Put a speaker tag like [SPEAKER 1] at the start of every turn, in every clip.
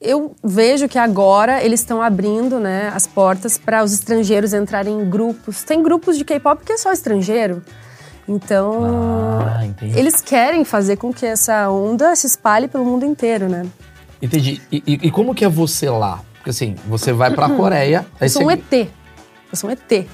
[SPEAKER 1] Eu vejo que agora eles estão abrindo né, as portas para os estrangeiros entrarem em grupos. Tem grupos de K-pop que é só estrangeiro. Então,
[SPEAKER 2] Ah, entendi.
[SPEAKER 1] eles querem fazer com que essa onda se espalhe pelo mundo inteiro, né?
[SPEAKER 2] Entendi. E, e- e como que é você lá? Porque assim, você vai pra Coreia, aí
[SPEAKER 1] Eu sou um
[SPEAKER 2] você-
[SPEAKER 1] ET. Eu sou um ET.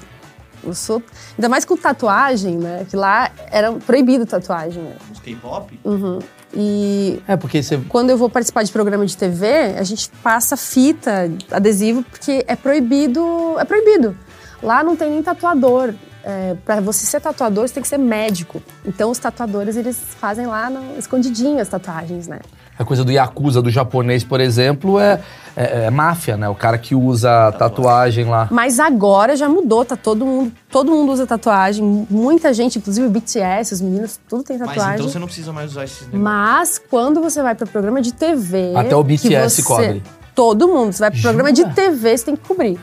[SPEAKER 1] Eu sou. Ainda mais com tatuagem, né? Que lá era proibido tatuagem. Né?
[SPEAKER 3] Os K-pop?
[SPEAKER 1] Uhum. E
[SPEAKER 2] É, porque você.
[SPEAKER 1] quando eu vou participar de programa de TV, a gente passa fita, adesivo, porque é proibido. É proibido. Lá não tem nem tatuador. É, para você ser tatuador, você tem que ser médico. Então os tatuadores, eles fazem lá no, escondidinho as tatuagens, né?
[SPEAKER 2] A coisa do Yakuza, do japonês, por exemplo, é, é- é máfia, né? O cara que
[SPEAKER 1] Tá
[SPEAKER 2] usa tatuagem lá.
[SPEAKER 1] Mas agora já mudou, tá todo mundo, todo mundo usa tatuagem, muita gente, inclusive o BTS, os meninos, tudo tem
[SPEAKER 3] Mas
[SPEAKER 1] tatuagem.
[SPEAKER 3] então você não precisa mais usar esses negócios.
[SPEAKER 1] Mas quando você vai para programa de TV.
[SPEAKER 2] Até o
[SPEAKER 1] que
[SPEAKER 2] BTS
[SPEAKER 1] você-
[SPEAKER 2] cobre.
[SPEAKER 1] Todo mundo. Você vai para programa de
[SPEAKER 2] Jura?
[SPEAKER 1] TV, você tem que cobrir.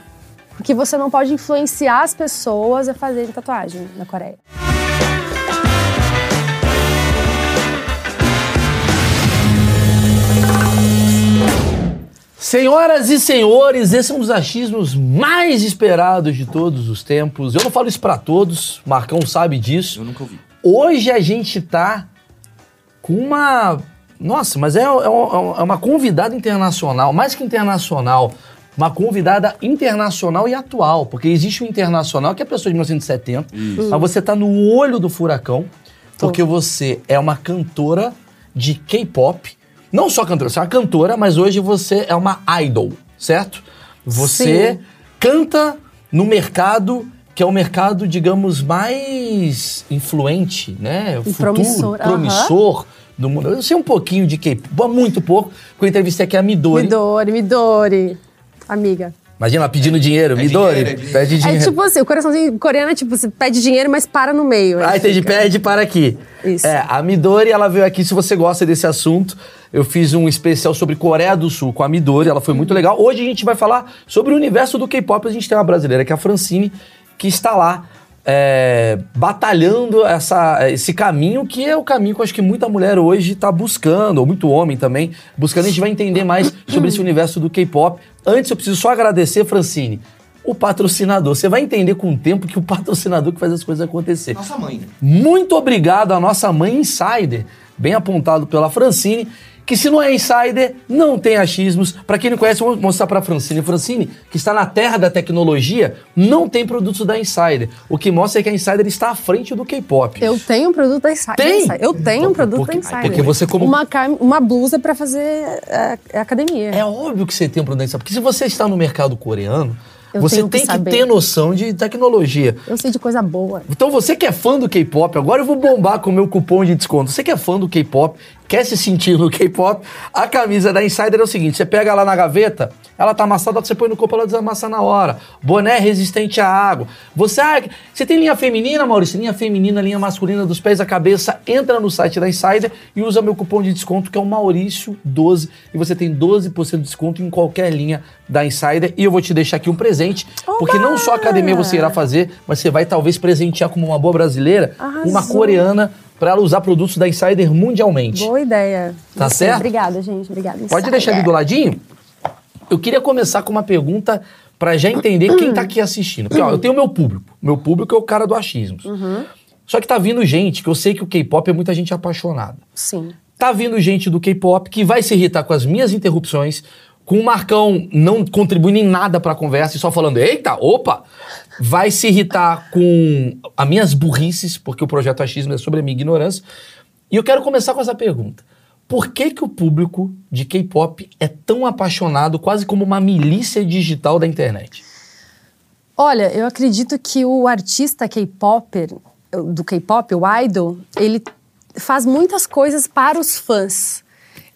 [SPEAKER 1] Porque você não pode influenciar as pessoas a fazerem tatuagem na Coreia.
[SPEAKER 2] Senhoras e senhores, esse é um dos achismos mais esperados de todos os tempos. Eu não falo isso pra todos, Marcão sabe disso.
[SPEAKER 3] Eu nunca ouvi.
[SPEAKER 2] Hoje a gente tá com uma. Nossa, mas é, é um- é uma convidada internacional, mais que internacional, uma convidada internacional e atual, porque existe o internacional, que é a pessoa de 1970, mas você tá no olho do furacão,
[SPEAKER 1] Tô.
[SPEAKER 2] porque você é uma cantora de K-pop. Não só cantora, você é uma cantora, mas hoje você é uma idol, certo? Você
[SPEAKER 1] Sim.
[SPEAKER 2] canta no mercado que é o mercado, digamos, mais influente, né?
[SPEAKER 1] E
[SPEAKER 2] Futuro,
[SPEAKER 1] promissor, aham.
[SPEAKER 2] promissor do mundo. Eu sei um pouquinho de K-pop, muito pouco, porque eu entrevistei aqui a Midori.
[SPEAKER 1] Midori, Midori. Amiga.
[SPEAKER 2] Imagina, ela pedindo dinheiro,
[SPEAKER 3] É
[SPEAKER 2] Midori,
[SPEAKER 3] dinheiro, é dinheiro.
[SPEAKER 2] pede
[SPEAKER 1] É
[SPEAKER 2] dinheiro.
[SPEAKER 1] tipo assim, o coraçãozinho coreano é tipo, você pede dinheiro, mas para no meio.
[SPEAKER 2] Ah, entendi.
[SPEAKER 1] fica.
[SPEAKER 2] Pede para aqui.
[SPEAKER 1] é Isso.
[SPEAKER 2] É, a Midori, ela veio aqui. Se você gosta desse assunto, eu fiz um especial sobre Coreia do Sul com a Midori. Ela foi muito legal. Hoje a gente vai falar sobre o universo do K-pop. A gente tem uma brasileira, que é a Francine, que está lá é, batalhando essa, esse caminho, que é o caminho que eu acho que muita mulher hoje está buscando, ou muito homem também, buscando. A gente vai entender mais sobre esse universo do K-pop. Antes, eu preciso só agradecer, Francine. O patrocinador. Você vai entender com o tempo que o patrocinador que faz as coisas acontecer.
[SPEAKER 3] Nossa mãe.
[SPEAKER 2] Muito obrigado à nossa mãe Insider, bem apontado pela Francine, que se não é Insider, não tem achismos. Pra quem não conhece, vou mostrar pra Francine. Francine, que está na terra da tecnologia, não tem produtos da Insider. O que mostra é que a Insider está à frente do K-pop.
[SPEAKER 1] Eu tenho um produto da Insider.
[SPEAKER 2] Tem?
[SPEAKER 1] Eu tenho um produto
[SPEAKER 2] Porque-
[SPEAKER 1] da Insider.
[SPEAKER 2] porque você como-
[SPEAKER 1] Uma, cam- uma blusa pra fazer é, é academia.
[SPEAKER 2] É óbvio que você tem um produto da Insider, porque se você está no mercado coreano,
[SPEAKER 1] Eu
[SPEAKER 2] você
[SPEAKER 1] tenho que
[SPEAKER 2] tem que
[SPEAKER 1] saber.
[SPEAKER 2] ter noção de tecnologia.
[SPEAKER 1] Eu sei de coisa boa.
[SPEAKER 2] Então você que é fã do K-pop, agora eu vou bombar com o meu cupom de desconto. Você que é fã do K-pop, quer se sentir no K-pop, a camisa da Insider é o seguinte, você pega ela na gaveta, ela tá amassada, você põe no corpo, ela desamassa na hora. Boné resistente à água. Você, ah, você tem linha feminina, Maurício? Linha feminina, linha masculina, dos pés à cabeça, entra no site da Insider e usa meu cupom de desconto que é o Maurício12 e você tem 12% de desconto em qualquer linha da Insider e eu vou te deixar aqui um presente, porque não só a academia você
[SPEAKER 1] Ah.
[SPEAKER 2] irá fazer, mas você vai talvez presentear como uma boa brasileira,
[SPEAKER 1] Arrasou.
[SPEAKER 2] uma coreana, pra ela usar produtos da Insider mundialmente.
[SPEAKER 1] Boa ideia.
[SPEAKER 2] Tá
[SPEAKER 1] Gostei.
[SPEAKER 2] certo?
[SPEAKER 1] Obrigada, gente. Obrigada.
[SPEAKER 2] Pode deixar ali do ladinho? Eu queria começar com uma pergunta pra já entender quem tá aqui assistindo. Porque, ó, eu tenho meu público. Meu público é o cara do achismos.
[SPEAKER 1] Uhum.
[SPEAKER 2] Só que tá vindo gente, que eu sei que o K-pop é muita gente apaixonada.
[SPEAKER 1] Sim.
[SPEAKER 2] Tá vindo gente do K-pop que vai se irritar com as minhas interrupções, com o Marcão não contribuindo em nada pra conversa e só falando, eita, opa! Vai se irritar com as minhas burrices, porque o projeto Achismo é sobre a minha ignorância. E eu quero começar com essa pergunta. Por que, que o público de K-pop é tão apaixonado, quase como uma milícia digital da internet?
[SPEAKER 1] Olha, eu acredito que o artista K-popper, do K-pop, o idol, ele faz muitas coisas para os fãs.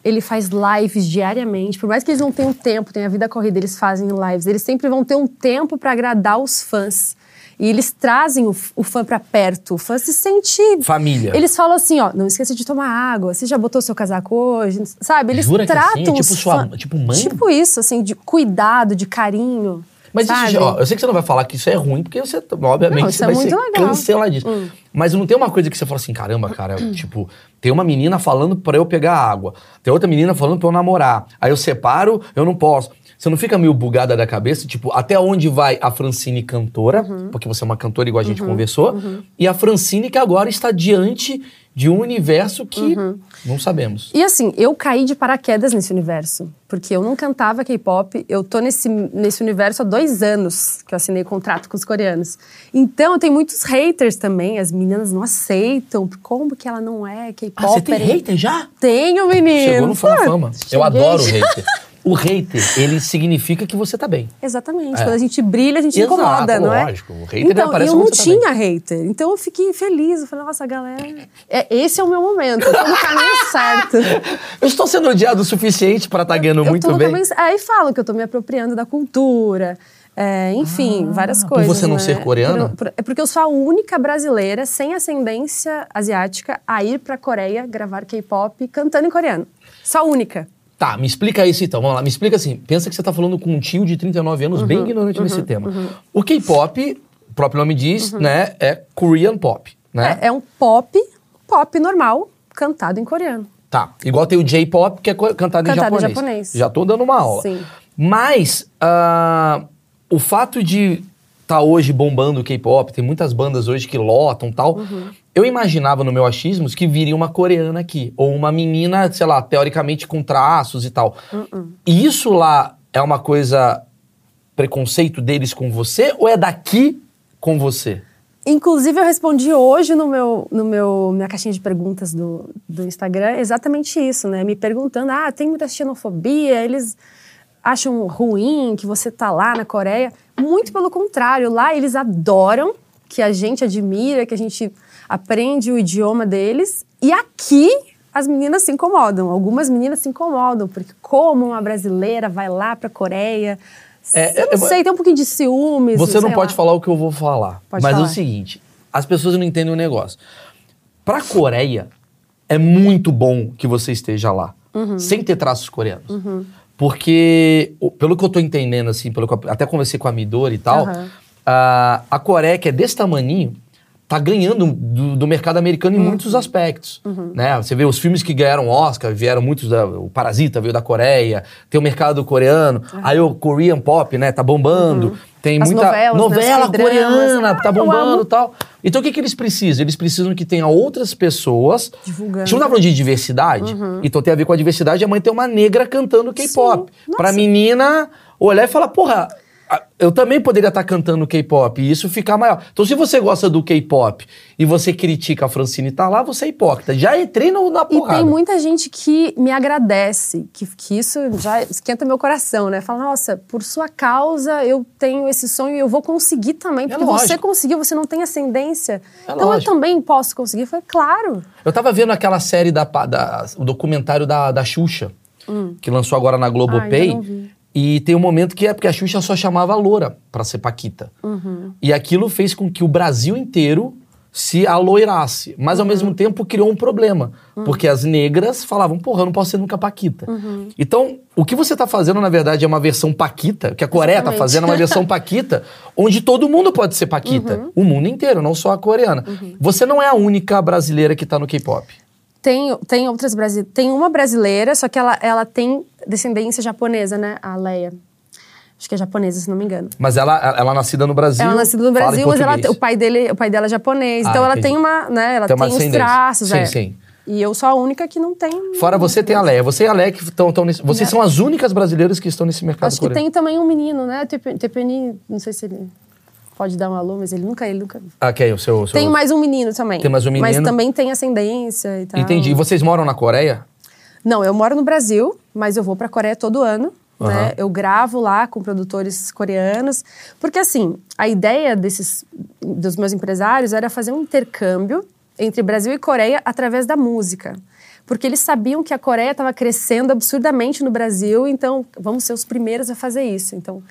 [SPEAKER 1] Ele faz lives diariamente, por mais que eles não tenham tempo, tenham a vida corrida, eles fazem lives. Eles sempre vão ter um tempo para agradar os fãs. E eles trazem o, f- o fã para perto. O fã se sente.
[SPEAKER 2] Família.
[SPEAKER 1] Eles falam assim: ó, não esqueça de tomar água, você já botou seu casaco hoje, sabe? Eles
[SPEAKER 2] Jura que
[SPEAKER 1] tratam
[SPEAKER 2] assim? É tipo
[SPEAKER 1] os
[SPEAKER 2] sua-
[SPEAKER 1] fã-
[SPEAKER 2] tipo mãe?
[SPEAKER 1] Tipo isso, assim, de cuidado, de carinho.
[SPEAKER 2] Mas isso,
[SPEAKER 1] Sabe?
[SPEAKER 2] já- ó, eu sei que você não vai falar que isso é ruim, porque você, obviamente,
[SPEAKER 1] Não, isso
[SPEAKER 2] você
[SPEAKER 1] é
[SPEAKER 2] vai
[SPEAKER 1] muito
[SPEAKER 2] ser
[SPEAKER 1] legal. Hum.
[SPEAKER 2] canceladíssimo. Mas não tem uma coisa que você fala assim, caramba, cara, eu, tipo, tem uma menina falando pra eu pegar água, tem outra menina falando pra eu namorar, aí eu separo, eu não posso. Você não fica meio bugada da cabeça, tipo, até onde vai a Francine cantora,
[SPEAKER 1] Uhum.
[SPEAKER 2] porque você é uma cantora igual a gente conversou, e a Francine que agora está diante de um universo que
[SPEAKER 1] Uhum.
[SPEAKER 2] não sabemos.
[SPEAKER 1] E assim, eu caí de paraquedas nesse universo. Porque eu não cantava K-pop, eu tô nesse, nesse universo há dois anos que eu assinei contrato com os coreanos. Então, tem muitos haters também, as meninas não aceitam. Como que ela não é K-pop?
[SPEAKER 2] Ah, você tem hater já?
[SPEAKER 1] Tenho, menino.
[SPEAKER 2] Chegou no Fama
[SPEAKER 1] Pô,
[SPEAKER 2] Fama.
[SPEAKER 1] cheguei.
[SPEAKER 2] Eu adoro o hater. O hater, ele significa que você tá bem.
[SPEAKER 1] Exatamente.
[SPEAKER 2] É.
[SPEAKER 1] Quando a gente brilha, a gente
[SPEAKER 2] Exato,
[SPEAKER 1] incomoda, não é?
[SPEAKER 2] lógico. O hater
[SPEAKER 1] Então,
[SPEAKER 2] aparece
[SPEAKER 1] eu não
[SPEAKER 2] quando você tá
[SPEAKER 1] tinha hater. Então eu fiquei feliz. Eu falei, nossa, galera. É, esse é o meu momento. Eu tô no caminho certo.
[SPEAKER 2] Eu estou sendo odiado o suficiente para estar ganhando
[SPEAKER 1] eu
[SPEAKER 2] muito
[SPEAKER 1] tô no
[SPEAKER 2] bem.
[SPEAKER 1] caminho- Aí falam que eu tô me apropriando da cultura. é, enfim, várias
[SPEAKER 2] por
[SPEAKER 1] coisas.
[SPEAKER 2] Ah. você não
[SPEAKER 1] né?
[SPEAKER 2] ser coreana?
[SPEAKER 1] Por- por- é porque eu sou a única brasileira sem ascendência asiática a ir pra Coreia gravar K-pop cantando em coreano. Só a única.
[SPEAKER 2] Tá, me explica isso então. Vamos lá, me explica assim. Pensa que você tá falando com um tio de 39 anos,
[SPEAKER 1] Uhum,
[SPEAKER 2] bem ignorante nesse tema. O K-pop, o próprio nome diz, né? É Korean pop, né?
[SPEAKER 1] Uhum. É, é um pop, pop normal, cantado em coreano.
[SPEAKER 2] Tá. Igual tem o J-pop, que é co- cantado, em
[SPEAKER 1] Cantado em
[SPEAKER 2] japonês.
[SPEAKER 1] japonês.
[SPEAKER 2] Já tô dando uma aula.
[SPEAKER 1] Sim.
[SPEAKER 2] Mas ah, o fato de tá hoje bombando o K-pop, tem muitas bandas hoje que lotam e tal.
[SPEAKER 1] Uhum.
[SPEAKER 2] Eu imaginava no meu achismos que viria uma coreana aqui. Ou uma menina, sei lá, teoricamente com traços e tal.
[SPEAKER 1] Uh-uh.
[SPEAKER 2] E isso lá é uma coisa preconceito deles com você ou é daqui com você?
[SPEAKER 1] Inclusive, eu respondi hoje no meu, no meu minha caixinha de perguntas do, do Instagram exatamente isso, né? Me perguntando, ah, tem muita xenofobia, eles acham ruim que você tá lá na Coreia. Muito pelo contrário, lá eles adoram que a gente admira, que a gente aprende o idioma deles. E aqui as meninas se incomodam, algumas meninas se incomodam, porque como uma brasileira vai lá pra Coreia...
[SPEAKER 2] É,
[SPEAKER 1] eu não
[SPEAKER 2] é,
[SPEAKER 1] sei, tem um pouquinho de ciúmes.
[SPEAKER 2] Você não
[SPEAKER 1] sei
[SPEAKER 2] pode
[SPEAKER 1] lá.
[SPEAKER 2] falar o que eu vou falar.
[SPEAKER 1] Pode
[SPEAKER 2] mas é
[SPEAKER 1] falar.
[SPEAKER 2] o seguinte: as pessoas não entendem o negócio. Pra Coreia, é muito bom que você esteja lá,
[SPEAKER 1] Uhum.
[SPEAKER 2] sem ter traços coreanos. Porque, o- pelo que eu tô entendendo, assim, pelo que eu até conversei com a Midori e tal,
[SPEAKER 1] Aham.
[SPEAKER 2] ah, a Coreia, que é desse tamaninho, tá ganhando do, do mercado americano
[SPEAKER 1] Uhum.
[SPEAKER 2] em muitos aspectos. Né? Você vê os filmes que ganharam Oscar, vieram muitos da, o Parasita veio da Coreia, tem o mercado coreano,
[SPEAKER 1] É.
[SPEAKER 2] aí o Korean Pop, né, tá bombando.
[SPEAKER 1] Uhum.
[SPEAKER 2] Tem
[SPEAKER 1] As
[SPEAKER 2] muita
[SPEAKER 1] novelas, né, os
[SPEAKER 2] novela
[SPEAKER 1] K-dramas.
[SPEAKER 2] coreana,
[SPEAKER 1] Ah,
[SPEAKER 2] tá
[SPEAKER 1] eu
[SPEAKER 2] bombando
[SPEAKER 1] amo.
[SPEAKER 2] e tal. Então o que, que eles precisam? Eles precisam que tenha outras pessoas.
[SPEAKER 1] Divulgando. Uhum.
[SPEAKER 2] A gente não tá falando de diversidade. Então tem a ver com a diversidade. A mãe tem uma negra cantando K-pop.
[SPEAKER 1] Sim.
[SPEAKER 2] Pra menina olhar e falar, porra. a- Eu também poderia estar cantando K-pop e isso ficar maior. Então, se você gosta do K-pop e você critica a Francine tá lá, você é hipócrita. Já entrei no, na
[SPEAKER 1] E
[SPEAKER 2] porrada.
[SPEAKER 1] tem muita gente que me agradece, que, que isso já esquenta meu coração, né? Fala, nossa, por sua causa eu tenho esse sonho e eu vou conseguir também, porque você
[SPEAKER 2] É lógico. É
[SPEAKER 1] conseguiu, você não tem ascendência. então
[SPEAKER 2] lógico.
[SPEAKER 1] eu também posso conseguir. Eu falei, claro.
[SPEAKER 2] Eu tava vendo aquela série da, pa- da- o documentário da, da Xuxa, que lançou agora
[SPEAKER 1] Hum.
[SPEAKER 2] na
[SPEAKER 1] Ah, ainda
[SPEAKER 2] Globopay.
[SPEAKER 1] não vi.
[SPEAKER 2] e tem um momento que é porque a Xuxa só chamava a loura pra ser Paquita.
[SPEAKER 1] Uhum.
[SPEAKER 2] E aquilo fez com que o Brasil inteiro se aloirasse. Mas
[SPEAKER 1] Uhum.
[SPEAKER 2] ao mesmo tempo criou um problema.
[SPEAKER 1] Hum.
[SPEAKER 2] Porque as negras falavam, porra, eu não posso ser nunca Paquita.
[SPEAKER 1] Uhum.
[SPEAKER 2] Então, o que você tá fazendo, na verdade, é uma versão Paquita, que a Coreia tá
[SPEAKER 1] Exatamente.
[SPEAKER 2] fazendo uma versão Paquita, onde todo mundo pode ser Paquita.
[SPEAKER 1] Uhum.
[SPEAKER 2] O mundo inteiro, não só a coreana. Você não é a única brasileira que tá no K-pop.
[SPEAKER 1] Tem, tem outras brasi Tem uma brasileira, só que ela, ela tem descendência japonesa, né? A Leia. Acho que é japonesa, se não me engano.
[SPEAKER 2] Mas ela, ela é nascida no Brasil.
[SPEAKER 1] Ela é nascida no
[SPEAKER 2] fala em
[SPEAKER 1] Brasil, mas ela,
[SPEAKER 2] português.
[SPEAKER 1] o, pai dele, o pai dela é japonês.
[SPEAKER 2] Ah,
[SPEAKER 1] então ela
[SPEAKER 2] entendi.
[SPEAKER 1] tem uma. Né, ela
[SPEAKER 2] Tem
[SPEAKER 1] tem,
[SPEAKER 2] uma
[SPEAKER 1] os
[SPEAKER 2] ascendência.
[SPEAKER 1] traços.
[SPEAKER 2] Sim,
[SPEAKER 1] é.
[SPEAKER 2] sim.
[SPEAKER 1] E eu sou a única que não tem.
[SPEAKER 2] Fora você tem a Leia. Você e a Leia que estão tão nesse. Vocês são as únicas brasileiras que estão nesse mercado
[SPEAKER 1] Acho que
[SPEAKER 2] coreano.
[SPEAKER 1] tem também um menino, né? Tepe- Tepeni, não sei se ele pode dar um alô, mas ele nunca, ele nunca.
[SPEAKER 2] Ah, quem? O seu. o seu...
[SPEAKER 1] Tem mais um menino também.
[SPEAKER 2] Tem mais um
[SPEAKER 1] Mas
[SPEAKER 2] menino.
[SPEAKER 1] também tem ascendência e tal.
[SPEAKER 2] Entendi. E vocês moram na Coreia?
[SPEAKER 1] Não, eu moro no Brasil, mas eu vou pra Coreia todo ano. Né? Eu gravo lá com produtores coreanos. Porque, assim, a ideia desses, dos meus empresários era fazer um intercâmbio entre Brasil e Coreia através da música. Porque eles sabiam que a Coreia estava crescendo absurdamente no Brasil, então vamos ser os primeiros a fazer isso. Então,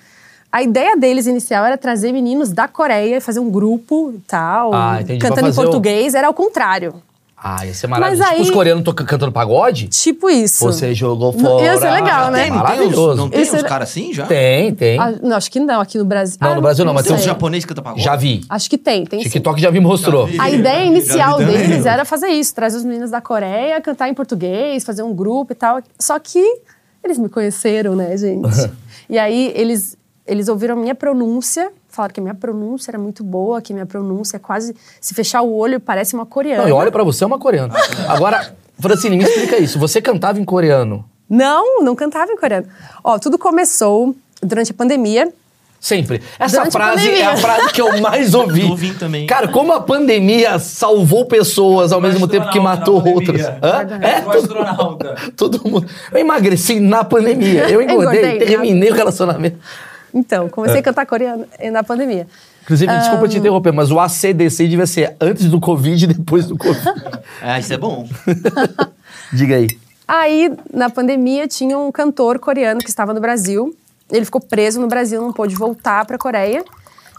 [SPEAKER 1] a ideia deles inicial era trazer meninos da Coreia e fazer um grupo e tal,
[SPEAKER 2] Ah, entendi. Pra
[SPEAKER 1] cantando em
[SPEAKER 2] fazer o-
[SPEAKER 1] português. Era ao contrário.
[SPEAKER 2] Ah, ia ser maravilhoso.
[SPEAKER 1] Mas
[SPEAKER 2] Tipo, os
[SPEAKER 1] aí-
[SPEAKER 2] coreanos tão can- cantando pagode?
[SPEAKER 1] Tipo isso.
[SPEAKER 2] Você jogou
[SPEAKER 1] Não,
[SPEAKER 2] fora.
[SPEAKER 1] ia ser legal, né? É
[SPEAKER 2] Tem,
[SPEAKER 3] não tem uns, não
[SPEAKER 2] maravilhoso.
[SPEAKER 3] tem
[SPEAKER 1] Esse
[SPEAKER 3] uns
[SPEAKER 1] era-
[SPEAKER 3] caras assim já?
[SPEAKER 2] Tem, tem.
[SPEAKER 1] Ah, não, acho que não, aqui no Brasil.
[SPEAKER 2] Não,
[SPEAKER 1] Ah,
[SPEAKER 2] no Brasil não, mas um
[SPEAKER 3] Tem uns
[SPEAKER 1] sei.
[SPEAKER 3] japonês que canta pagode?
[SPEAKER 2] Já vi.
[SPEAKER 1] Acho que tem, tem ah, sim.
[SPEAKER 2] TikTok já me mostrou.
[SPEAKER 3] Já vi.
[SPEAKER 1] A ideia inicial
[SPEAKER 3] Já vi também. né?
[SPEAKER 1] deles era fazer isso, trazer os meninos da Coreia, cantar em português, fazer um grupo e tal. Só que eles me conheceram, né, gente? e aí eles, eles ouviram a minha pronúncia, falaram que a minha pronúncia era muito boa, que a minha pronúncia é quase. Se fechar o olho, parece uma coreana.
[SPEAKER 2] Não, e olha pra você, é uma coreana. Agora, Francine, me explica isso. Você cantava em coreano?
[SPEAKER 1] Não, não cantava em coreano. Ó, tudo começou durante a pandemia.
[SPEAKER 2] Sempre. Essa
[SPEAKER 1] Durante a
[SPEAKER 2] frase é a
[SPEAKER 1] pandemia.
[SPEAKER 2] frase que eu mais ouvi.
[SPEAKER 3] Eu ouvi também.
[SPEAKER 2] Cara, como a pandemia salvou pessoas ao mesmo tempo que matou outras. Hã? É, todo,
[SPEAKER 4] astronauta.
[SPEAKER 2] todo mundo. Eu emagreci na pandemia. Eu engordei,
[SPEAKER 1] Engordei, né?
[SPEAKER 2] terminei o relacionamento.
[SPEAKER 1] Então,
[SPEAKER 2] É.
[SPEAKER 1] comecei a cantar coreano eh, na pandemia.
[SPEAKER 2] Inclusive, desculpa te interromper, mas o ACDC devia ser antes do Covid e depois do Covid.
[SPEAKER 3] É, isso é bom.
[SPEAKER 2] Diga aí.
[SPEAKER 1] Aí, na pandemia, tinha um cantor coreano que estava no Brasil. Ele ficou preso no Brasil, não pôde voltar para a Coreia.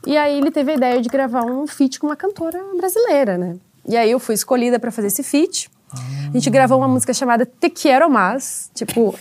[SPEAKER 1] E aí ele teve a ideia de gravar um feat com uma cantora brasileira, né? E aí eu fui escolhida para fazer esse feat. A gente gravou uma música chamada Te Quiero Mas, tipo...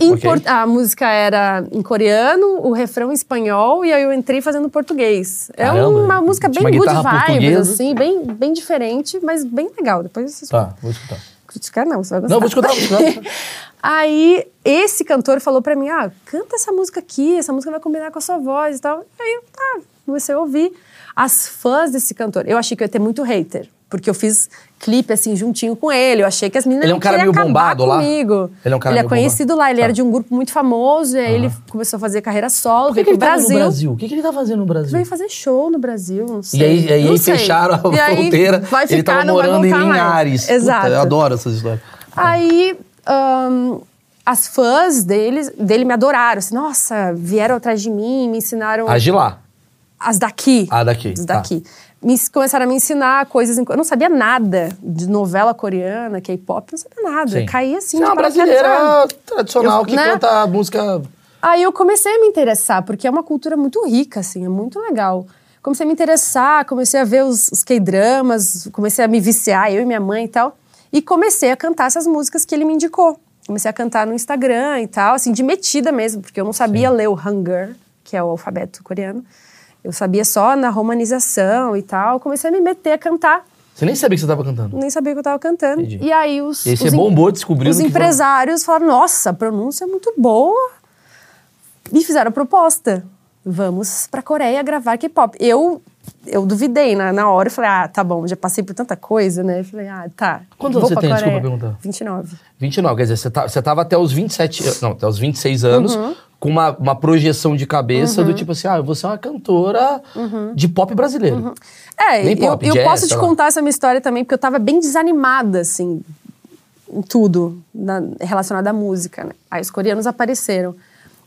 [SPEAKER 1] em
[SPEAKER 2] Ok.
[SPEAKER 1] por- A música era em coreano, o refrão em espanhol, e aí eu entrei fazendo português. É
[SPEAKER 2] Caramba.
[SPEAKER 1] uma música
[SPEAKER 2] Tinha
[SPEAKER 1] bem
[SPEAKER 2] uma
[SPEAKER 1] good
[SPEAKER 2] guitarra
[SPEAKER 1] vibes,
[SPEAKER 2] portuguesa.
[SPEAKER 1] assim, bem, bem diferente, mas bem legal. Depois vocês
[SPEAKER 2] Tá, vou escutar.
[SPEAKER 1] Criticar não, você vai gostar.
[SPEAKER 2] Não, vou escutar, vou escutar.
[SPEAKER 1] aí, esse cantor falou pra mim, ah, canta essa música aqui, essa música vai combinar com a sua voz e tal. Aí, tá, comecei a ouvir. As fãs desse cantor, eu achei que eu ia ter muito hater, porque eu fiz clipe, assim, juntinho com ele, eu achei que as meninas
[SPEAKER 2] Ele é um cara
[SPEAKER 1] queriam
[SPEAKER 2] meio
[SPEAKER 1] acabar
[SPEAKER 2] bombado lá?
[SPEAKER 1] comigo.
[SPEAKER 2] Ele é um cara meio
[SPEAKER 1] conhecido
[SPEAKER 2] bombado.
[SPEAKER 1] lá, ele
[SPEAKER 2] Tá.
[SPEAKER 1] era de um grupo muito famoso, e aí ele começou a fazer carreira solo,
[SPEAKER 2] Por que,
[SPEAKER 1] veio
[SPEAKER 2] que
[SPEAKER 1] pro
[SPEAKER 2] ele tá no
[SPEAKER 1] Brasil.
[SPEAKER 2] Brasil? O que, que ele tá fazendo no Brasil?
[SPEAKER 1] Veio fazer show no Brasil, não sei.
[SPEAKER 2] E aí, aí
[SPEAKER 1] Não sei.
[SPEAKER 2] fecharam a
[SPEAKER 1] E aí
[SPEAKER 2] fronteira.
[SPEAKER 1] vai
[SPEAKER 2] ele
[SPEAKER 1] ficar,
[SPEAKER 2] tava
[SPEAKER 1] não vai
[SPEAKER 2] morando em
[SPEAKER 1] voltar mais.
[SPEAKER 2] Linhares. Puta,
[SPEAKER 1] Exato.
[SPEAKER 2] eu adoro essas histórias.
[SPEAKER 1] Aí ahn, as fãs deles, dele me adoraram. Assim, Nossa, vieram atrás de mim, me ensinaram
[SPEAKER 2] A Gilá.
[SPEAKER 1] as daqui.
[SPEAKER 2] Ah, daqui,
[SPEAKER 1] As
[SPEAKER 2] tá.
[SPEAKER 1] daqui. Me, ens- começaram a me ensinar coisas. em- Eu não sabia nada de novela coreana, K-pop, não sabia nada.
[SPEAKER 2] Sim.
[SPEAKER 1] Caí assim.
[SPEAKER 2] Você é
[SPEAKER 1] de
[SPEAKER 2] uma brasileira
[SPEAKER 1] paraquedas.
[SPEAKER 2] tradicional
[SPEAKER 1] Eu-
[SPEAKER 2] que
[SPEAKER 1] né?
[SPEAKER 2] canta música.
[SPEAKER 1] Aí eu comecei a me interessar, porque é uma cultura muito rica, assim, é muito legal. Comecei a me interessar, comecei a ver os, os K-dramas, comecei a me viciar, eu e minha mãe e tal. E comecei a cantar essas músicas que ele me indicou. Comecei a cantar no Instagram e tal, assim, de metida mesmo, porque eu não sabia ler o Hangul, que é o alfabeto coreano. Eu sabia só na romanização e tal. Comecei a me meter a cantar,
[SPEAKER 2] Você nem sabia que você tava cantando.
[SPEAKER 1] nem sabia o que eu tava cantando.
[SPEAKER 2] Entendi.
[SPEAKER 1] E aí os.
[SPEAKER 2] E aí você
[SPEAKER 1] os em-
[SPEAKER 2] bombou, descobriu.
[SPEAKER 1] os
[SPEAKER 2] que foi-
[SPEAKER 1] empresários falaram: nossa, a pronúncia é muito boa. E fizeram a proposta. Vamos pra Coreia gravar K-pop. Eu, eu duvidei na, na hora. Eu falei: ah, tá bom, já passei por tanta coisa, né? Eu falei: ah, tá.
[SPEAKER 2] Quantos
[SPEAKER 1] vou
[SPEAKER 2] anos você
[SPEAKER 1] pra
[SPEAKER 2] tem?
[SPEAKER 1] Coreia.
[SPEAKER 2] Desculpa perguntar.
[SPEAKER 1] 29.
[SPEAKER 2] 29, quer dizer, você, tá, você tava até os 27. eh, Não, até os 26 anos.
[SPEAKER 1] Uhum.
[SPEAKER 2] Com uma, uma projeção de cabeça do tipo assim, ah, eu vou ser uma cantora
[SPEAKER 1] Uhum.
[SPEAKER 2] de pop brasileiro.
[SPEAKER 1] É,
[SPEAKER 2] Nem
[SPEAKER 1] eu,
[SPEAKER 2] pop,
[SPEAKER 1] eu
[SPEAKER 2] jazz,
[SPEAKER 1] posso te
[SPEAKER 2] sei lá.
[SPEAKER 1] contar essa minha história também, porque eu tava bem desanimada, assim, em tudo na, relacionado à música, né? Aí os coreanos apareceram.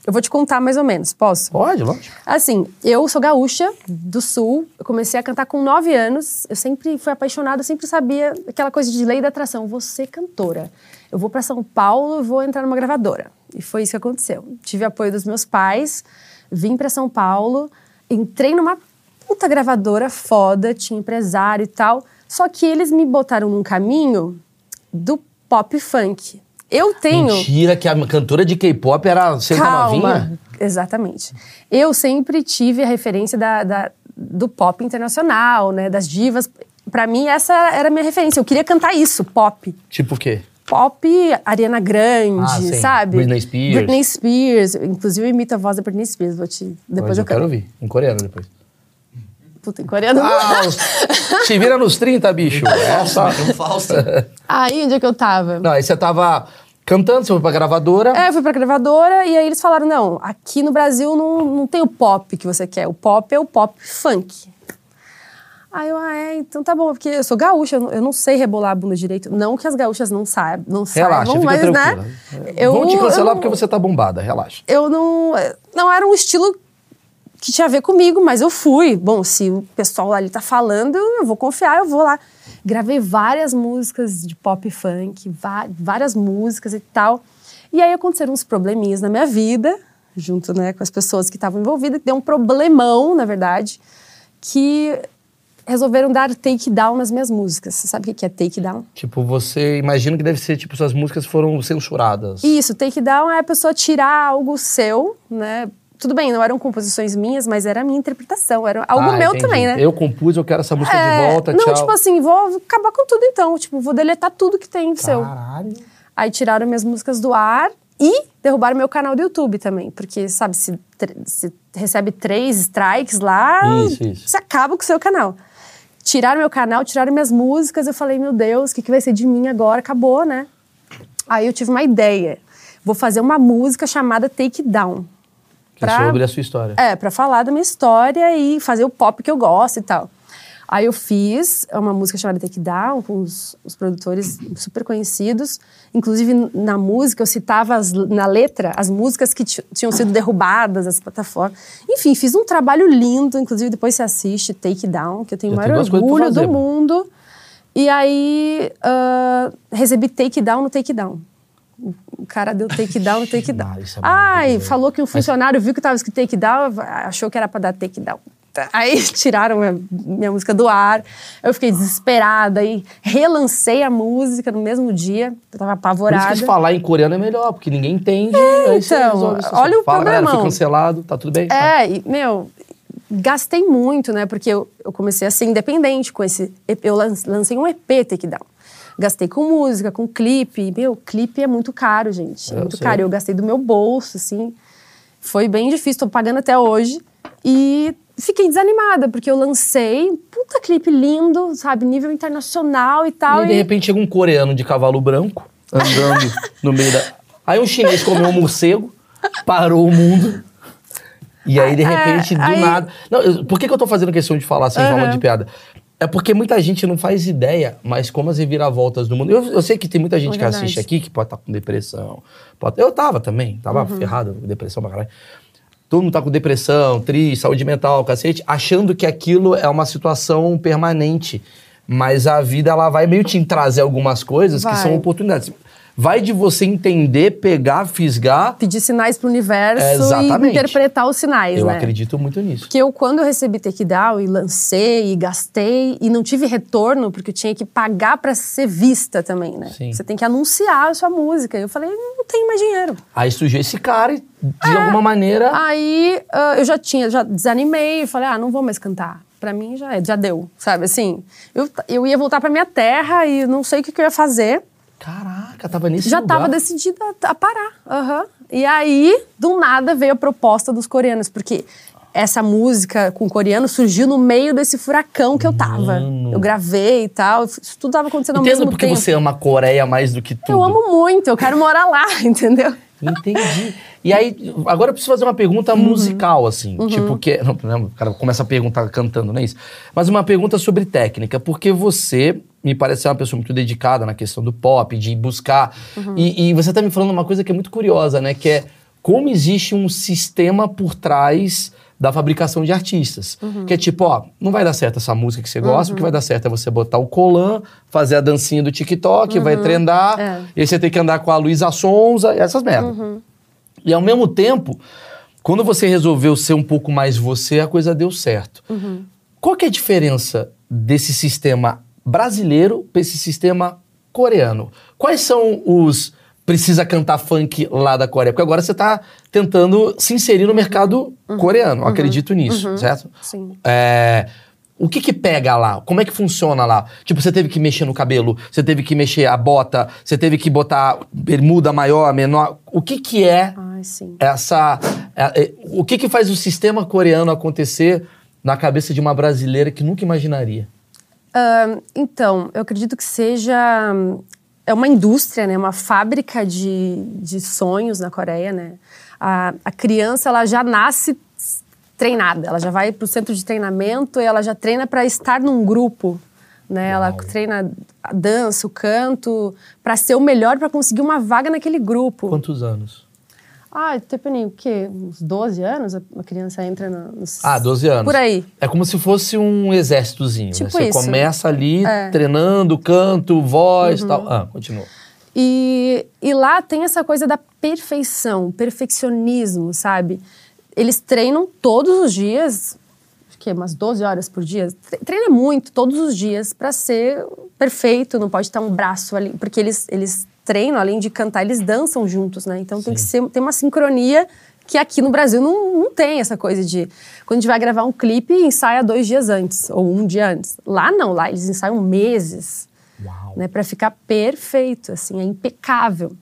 [SPEAKER 1] Eu vou te contar mais ou menos, posso?
[SPEAKER 2] Pode, lógico.
[SPEAKER 1] Assim, eu sou gaúcha do sul, eu comecei a cantar com 9 anos, eu sempre fui apaixonada, eu sempre sabia aquela coisa de lei da atração, vou ser cantora. Eu vou para São Paulo, eu vou entrar numa gravadora. E foi isso que aconteceu. Tive apoio dos meus pais, vim para São Paulo, entrei numa puta gravadora foda, tinha empresário e tal, só que eles me botaram num caminho do pop funk. Eu tenho
[SPEAKER 2] Mentira que a cantora de K-pop era senta tá novinha.
[SPEAKER 1] Exatamente. Eu sempre tive a referência da, da- do pop internacional, né? Das divas. Pra mim, essa era a minha referência. Eu queria cantar isso, pop.
[SPEAKER 2] Tipo o quê?
[SPEAKER 1] Pop, Ariana Grande,
[SPEAKER 2] Ah, sim.
[SPEAKER 1] sabe?
[SPEAKER 2] Britney Spears.
[SPEAKER 1] Britney Spears. Eu, Inclusive, eu imito a voz da Britney Spears. Vou te... Depois
[SPEAKER 2] Mas
[SPEAKER 1] eu,
[SPEAKER 2] eu quero
[SPEAKER 1] canto.
[SPEAKER 2] ouvir. Em coreano depois.
[SPEAKER 1] Puta, em coreano.
[SPEAKER 2] Ah, os- se vira nos 30, bicho. Essa.
[SPEAKER 3] É um falso.
[SPEAKER 1] Aí, onde é que eu tava?
[SPEAKER 2] Não, aí você tava cantando, você foi pra gravadora.
[SPEAKER 1] É, eu fui pra gravadora e aí eles falaram: não, aqui no Brasil não, não tem o pop que você quer. O pop é o pop funk. Aí eu, ah, é, então tá bom, porque eu sou gaúcha, eu não, eu não sei rebolar a bunda direito. Não que as gaúchas não saibam, não
[SPEAKER 2] Relaxa,
[SPEAKER 1] saibam,
[SPEAKER 2] fica
[SPEAKER 1] mas,
[SPEAKER 2] tranquila.
[SPEAKER 1] né?
[SPEAKER 2] Vão te cancelar
[SPEAKER 1] eu não-
[SPEAKER 2] porque você tá bombada, relaxa.
[SPEAKER 1] eu não. Não era um estilo que tinha a ver comigo, mas eu fui. Bom, se o pessoal ali tá falando, eu vou confiar, eu vou lá. Gravei várias músicas de pop funk, va- várias músicas e tal. E aí aconteceram uns probleminhas na minha vida, junto né, com as pessoas que estavam envolvidas, que deu um problemão, na verdade, que resolveram dar takedown nas minhas músicas. Você sabe o que é takedown?
[SPEAKER 2] Tipo, você imagina que deve ser, tipo, suas músicas foram censuradas.
[SPEAKER 1] Isso, takedown é a pessoa tirar algo seu, né? Tudo bem, não eram composições minhas, mas era a minha interpretação. Era algo
[SPEAKER 2] Ah,
[SPEAKER 1] meu
[SPEAKER 2] entendi.
[SPEAKER 1] também, né?
[SPEAKER 2] Eu compus, eu quero essa música de volta,
[SPEAKER 1] não,
[SPEAKER 2] tchau.
[SPEAKER 1] tipo assim, vou acabar com tudo então. Tipo, vou deletar tudo que
[SPEAKER 2] Tá.
[SPEAKER 1] tem seu.
[SPEAKER 2] Caralho.
[SPEAKER 1] Aí tiraram minhas músicas do ar e derrubaram meu canal do YouTube também. Porque, sabe, se, tre- se recebe três strikes lá,
[SPEAKER 2] Isso, isso.
[SPEAKER 1] você acaba com o seu canal. Tiraram meu canal, tiraram minhas músicas. Eu falei, meu Deus, o que, que vai ser de mim agora? Acabou, né? Aí eu tive uma ideia. Vou fazer uma música chamada Take Down.
[SPEAKER 2] Que
[SPEAKER 1] pra-
[SPEAKER 2] é sobre a sua história.
[SPEAKER 1] É, pra falar da minha história e fazer o pop que eu gosto e tal. Aí eu fiz uma música chamada Take Down, com os, os produtores super conhecidos. Inclusive, n- na música, eu citava as- na letra as músicas que ti- tinham sido derrubadas, as plataformas. Enfim, fiz um trabalho lindo. Inclusive, depois você assiste Take Down, que eu tenho o
[SPEAKER 2] Já tem
[SPEAKER 1] maior
[SPEAKER 2] duas coisas pra
[SPEAKER 1] orgulho
[SPEAKER 2] fazer,
[SPEAKER 1] do
[SPEAKER 2] pô.
[SPEAKER 1] mundo. E aí, ah, recebi Take Down no Take Down. O- O cara deu Take Down no Take Down.
[SPEAKER 2] Ah, isso é
[SPEAKER 1] Ai, falou
[SPEAKER 2] maravilhoso.
[SPEAKER 1] falou que um funcionário viu que tava escrito takedown, achou que era para dar takedown. Tá. Aí tiraram minha, minha música do ar, eu fiquei desesperada e relancei a música no mesmo dia, eu tava
[SPEAKER 2] Por
[SPEAKER 1] apavorada.
[SPEAKER 2] isso que falar em coreano é melhor, porque ninguém entende. aí você
[SPEAKER 1] então,
[SPEAKER 2] resolve isso.
[SPEAKER 1] olha o
[SPEAKER 2] Fala, galera, foi
[SPEAKER 1] problemão.
[SPEAKER 2] cancelado, tá tudo bem? Tá.
[SPEAKER 1] É, e, meu, gastei muito, né? Porque eu, eu comecei a ser independente com esse. EP, Eu lan- lancei um EP Takedown. Gastei com música, com clipe. Meu, clipe é muito caro, gente. É
[SPEAKER 2] Eu
[SPEAKER 1] muito
[SPEAKER 2] sei.
[SPEAKER 1] caro. Eu gastei do meu bolso, assim. Foi bem difícil, tô pagando até hoje. E fiquei desanimada, porque eu lancei um puta clipe lindo, sabe? Nível internacional e
[SPEAKER 2] E
[SPEAKER 1] tal.
[SPEAKER 2] aí, de repente chega um coreano de cavalo branco andando no meio da. Aí um chinês comeu um morcego, parou o mundo. E aí, de
[SPEAKER 1] É,
[SPEAKER 2] repente, do
[SPEAKER 1] aí-
[SPEAKER 2] nada. Não, eu- por que, que eu tô fazendo questão de falar sem
[SPEAKER 1] Aham.
[SPEAKER 2] falar de piada? É porque muita gente não faz ideia, mas como as reviravoltas do mundo. Eu, eu sei que tem muita gente
[SPEAKER 1] É
[SPEAKER 2] que
[SPEAKER 1] verdade.
[SPEAKER 2] assiste aqui que pode estar com depressão. pode- Eu tava também, tava
[SPEAKER 1] Uhum.
[SPEAKER 2] ferrado, depressão pra caralho. Todo mundo tá com depressão, triste, saúde mental, cacete, achando que aquilo é uma situação permanente. Mas a vida, ela vai meio te trazer algumas coisas
[SPEAKER 1] Vai.
[SPEAKER 2] que são oportunidades. Vai de você entender, pegar, fisgar.
[SPEAKER 1] Pedir sinais pro universo
[SPEAKER 2] É,
[SPEAKER 1] e
[SPEAKER 2] exatamente.
[SPEAKER 1] interpretar os sinais,
[SPEAKER 2] eu
[SPEAKER 1] né?
[SPEAKER 2] acredito muito nisso.
[SPEAKER 1] Porque eu, quando eu recebi takedown e lancei e gastei e não tive retorno, porque eu tinha que pagar pra ser vista também, né?
[SPEAKER 2] Sim.
[SPEAKER 1] Você tem que anunciar a sua música. Eu falei, não tenho mais dinheiro.
[SPEAKER 2] Aí surgiu esse cara e, de alguma maneira,
[SPEAKER 1] Aí ah, eu já tinha, já desanimei, eu falei, ah, não vou mais cantar. Pra mim já é, já deu, sabe? Assim, eu, eu ia voltar pra minha terra e não sei o que, que eu ia fazer.
[SPEAKER 2] Caraca, tava nesse
[SPEAKER 1] Já
[SPEAKER 2] lugar.
[SPEAKER 1] estava decidida a parar. Aham. E aí, do nada, veio a proposta dos coreanos, porque essa música com coreano surgiu no meio desse furacão que eu tava. Eu gravei e tal, isso tudo tava acontecendo ao
[SPEAKER 2] Entendo
[SPEAKER 1] mesmo
[SPEAKER 2] porque
[SPEAKER 1] tempo.
[SPEAKER 2] você ama a Coreia mais do que tudo.
[SPEAKER 1] Eu amo muito, eu quero morar lá, entendeu?
[SPEAKER 2] Entendi. E aí, agora eu preciso fazer uma pergunta musical, assim. Tipo, que. Não, não, o cara começa a perguntar cantando, não é isso? Mas uma pergunta sobre técnica, porque você me parece ser uma pessoa muito dedicada na questão do pop, de buscar. E, e você tá me falando uma coisa que é muito curiosa, né? Que é como existe um sistema por trás da fabricação de artistas. Que é tipo, ó, não vai dar certo essa música que você gosta, o que vai dar certo é você botar o colan, fazer a dancinha do TikTok, vai trendar,
[SPEAKER 1] É.
[SPEAKER 2] e aí você tem que andar com a Luísa Sonza, essas merdas. E ao mesmo tempo, quando você resolveu ser um pouco mais você, a coisa deu certo. Qual que é a diferença desse sistema brasileiro para esse sistema coreano? Quais são os precisa cantar funk lá da Coreia? Porque agora você está tentando se inserir no mercado coreano, eu acredito nisso, certo?
[SPEAKER 1] Sim.
[SPEAKER 2] É, o que que pega lá? Como é que funciona lá? Tipo, você teve que mexer no cabelo, você teve que mexer a bota, você teve que botar bermuda maior, menor. O que que é
[SPEAKER 1] Ai, sim.
[SPEAKER 2] essa... é- é- o que que faz o sistema coreano acontecer na cabeça de uma brasileira que nunca imaginaria?
[SPEAKER 1] Ahn, então, eu acredito que seja. hum, É uma indústria, né? Uma fábrica de, de sonhos na Coreia, né? A, a criança, ela já nasce treinada. Ela já vai para o centro de treinamento e ela já treina para estar num grupo, né? Ela treina a dança, o canto, para ser o melhor, para conseguir uma vaga naquele grupo.
[SPEAKER 2] Quantos anos?
[SPEAKER 1] Ah, depende, o quê? Uns 12 anos a a criança entra no... no
[SPEAKER 2] Ah, 12 anos.
[SPEAKER 1] Por aí.
[SPEAKER 2] É como se fosse um exércitozinho, né?
[SPEAKER 1] Tipo
[SPEAKER 2] Você
[SPEAKER 1] isso. É.
[SPEAKER 2] começa ali treinando canto, voz e
[SPEAKER 1] Uhum.
[SPEAKER 2] tal. Ah, continua.
[SPEAKER 1] E, e lá tem essa coisa da perfeição, perfeccionismo, sabe? Eles treinam todos os dias, acho que é umas 12 horas por dia. Tre- Treina muito, todos os dias, para ser perfeito, não pode estar um braço ali. Porque eles, eles treinam, além de cantar, eles dançam juntos, né? Então tem que ser, tem uma sincronia que aqui no Brasil não, não tem essa coisa de. Quando a gente vai gravar um clipe, ensaia dois dias antes, ou um dia antes. Lá não, lá eles ensaiam meses
[SPEAKER 2] Uau.
[SPEAKER 1] né, para ficar perfeito, assim, é impecável.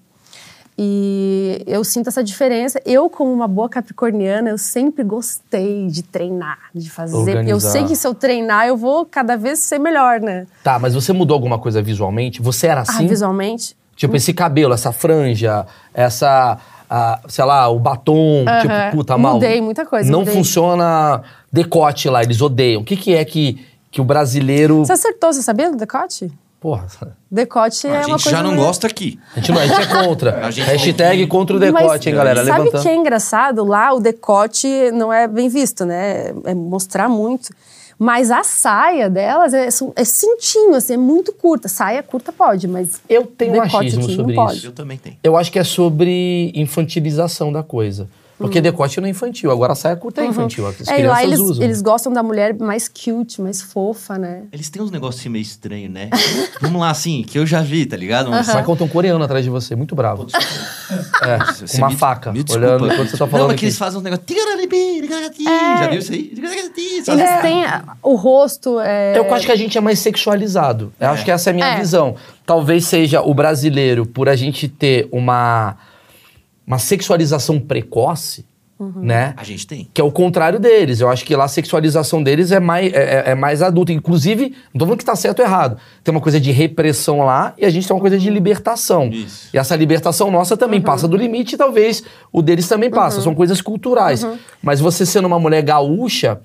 [SPEAKER 1] E eu sinto essa diferença. Eu, como uma boa capricorniana, eu sempre gostei de treinar, de fazer.
[SPEAKER 2] Organizar.
[SPEAKER 1] Eu sei que se eu treinar, eu vou cada vez ser melhor, né?
[SPEAKER 2] Tá, mas você mudou alguma coisa visualmente? Você era assim?
[SPEAKER 1] Ah, visualmente.
[SPEAKER 2] Tipo, esse cabelo, essa franja, essa. ah, sei lá, o batom,
[SPEAKER 1] Aham.
[SPEAKER 2] tipo, puta mal.
[SPEAKER 1] Mudei muita coisa,
[SPEAKER 2] Não
[SPEAKER 1] mudei.
[SPEAKER 2] funciona decote lá, eles odeiam. O que, que é que, que o brasileiro.
[SPEAKER 1] Você acertou, você sabia do decote?
[SPEAKER 2] Porra,
[SPEAKER 1] Decote é
[SPEAKER 3] a
[SPEAKER 1] uma
[SPEAKER 3] gente
[SPEAKER 1] coisa.
[SPEAKER 3] já não
[SPEAKER 1] meio-
[SPEAKER 3] gosta aqui.
[SPEAKER 2] a gente, não, a gente é contra.
[SPEAKER 3] A gente
[SPEAKER 2] Hashtag
[SPEAKER 3] não-
[SPEAKER 2] contra o
[SPEAKER 1] Mas
[SPEAKER 2] decote, hein, galera?
[SPEAKER 1] Sabe
[SPEAKER 2] Levantando.
[SPEAKER 1] que é engraçado? Lá o decote não é bem visto, né? É mostrar muito. Mas a saia delas é, são- é cintinho, assim, é muito curta. Saia curta pode, mas
[SPEAKER 2] Eu tenho um
[SPEAKER 1] decote
[SPEAKER 2] achismo
[SPEAKER 1] aqui não
[SPEAKER 2] sobre
[SPEAKER 1] pode.
[SPEAKER 2] isso.
[SPEAKER 3] Eu também tenho.
[SPEAKER 2] Eu acho que é sobre infantilização da coisa. Porque decote não é infantil, agora a saia curta é infantil. As
[SPEAKER 1] Uhum. É, e
[SPEAKER 2] crianças
[SPEAKER 1] lá eles,
[SPEAKER 2] usam.
[SPEAKER 1] eles gostam da mulher mais cute, mais fofa, né?
[SPEAKER 3] Eles têm uns negócios meio estranhos, né? Vamos lá, assim, que eu já vi, tá ligado? Vamos
[SPEAKER 2] Vai contar um coreano atrás de você, muito bravo. É, com uma faca, olhando enquanto você tá falando
[SPEAKER 3] Não, mas
[SPEAKER 2] aqui.
[SPEAKER 3] que eles fazem uns negócios... Já viu isso aí? Sabe?
[SPEAKER 1] Eles têm a- o rosto. É...
[SPEAKER 2] Eu acho que a gente é mais sexualizado. Eu acho que essa é a minha
[SPEAKER 1] É.
[SPEAKER 2] visão. Talvez seja o brasileiro, por a gente ter uma, uma sexualização precoce,
[SPEAKER 1] Uhum.
[SPEAKER 2] né?
[SPEAKER 3] A gente tem.
[SPEAKER 2] Que é o contrário deles. Eu acho que lá a sexualização deles é mais, é, é- é mais adulta. Inclusive, não tô falando que tá certo ou errado. Tem uma coisa de repressão lá e a gente tem uma coisa de libertação.
[SPEAKER 3] Isso.
[SPEAKER 2] E essa libertação nossa também
[SPEAKER 1] Uhum.
[SPEAKER 2] passa do limite e talvez o deles também passa. São coisas culturais.
[SPEAKER 1] Uhum.
[SPEAKER 2] Mas você sendo uma mulher gaúcha,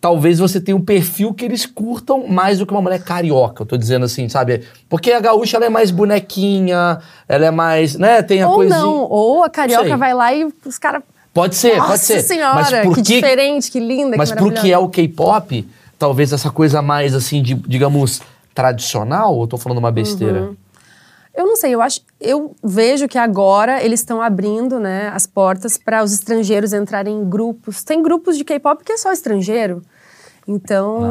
[SPEAKER 2] talvez você tenha um perfil que eles curtam mais do que uma mulher carioca. Eu tô dizendo assim, sabe? Porque a gaúcha, ela é mais bonequinha, ela é mais, né? Tem a
[SPEAKER 1] Ou
[SPEAKER 2] coisinha...
[SPEAKER 1] não, ou a carioca
[SPEAKER 2] Sei.
[SPEAKER 1] vai lá e os caras.
[SPEAKER 2] Pode ser, pode ser.
[SPEAKER 1] Nossa senhora,
[SPEAKER 2] Mas por
[SPEAKER 1] que
[SPEAKER 2] que
[SPEAKER 1] diferente, que linda,
[SPEAKER 2] mas
[SPEAKER 1] que
[SPEAKER 2] pro
[SPEAKER 1] maravilhosa.
[SPEAKER 2] que é o K-pop, talvez essa coisa mais, assim, de, digamos, tradicional, ou eu tô falando uma besteira?
[SPEAKER 1] Eu não sei, eu acho, eu vejo que agora eles estão abrindo, né, as portas para os estrangeiros entrarem em grupos. Tem grupos de K-pop que é só estrangeiro. Então,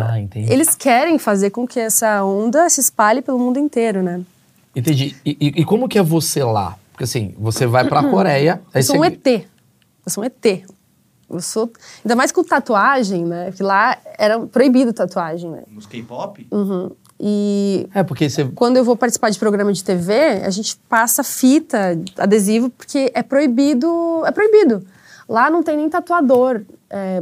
[SPEAKER 2] Ah, entendi.
[SPEAKER 1] eles querem fazer com que essa onda se espalhe pelo mundo inteiro, né?
[SPEAKER 2] Entendi. E, e- e como que é você lá? Porque assim, você vai pra Coreia... aí
[SPEAKER 1] Uhum. Eu sou
[SPEAKER 2] você-
[SPEAKER 1] um ET. Eu sou um ET. Eu sou, ainda mais com tatuagem, né? Porque lá era proibido tatuagem, né?
[SPEAKER 3] Nos K-pop?
[SPEAKER 1] Uhum. E
[SPEAKER 2] É, porque você...
[SPEAKER 1] Quando eu vou participar de programa de TV, a gente passa fita, adesivo, porque é proibido. É proibido. Lá não tem nem tatuador.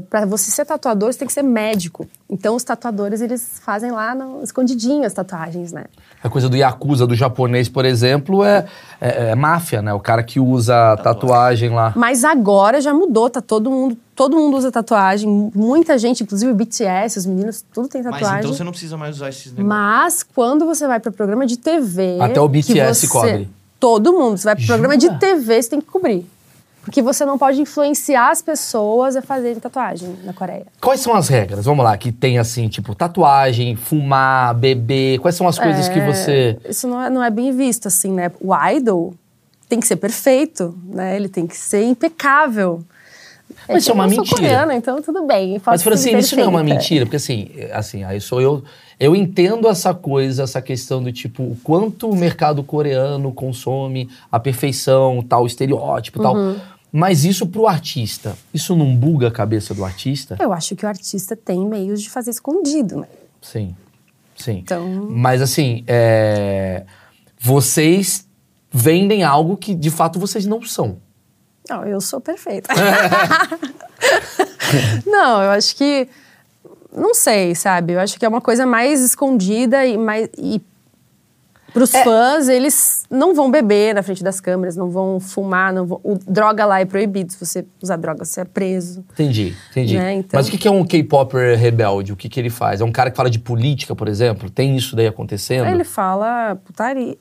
[SPEAKER 1] para você ser tatuador, você tem que ser médico. Então, os tatuadores, eles fazem lá no, escondidinho as tatuagens, né?
[SPEAKER 2] A coisa do Yakuza, do japonês, por exemplo, é, é- é máfia, né? O cara que usa tatuagem lá.
[SPEAKER 1] Mas agora já mudou, tá todo mundo... Todo mundo usa tatuagem. Muita gente, inclusive o BTS, os meninos, tudo tem
[SPEAKER 3] Mas
[SPEAKER 1] tatuagem.
[SPEAKER 3] então você não precisa mais usar esses negócios.
[SPEAKER 1] Mas quando você vai para programa de TV.
[SPEAKER 2] Até o
[SPEAKER 1] que você-
[SPEAKER 2] BTS cobre.
[SPEAKER 1] Todo mundo. Você vai para programa de
[SPEAKER 2] Jura?
[SPEAKER 1] TV, você tem que cobrir. Porque você não pode influenciar as pessoas a fazerem tatuagem na Coreia.
[SPEAKER 2] Quais são as regras? Vamos lá, que tem assim, tipo, tatuagem, fumar, beber. Quais são as coisas que
[SPEAKER 1] É,
[SPEAKER 2] você...
[SPEAKER 1] Isso não é, não é bem visto, assim, né? O idol tem que ser perfeito, né? Ele tem que ser impecável.
[SPEAKER 2] Mas isso é uma
[SPEAKER 1] eu sou
[SPEAKER 2] mentira.
[SPEAKER 1] coreana, então tudo bem. eu posso
[SPEAKER 2] Mas, Francine,
[SPEAKER 1] ser
[SPEAKER 2] isso não é uma
[SPEAKER 1] perfeita.
[SPEAKER 2] mentira, porque assim, eh, assim, aí sou eu. Eu entendo essa coisa, essa questão do tipo, o quanto o mercado coreano consome a perfeição, tal, estereótipo tal.
[SPEAKER 1] Uhum.
[SPEAKER 2] Mas isso pro artista, isso não buga a cabeça do artista?
[SPEAKER 1] Eu acho que o artista tem meios de fazer escondido, né?
[SPEAKER 2] Sim, sim.
[SPEAKER 1] Então-
[SPEAKER 2] Mas assim, é, vocês vendem algo que de fato vocês não são.
[SPEAKER 1] Não, eu sou perfeita. não, eu acho que. Não sei, sabe? Eu acho que é uma coisa mais escondida e mais. E pros
[SPEAKER 2] É.
[SPEAKER 1] fãs, eles não vão beber na frente das câmeras, não vão fumar, não vão. O droga lá é proibido. Se você usar droga, você é preso.
[SPEAKER 2] Entendi, entendi.
[SPEAKER 1] Né, então.
[SPEAKER 2] Mas o que que é um K-Popper rebelde? O que, que ele faz? É um cara que fala de política, por exemplo? Tem isso daí acontecendo?
[SPEAKER 1] Aí ele fala putaria,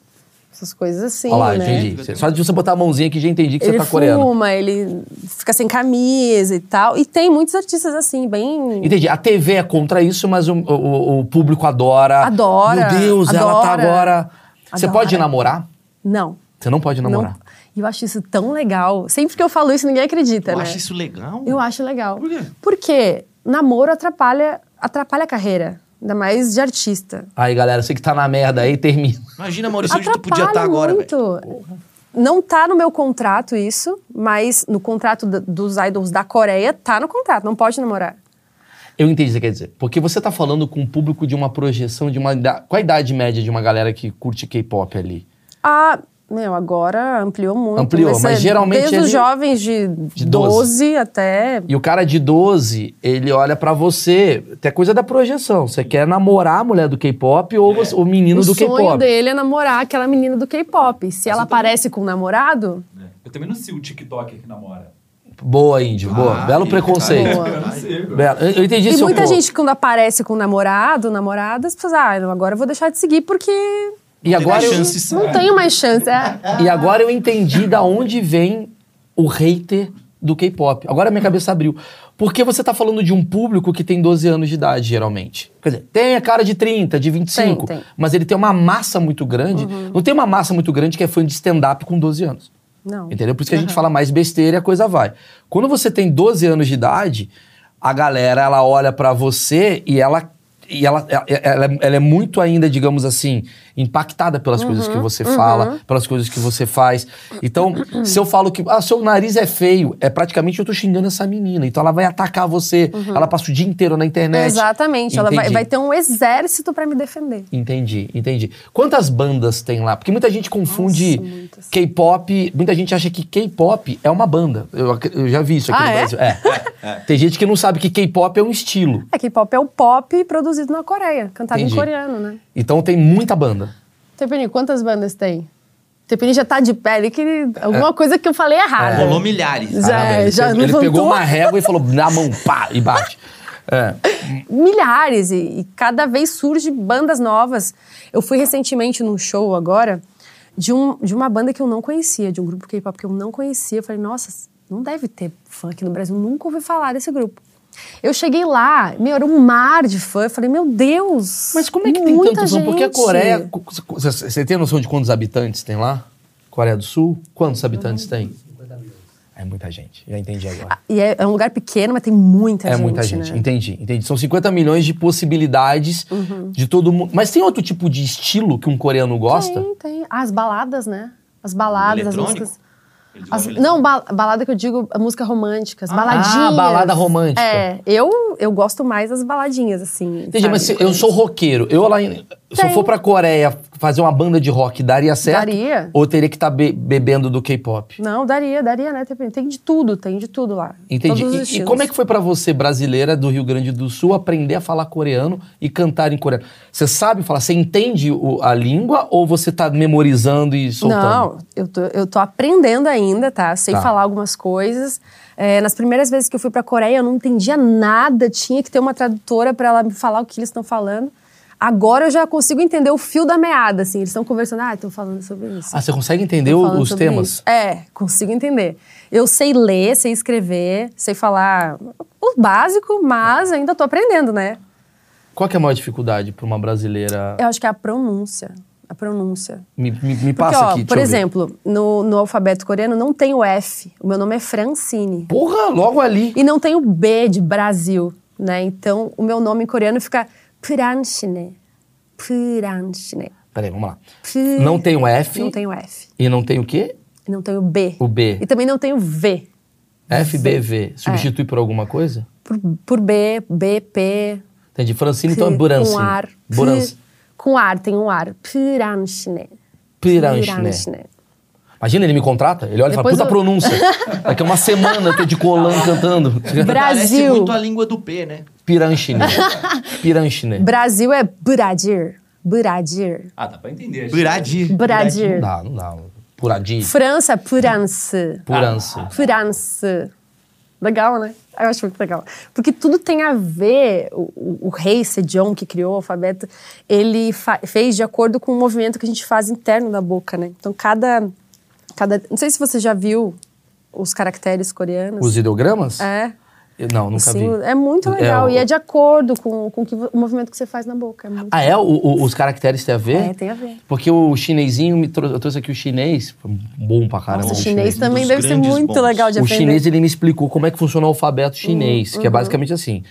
[SPEAKER 1] essas coisas assim.
[SPEAKER 2] Olha lá,
[SPEAKER 1] né?
[SPEAKER 2] entendi. Cê- Só de você botar a mãozinha aqui, já entendi que
[SPEAKER 1] ele
[SPEAKER 2] você tá coreano.
[SPEAKER 1] fuma, ele fica sem camisa e tal. E tem muitos artistas assim, bem.
[SPEAKER 2] Entendi. A TV é contra isso, mas o, o- o público adora.
[SPEAKER 1] Adora,
[SPEAKER 2] Meu Deus, ela tá
[SPEAKER 1] adora.
[SPEAKER 2] agora. Você
[SPEAKER 1] Adora.
[SPEAKER 2] pode namorar?
[SPEAKER 1] Não.
[SPEAKER 2] Você não pode
[SPEAKER 1] Não-
[SPEAKER 2] namorar.
[SPEAKER 1] E eu acho isso tão legal. Sempre que eu falo isso, ninguém acredita,
[SPEAKER 3] Eu
[SPEAKER 1] né?
[SPEAKER 3] acho isso legal.
[SPEAKER 1] Eu acho legal.
[SPEAKER 3] Por quê?
[SPEAKER 1] Porque namoro atrapalha, atrapalha a carreira. Ainda mais de artista.
[SPEAKER 2] Aí, galera, você que tá na merda aí, termina.
[SPEAKER 3] Imagina, Maurício, onde tu podia estar agora, velho.
[SPEAKER 1] muito. Não tá no meu contrato isso, mas no contrato d- dos idols da Coreia tá no contrato, não pode namorar.
[SPEAKER 2] Eu entendi o que você quer dizer. Porque você tá falando com o público de uma projeção de uma. ida- Qual a idade média de uma galera que curte K-pop ali?
[SPEAKER 1] Ah, meu, agora ampliou muito.
[SPEAKER 2] Ampliou, mas
[SPEAKER 1] é
[SPEAKER 2] geralmente
[SPEAKER 1] Desde os
[SPEAKER 2] ele-
[SPEAKER 1] jovens de,
[SPEAKER 2] De 12.
[SPEAKER 1] 12 até.
[SPEAKER 2] E o cara de 12, ele olha pra você. Tem a coisa da projeção. Você quer namorar a mulher do K-pop ou você- o menino
[SPEAKER 1] É. o
[SPEAKER 2] do
[SPEAKER 1] sonho
[SPEAKER 2] K-pop?
[SPEAKER 1] dele é namorar aquela menina do K-pop. Se ela aparece com um namorado,
[SPEAKER 4] Eu também não sei o TikToker que namora.
[SPEAKER 2] Boa, Índio, boa.
[SPEAKER 3] Ah,
[SPEAKER 2] Belo
[SPEAKER 3] sim,
[SPEAKER 2] preconceito.
[SPEAKER 1] cara.
[SPEAKER 4] Eu não sei, velho.
[SPEAKER 2] Belo. Eu, eu entendi
[SPEAKER 1] E
[SPEAKER 2] seu
[SPEAKER 1] muita
[SPEAKER 2] ponto.
[SPEAKER 1] gente, quando aparece com um namorado, namorada, as pessoas, ah, não, agora eu vou deixar de seguir porque
[SPEAKER 2] E agora, eu,
[SPEAKER 3] chance.
[SPEAKER 1] não tenho mais chance. É.
[SPEAKER 2] e agora eu entendi da onde vem o hater do K-pop. Agora minha cabeça abriu. Porque você tá falando de um público que tem 12 anos de idade, geralmente. Quer dizer, tem a cara de 30, de 25,
[SPEAKER 1] Tem, Uhum. tem.
[SPEAKER 2] mas ele tem uma massa muito grande. Não tem uma massa muito grande que é fã de stand-up com 12 anos.
[SPEAKER 1] Não.
[SPEAKER 2] Entendeu? Por isso que a gente fala mais besteira e a coisa vai. Quando você tem 12 anos de idade, a galera ela olha pra você e ela e ela, ela, ela é- ela é muito ainda, digamos assim, impactada pelas coisas
[SPEAKER 1] Uhum.
[SPEAKER 2] que você fala, pelas coisas que você faz. Então, se eu falo que ah, seu nariz é feio, é praticamente eu tô xingando essa menina. Então ela vai atacar você, ela passa o dia inteiro na internet.
[SPEAKER 1] Uhum. Exatamente. Ela vai,
[SPEAKER 2] Entendi.
[SPEAKER 1] vai ter um exército pra me defender.
[SPEAKER 2] Entendi, entendi. Quantas bandas tem lá? Porque muita gente
[SPEAKER 1] Nossa,
[SPEAKER 2] confunde
[SPEAKER 1] muitas.
[SPEAKER 2] K-pop, muita gente acha que K-pop é uma banda. Eu, ac- eu já vi isso aqui
[SPEAKER 1] Ah,
[SPEAKER 2] no
[SPEAKER 1] é?
[SPEAKER 2] Brasil. É. Tem gente que não sabe que K-pop é um estilo.
[SPEAKER 1] É, K-pop é o pop produzido na Coreia, cantado
[SPEAKER 2] Entendi.
[SPEAKER 1] em coreano, né?
[SPEAKER 2] Então tem muita banda.
[SPEAKER 1] Tepini, quantas bandas tem? Tepini já tá de pé ali que ele-
[SPEAKER 2] É.
[SPEAKER 1] alguma coisa que eu falei errado.
[SPEAKER 3] Rolou milhares.
[SPEAKER 1] Já,
[SPEAKER 2] Caramba, ele,
[SPEAKER 1] já
[SPEAKER 2] ele
[SPEAKER 1] levantou.
[SPEAKER 2] pegou uma régua e falou na mão, pá, e bate. É.
[SPEAKER 1] milhares e, e cada vez surge bandas novas. Eu fui recentemente num show agora de, um, de uma banda que eu não conhecia, de um grupo K-pop que eu não conhecia. Eu falei, nossa, não deve ter fã aqui no Brasil, nunca ouvi falar desse grupo. Eu cheguei lá, meu, era um mar de fã. Eu falei, meu Deus!
[SPEAKER 2] Mas como é que tem
[SPEAKER 1] muita
[SPEAKER 2] tanto fã? Porque a
[SPEAKER 1] gente.
[SPEAKER 2] Coreia. co- co- co- Você você tem noção de quantos habitantes tem lá? Coreia do Sul? Quantos habitantes tem? 50 mil. É muita gente. Já entendi agora.
[SPEAKER 1] E é, é um lugar pequeno, mas tem muita
[SPEAKER 2] É
[SPEAKER 1] gente.
[SPEAKER 2] muita gente,
[SPEAKER 1] né?
[SPEAKER 2] entendi, entendi. São 50 milhões de possibilidades
[SPEAKER 1] Uhum.
[SPEAKER 2] de todo mundo. Mas tem outro tipo de estilo que um coreano gosta?
[SPEAKER 1] Tem, tem. Ah, as baladas, né? As baladas, as
[SPEAKER 3] Eletrônico?
[SPEAKER 1] músicas.
[SPEAKER 3] Eles
[SPEAKER 1] As-
[SPEAKER 3] gostam de
[SPEAKER 1] não, ba- balada que eu digo, a música romântica, as baladinhas.
[SPEAKER 2] ah, balada romântica.
[SPEAKER 1] É, eu, eu gosto mais das baladinhas, assim.
[SPEAKER 2] Entendi, mas se
[SPEAKER 1] sabe?
[SPEAKER 2] eu sou roqueiro. Eu lá em- se eu
[SPEAKER 1] Tem.
[SPEAKER 2] for pra Coreia fazer uma banda de rock, daria certo?
[SPEAKER 1] Daria.
[SPEAKER 2] Ou teria que estar bebendo do K-pop?
[SPEAKER 1] Não, daria, daria, né? Tem, tem de tudo, tem de tudo lá.
[SPEAKER 2] Entendi.
[SPEAKER 1] Todos os
[SPEAKER 2] E- E,
[SPEAKER 1] estilos.
[SPEAKER 2] como é que foi pra você, brasileira do Rio Grande do Sul, aprender a falar coreano e cantar em coreano? Você sabe falar? Você entende o- a língua ou você tá memorizando e soltando?
[SPEAKER 1] Não, eu tô, eu tô aprendendo ainda, tá? Sei
[SPEAKER 2] Tá.
[SPEAKER 1] falar algumas coisas. É, nas primeiras vezes que eu fui pra Coreia, eu não entendia nada. Tinha que ter uma tradutora pra ela me falar o que eles estão falando. Agora eu já consigo entender o fio da meada, assim. Eles estão conversando, ah, estão falando sobre isso.
[SPEAKER 2] Ah, você consegue entender
[SPEAKER 1] Tô
[SPEAKER 2] o-
[SPEAKER 1] falando
[SPEAKER 2] os
[SPEAKER 1] sobre
[SPEAKER 2] temas?
[SPEAKER 1] isso. É, consigo entender. Eu sei ler, sei escrever, sei falar o básico, mas ainda tô aprendendo, né?
[SPEAKER 2] Qual que é a maior dificuldade para uma brasileira?
[SPEAKER 1] Eu acho que é a pronúncia. A pronúncia.
[SPEAKER 2] Me, me- me
[SPEAKER 1] Porque,
[SPEAKER 2] passa
[SPEAKER 1] ó,
[SPEAKER 2] aqui, deixa
[SPEAKER 1] por
[SPEAKER 2] eu ver.
[SPEAKER 1] exemplo, no, no alfabeto coreano não tem o F. O meu nome é Francine.
[SPEAKER 2] Porra, logo ali.
[SPEAKER 1] E não tem o B de Brasil, né? Então, o meu nome em coreano fica Pranchine. Pranchine.
[SPEAKER 2] Peraí, vamos lá.
[SPEAKER 1] Pi-
[SPEAKER 2] Não tem o F.
[SPEAKER 1] Não tem o F.
[SPEAKER 2] E não tem o quê?
[SPEAKER 1] E não tem o B.
[SPEAKER 2] O B.
[SPEAKER 1] E também não tem o V. É.
[SPEAKER 2] FBV. Substitui por alguma coisa?
[SPEAKER 1] Por, por B, BP,
[SPEAKER 2] Entendi. Francine, então é
[SPEAKER 1] P-
[SPEAKER 2] Burancine.
[SPEAKER 1] Com ar.
[SPEAKER 2] Burancine.
[SPEAKER 1] P- Com ar, tem um ar. Piranchine.
[SPEAKER 2] Piranchine. Imagina, ele me contrata, ele olha e fala,
[SPEAKER 1] Depois
[SPEAKER 2] puta
[SPEAKER 1] eu-
[SPEAKER 2] pronúncia. Daqui a uma semana eu tô de colando cantando.
[SPEAKER 3] Parece
[SPEAKER 1] Brasil.
[SPEAKER 3] muito a língua do P, né?
[SPEAKER 2] Piranchine. Piranchine.
[SPEAKER 1] Brasil é Buradir. Buradir.
[SPEAKER 4] Ah, dá pra entender. acho.
[SPEAKER 3] Buradir.
[SPEAKER 2] Não
[SPEAKER 1] Buradir.
[SPEAKER 2] dá, não dá. Puradinho.
[SPEAKER 1] França, Purance.
[SPEAKER 2] Purance.
[SPEAKER 1] Purance. Legal, né? Eu acho muito legal. Porque tudo tem a ver. O, o, o rei Sejong, que criou o alfabeto, ele fa- fez de acordo com o movimento que a gente faz interno da boca, né? Então, cada, cada. Não sei se você já viu os caracteres coreanos.
[SPEAKER 2] Os ideogramas?
[SPEAKER 1] É.
[SPEAKER 2] Eu- Não, nunca vi.
[SPEAKER 1] Sim, É muito legal.
[SPEAKER 2] o-
[SPEAKER 1] E é de acordo com, com o que vo- o movimento que você faz na boca. É muito-
[SPEAKER 2] Ah, é? O- o- os caracteres têm a ver?
[SPEAKER 1] É, tem a ver.
[SPEAKER 2] Porque o chinesinho me trouxe. Eu trouxe aqui o chinês. Bom pra caramba.
[SPEAKER 1] Nossa, o
[SPEAKER 2] o
[SPEAKER 1] chinês
[SPEAKER 3] um
[SPEAKER 1] também
[SPEAKER 3] dos
[SPEAKER 1] deve ser
[SPEAKER 3] grandes
[SPEAKER 1] muito
[SPEAKER 3] bons.
[SPEAKER 1] legal de
[SPEAKER 2] O
[SPEAKER 1] aprender. Uhum.
[SPEAKER 2] chinês ele me explicou como é que funciona o alfabeto chinês, que é basicamente assim.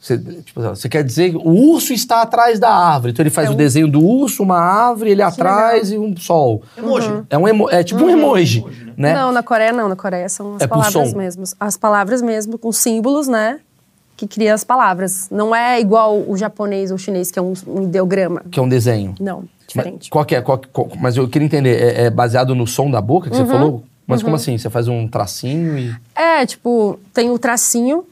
[SPEAKER 2] Você, tipo, você quer dizer que o urso está atrás da árvore. Então ele faz
[SPEAKER 1] É um
[SPEAKER 2] o desenho do urso, uma árvore, ele atrás e um sol.
[SPEAKER 3] Emoji.
[SPEAKER 2] É, um emo- é tipo um emoji,
[SPEAKER 4] Emoji, né?
[SPEAKER 2] né?
[SPEAKER 1] Uhum. Não, na Coreia não, na Coreia são as
[SPEAKER 2] É por
[SPEAKER 1] palavras
[SPEAKER 2] som.
[SPEAKER 1] mesmo. As palavras mesmo, com símbolos, né? Que cria as palavras. Não é igual o japonês ou o chinês, que é um, um ideograma.
[SPEAKER 2] Que é um desenho.
[SPEAKER 1] Não,
[SPEAKER 2] Mas,
[SPEAKER 1] diferente.
[SPEAKER 2] qual que é, qual que- qual- mas eu queria entender, é, é baseado no som da boca
[SPEAKER 1] Uhum.
[SPEAKER 2] que você falou? Mas como assim? Você faz um tracinho e...
[SPEAKER 1] É, tipo, tem o tracinho.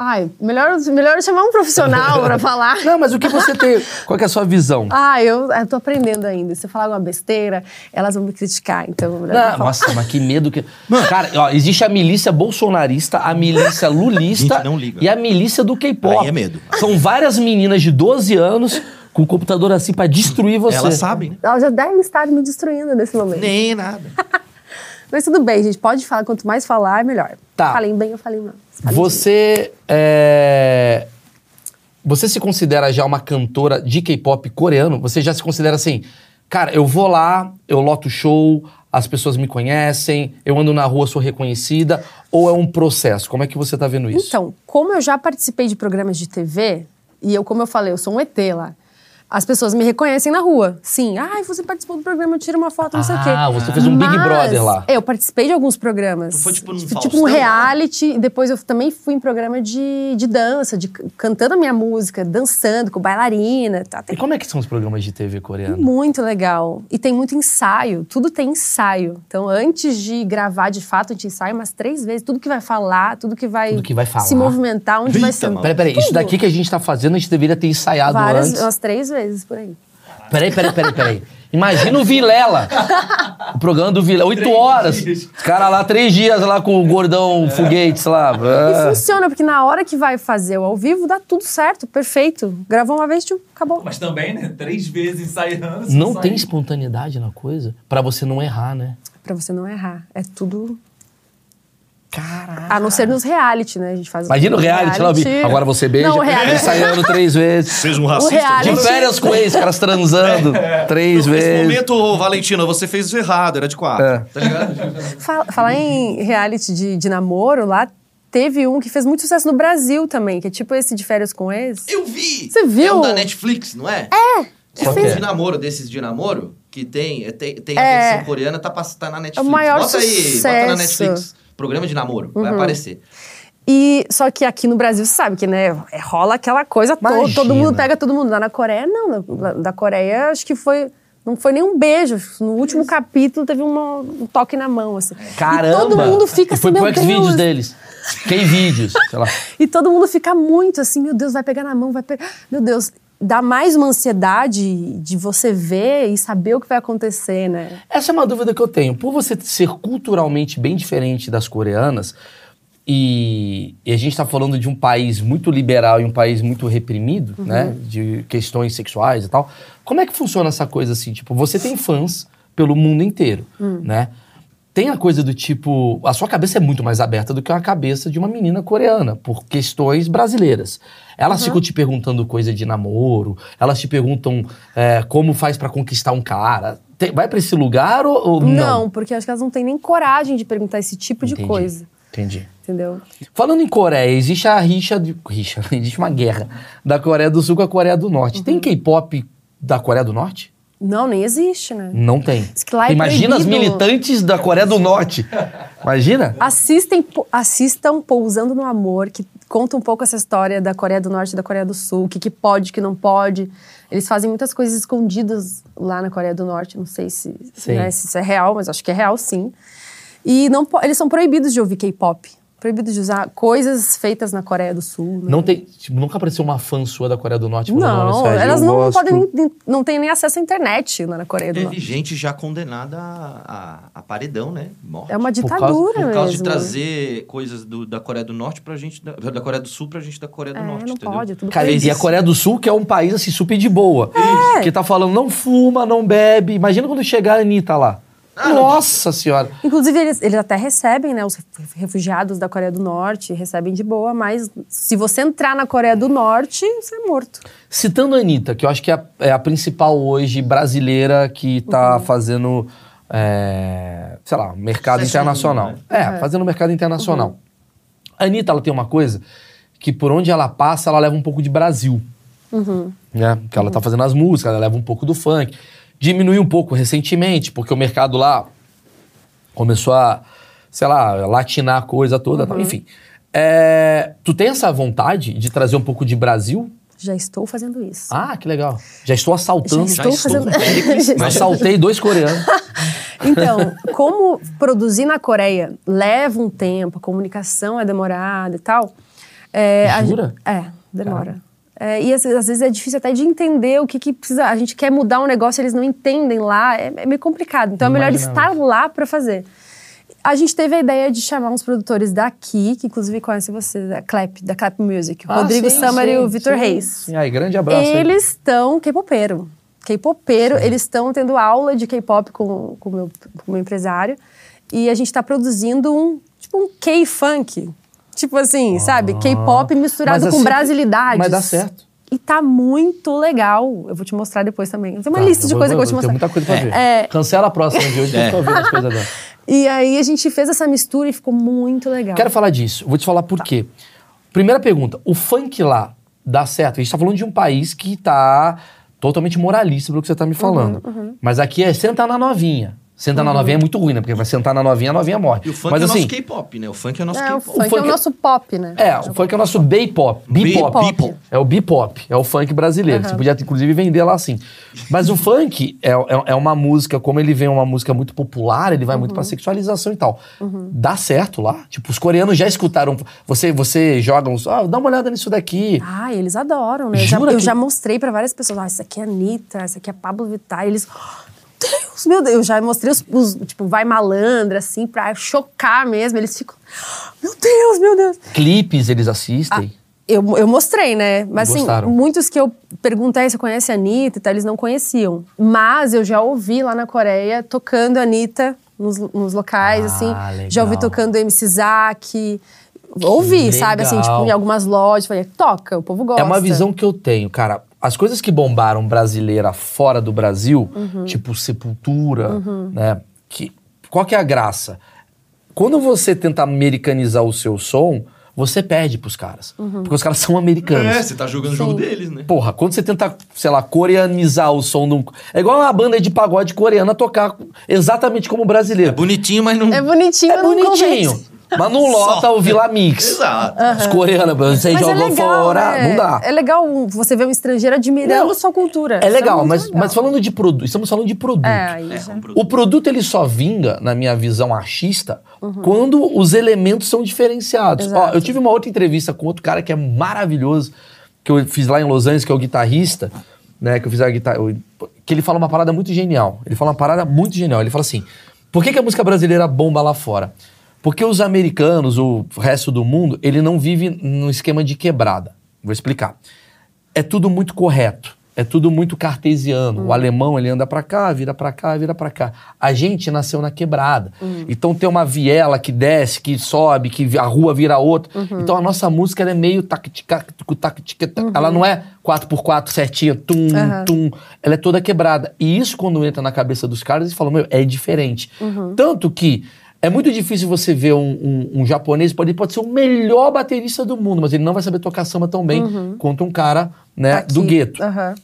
[SPEAKER 1] Ai, melhor, melhor eu chamar um profissional pra falar.
[SPEAKER 2] Não, mas o que você tem... Qual que é a sua visão?
[SPEAKER 1] Ah, eu, eu tô aprendendo ainda. Se eu falar alguma besteira, elas vão me criticar. Então, melhor não
[SPEAKER 2] Não,
[SPEAKER 1] falar.
[SPEAKER 2] nossa, mas que medo que. Cara, ó, existe a milícia bolsonarista, a milícia lulista
[SPEAKER 3] Gente, não liga.
[SPEAKER 2] e a milícia do K-pop.
[SPEAKER 3] Aí é medo.
[SPEAKER 2] São várias meninas de 12 anos com o computador assim pra destruir você.
[SPEAKER 3] Elas sabem, né?
[SPEAKER 1] Elas já devem estar me destruindo nesse momento.
[SPEAKER 3] Nem nada.
[SPEAKER 1] Mas tudo bem, gente. Pode falar. Quanto mais falar, melhor.
[SPEAKER 2] Tá.
[SPEAKER 1] Falei bem, eu falei mal. Falei
[SPEAKER 2] Você é. Você se considera já uma cantora de K-pop coreano? Você já se considera assim, cara, eu vou lá, eu loto show, as pessoas me conhecem, eu ando na rua, sou reconhecida? Ou é um processo? Como é que você tá vendo isso?
[SPEAKER 1] Então, como eu já participei de programas de TV, e eu, como eu falei, eu sou um ET lá. As pessoas me reconhecem na rua. Sim, ai, você participou do programa, eu tiro uma foto, não sei o quê.
[SPEAKER 2] Ah, você fez um Big
[SPEAKER 1] Mas,
[SPEAKER 2] Brother lá.
[SPEAKER 1] Eu participei de alguns programas.
[SPEAKER 3] Não foi tipo num
[SPEAKER 1] Tipo
[SPEAKER 3] Faustão,
[SPEAKER 1] um
[SPEAKER 3] né?
[SPEAKER 1] reality. E depois eu também fui em programa de, de dança, de c- cantando a minha música, dançando com bailarina. Tá,
[SPEAKER 2] E
[SPEAKER 1] tem
[SPEAKER 2] como é que são os programas de TV coreano?
[SPEAKER 1] É muito legal. E tem muito ensaio, tudo tem ensaio. Então, antes de gravar de fato, a gente ensaia umas três vezes. Tudo que vai falar, tudo que vai,
[SPEAKER 2] Tudo que vai falar.
[SPEAKER 1] se movimentar, onde vai
[SPEAKER 3] Eita,
[SPEAKER 1] ser.
[SPEAKER 3] mano.
[SPEAKER 2] Peraí, peraí, isso
[SPEAKER 1] Tudo.
[SPEAKER 2] daqui que a gente tá fazendo, a gente deveria ter ensaiado
[SPEAKER 1] Várias,
[SPEAKER 2] antes.
[SPEAKER 1] umas três vezes por aí.
[SPEAKER 2] Peraí, peraí, peraí, peraí. Imagina o Vilela. O programa do Vilela, oito
[SPEAKER 4] Três
[SPEAKER 2] horas.
[SPEAKER 4] dias.
[SPEAKER 2] Os caras lá, três dias lá com o gordão foguetes lá.
[SPEAKER 1] E
[SPEAKER 2] Ah.
[SPEAKER 1] funciona, porque na hora que vai fazer o ao vivo, dá tudo certo, perfeito. Gravou uma vez, tchum, acabou.
[SPEAKER 4] Mas também, né? Três vezes ensaiando. se
[SPEAKER 2] Não
[SPEAKER 4] sai-
[SPEAKER 2] tem espontaneidade na coisa pra você não errar, né?
[SPEAKER 1] Pra você não errar. É tudo.
[SPEAKER 2] Caraca.
[SPEAKER 1] A não ser nos reality, né? A gente faz
[SPEAKER 2] Imagina o reality, lá, Bi. agora você beija,
[SPEAKER 1] Não, o reality.
[SPEAKER 2] ensaiando três vezes.
[SPEAKER 3] Fez um
[SPEAKER 1] racista.
[SPEAKER 2] De
[SPEAKER 1] reality.
[SPEAKER 2] férias com ex, caras transando três
[SPEAKER 3] Nesse
[SPEAKER 2] vezes.
[SPEAKER 3] momento, ô, Valentina, você fez errado, era de quatro.
[SPEAKER 2] É.
[SPEAKER 3] Tá ligado?
[SPEAKER 1] Fala- Falar em reality de, de namoro, lá teve um que fez muito sucesso no Brasil também, que é tipo esse de férias com ex.
[SPEAKER 3] Eu vi!
[SPEAKER 1] Você viu?
[SPEAKER 3] É um da Netflix, não é? É! É
[SPEAKER 2] Qual que
[SPEAKER 3] um
[SPEAKER 2] é?
[SPEAKER 3] de namoro desses de namoro que tem, é, tem, tem a
[SPEAKER 1] É.
[SPEAKER 3] versão coreana, tá, pass- tá na Netflix.
[SPEAKER 1] maior
[SPEAKER 3] bota aí, bota na
[SPEAKER 1] sucesso. Uhum.
[SPEAKER 3] Netflix. Programa de namoro, vai aparecer.
[SPEAKER 1] E só que aqui no Brasil, você sabe que, né, é- rola aquela coisa toda,
[SPEAKER 2] Imagina.
[SPEAKER 1] todo mundo pega todo mundo. Lá na Coreia, não. Na- lá- Da Coreia, acho que foi... Não foi nem um beijo. No último capítulo teve uma- um toque na mão, assim.
[SPEAKER 2] Caramba!
[SPEAKER 1] E todo mundo fica
[SPEAKER 2] E
[SPEAKER 1] assim,
[SPEAKER 2] foi
[SPEAKER 1] meu
[SPEAKER 2] pro Xvideos
[SPEAKER 1] Deus.
[SPEAKER 2] deles. Quem vídeos, sei lá.
[SPEAKER 1] E todo mundo fica muito assim, meu Deus, vai pegar na mão, vai pegar... Meu Deus, dá mais uma ansiedade de você ver e saber o que vai acontecer, né?
[SPEAKER 2] Essa é uma dúvida que eu tenho. Por você ser culturalmente bem diferente das coreanas, e, e a gente está falando de um país muito liberal e um país muito reprimido, né? De questões sexuais e tal. Como é que funciona essa coisa assim? Tipo, você tem fãs pelo mundo inteiro, né? Tem a coisa do tipo. A sua cabeça é muito mais aberta do que a cabeça de uma menina coreana, por questões brasileiras. Elas ficam te perguntando coisa de namoro, elas te perguntam é, como faz pra conquistar um cara. Tem- vai pra esse lugar ou, ou não?
[SPEAKER 1] porque acho que elas não têm nem coragem de perguntar esse tipo de
[SPEAKER 2] Entendi.
[SPEAKER 1] coisa,
[SPEAKER 2] Entendi.
[SPEAKER 1] entendeu?
[SPEAKER 2] Falando em Coreia, existe a rixa, de, rixa, existe uma guerra da Coreia do Sul com a Coreia do Norte. Tem K-pop da Coreia do Norte?
[SPEAKER 1] Não, nem existe, né?
[SPEAKER 2] Não tem.
[SPEAKER 1] Diz que lá é
[SPEAKER 2] Imagina as
[SPEAKER 1] proibido.
[SPEAKER 2] militantes da Coreia do Norte. Imagina?
[SPEAKER 1] Assistem, po- assistam Pousando no Amor, que conta um pouco essa história da Coreia do Norte e da Coreia do Sul, o que, que pode, o que não pode. Eles fazem muitas coisas escondidas lá na Coreia do Norte, não sei se,
[SPEAKER 2] Sim.
[SPEAKER 1] né, se isso é real, mas acho que é real sim. E não, po- eles são proibidos de ouvir K-pop, proibidos de usar coisas feitas na Coreia do Sul. né?
[SPEAKER 2] Não tem. Tipo, nunca apareceu uma fã sua da Coreia do Norte falando,
[SPEAKER 1] Não,
[SPEAKER 2] olha, Sérgio,
[SPEAKER 1] elas
[SPEAKER 2] eu
[SPEAKER 1] não
[SPEAKER 2] gosto.
[SPEAKER 1] podem, nem- nem- não têm nem acesso à internet lá na Coreia É do
[SPEAKER 3] Teve
[SPEAKER 1] Norte.
[SPEAKER 3] gente já condenada a, a- a paredão, né? Morte.
[SPEAKER 1] É uma
[SPEAKER 2] Por causa-
[SPEAKER 1] ditadura
[SPEAKER 3] Por causa de
[SPEAKER 1] mesmo. né?
[SPEAKER 3] trazer coisas do- da Coreia do Norte pra gente. Da, da Coreia do Sul pra gente da Coreia do
[SPEAKER 1] É,
[SPEAKER 3] Norte.
[SPEAKER 1] não
[SPEAKER 3] entendeu?
[SPEAKER 1] pode, é tudo
[SPEAKER 2] Cara,
[SPEAKER 1] Fez
[SPEAKER 2] e a
[SPEAKER 1] isso.
[SPEAKER 2] Coreia do Sul, que é um país assim super de boa.
[SPEAKER 1] É.
[SPEAKER 2] Que tá falando, não fuma, não bebe. Imagina quando chegar a Anitta lá. Nossa senhora.
[SPEAKER 1] Inclusive, eles, eles até recebem, né? Os ref- refugiados da Coreia do Norte recebem de boa, mas se você entrar na Coreia do Norte, você é morto.
[SPEAKER 2] Citando a Anitta, que eu acho que é a, é a principal hoje brasileira que tá
[SPEAKER 3] Uhum.
[SPEAKER 2] fazendo, é, sei lá, mercado
[SPEAKER 3] Sucesso no né? É.
[SPEAKER 2] internacional.
[SPEAKER 3] mundo, Uhum.
[SPEAKER 2] É, fazendo mercado internacional. A Anitta, ela tem uma coisa que por onde ela passa, ela leva um pouco de Brasil.
[SPEAKER 3] Uhum.
[SPEAKER 2] Né? Porque ela tá fazendo as músicas, ela leva um pouco do funk. Diminuiu um pouco recentemente, porque o mercado lá começou a, sei lá, latinar a coisa toda.
[SPEAKER 3] Uhum.
[SPEAKER 2] tal. Enfim. É, tu tem essa vontade de trazer um pouco de Brasil?
[SPEAKER 1] Já estou fazendo isso.
[SPEAKER 2] Ah, que legal. Já estou assaltando.
[SPEAKER 1] Já Estou
[SPEAKER 3] estou
[SPEAKER 1] fazendo-
[SPEAKER 3] com Péricles,
[SPEAKER 1] Já
[SPEAKER 2] Mas assaltei dois coreanos.
[SPEAKER 1] Então, como produzir na Coreia leva um tempo, a comunicação é demorada e tal. É, a
[SPEAKER 2] Jura?
[SPEAKER 1] gen- é, demora. É, e às, às vezes é difícil até de entender o que, que precisa. A gente quer mudar um negócio, eles não entendem lá, é, é meio complicado. Então é melhor
[SPEAKER 2] Imaginava.
[SPEAKER 1] estar lá para fazer. A gente teve a ideia de chamar uns produtores daqui, que inclusive conhecem vocês, da Clap, da Clap Music, o
[SPEAKER 2] Ah,
[SPEAKER 1] Rodrigo
[SPEAKER 2] sim,
[SPEAKER 1] Summer e
[SPEAKER 2] sim,
[SPEAKER 1] o Vitor
[SPEAKER 2] sim.
[SPEAKER 1] Reis.
[SPEAKER 2] Sim, aí, grande abraço. aí.
[SPEAKER 1] Eles estão K-popeiro. K-popeiro, eles estão tendo aula de K-pop com com o meu, com o meu empresário. E a gente está produzindo um, tipo, um K-funk. Tipo assim, sabe? K-pop misturado
[SPEAKER 2] Ah, Mas
[SPEAKER 1] com
[SPEAKER 2] assim-
[SPEAKER 1] brasilidades.
[SPEAKER 2] mas dá certo.
[SPEAKER 1] E tá muito legal. Eu vou te mostrar depois também. Tem uma
[SPEAKER 2] Tá,
[SPEAKER 1] lista de
[SPEAKER 2] vou-
[SPEAKER 1] coisas que eu vou te
[SPEAKER 2] vou-
[SPEAKER 1] mostrar.
[SPEAKER 2] Tem muita coisa pra ver.
[SPEAKER 1] É,
[SPEAKER 2] Cancela a próxima de hoje, que eu tô vendo as coisas dela.
[SPEAKER 1] e aí a gente fez essa mistura e ficou muito legal.
[SPEAKER 2] Quero falar disso. Vou te falar por quê. Primeira pergunta: o funk lá dá certo? A gente tá falando de um país que tá totalmente moralista pelo que você tá me
[SPEAKER 1] Uhum,
[SPEAKER 2] falando. Mas aqui é sentar na novinha. Sentar na novinha é muito ruim, né? Porque vai sentar na novinha, a novinha morre.
[SPEAKER 3] E o funk
[SPEAKER 2] Mas
[SPEAKER 3] é o
[SPEAKER 2] assim,
[SPEAKER 3] nosso K-pop, né? O funk é o nosso
[SPEAKER 1] É, o
[SPEAKER 3] K-pop.
[SPEAKER 1] funk, é o
[SPEAKER 2] funk-
[SPEAKER 1] nosso pop, né?
[SPEAKER 2] É, o funk é o nosso B-pop. B-pop.
[SPEAKER 3] B-pop.
[SPEAKER 2] É o B-pop. É o funk brasileiro. Você podia, inclusive, vender lá assim. Mas o funk é, é, é uma música, como ele vem uma música muito popular, ele vai muito pra sexualização e tal. Dá certo lá? Tipo, os coreanos já escutaram. Você, você joga uns. Ah, dá uma olhada nisso daqui.
[SPEAKER 1] Ah, eles adoram, né? Eu já,
[SPEAKER 2] Jura
[SPEAKER 1] eu
[SPEAKER 2] que-
[SPEAKER 1] já mostrei pra várias pessoas. Ah, essa aqui é Anitta, essa aqui é Pablo Vittar. E eles. "Oh, Deus, meu Deus, eu já mostrei os, os, tipo, vai malandra, assim, pra chocar mesmo. Eles ficam, "Oh, meu Deus, meu Deus.
[SPEAKER 2] Clipes eles assistem.
[SPEAKER 1] Eu, eu mostrei, né? Mas assim,
[SPEAKER 2] Gostaram.
[SPEAKER 1] muitos que eu perguntei se conhece a Anitta e tal, eles não conheciam. Mas eu já ouvi lá na Coreia tocando a Anitta nos, nos locais,
[SPEAKER 2] Ah,
[SPEAKER 1] assim.
[SPEAKER 2] legal.
[SPEAKER 1] Já ouvi tocando MC Zack. Ouvi, sabe, assim,
[SPEAKER 2] legal.
[SPEAKER 1] tipo, em algumas lojas. Falei, toca, o povo gosta.
[SPEAKER 2] É uma visão que eu tenho, cara. As coisas que bombaram brasileira fora do Brasil,
[SPEAKER 1] Uhum.
[SPEAKER 2] tipo Sepultura, né? Que, qual que é a graça? Quando você tenta americanizar o seu som, você perde pros caras.
[SPEAKER 1] Uhum.
[SPEAKER 2] Porque os caras são americanos.
[SPEAKER 3] É, você tá jogando o jogo deles, né?
[SPEAKER 2] Porra, quando você tenta, sei lá, coreanizar o som de um... É igual uma banda de pagode coreana tocar exatamente como o brasileiro.
[SPEAKER 3] Bonitinho, mas não...
[SPEAKER 1] É bonitinho,
[SPEAKER 2] É
[SPEAKER 1] mas não
[SPEAKER 2] bonitinho.
[SPEAKER 1] convence.
[SPEAKER 2] Mas não lota o Vila Mix.
[SPEAKER 1] É.
[SPEAKER 3] Exato.
[SPEAKER 2] Os coreanos, você
[SPEAKER 1] Mas é
[SPEAKER 2] jogou
[SPEAKER 1] legal,
[SPEAKER 2] fora,
[SPEAKER 1] né?
[SPEAKER 2] não dá.
[SPEAKER 1] É legal você ver um estrangeiro admirando
[SPEAKER 2] Não,
[SPEAKER 1] sua cultura. Isso
[SPEAKER 2] É legal,
[SPEAKER 1] muito
[SPEAKER 2] mas, mas falando de produto, estamos falando de produto.
[SPEAKER 1] É, aí
[SPEAKER 3] É,
[SPEAKER 1] já-
[SPEAKER 3] um produto.
[SPEAKER 2] O produto ele só vinga, na minha visão artista, quando os elementos são diferenciados. Ó,
[SPEAKER 1] Uhum. Exato.
[SPEAKER 2] eu tive uma outra entrevista com outro cara que é maravilhoso, que eu fiz lá em Los Angeles, que é o guitarrista, né? Que eu fiz a guitarra. Que ele fala uma parada muito genial. Ele fala uma parada muito genial. Ele fala assim: por que, que a música brasileira bomba lá fora? Porque os americanos, o resto do mundo, ele não vive num esquema de quebrada. Vou explicar é tudo muito correto. É tudo muito cartesiano. O alemão, ele anda pra cá, vira pra cá, vira pra cá. A gente nasceu na quebrada. Então tem uma viela que desce, que sobe, que vi- a rua vira outra. Então a nossa música ela é meio tac tica, tucu, tac tica, tac. Ela não é 4x4 certinha, tum, tum. Ela é toda quebrada. E isso quando entra na cabeça dos caras, eles falam, meu, é diferente. Tanto que é muito difícil você ver um, um- um japonês, pode, ele pode ser o melhor baterista do mundo, mas ele não vai saber tocar samba tão bem quanto um cara né,
[SPEAKER 1] Uhum. tá Aqui.
[SPEAKER 2] do gueto.
[SPEAKER 1] Aham.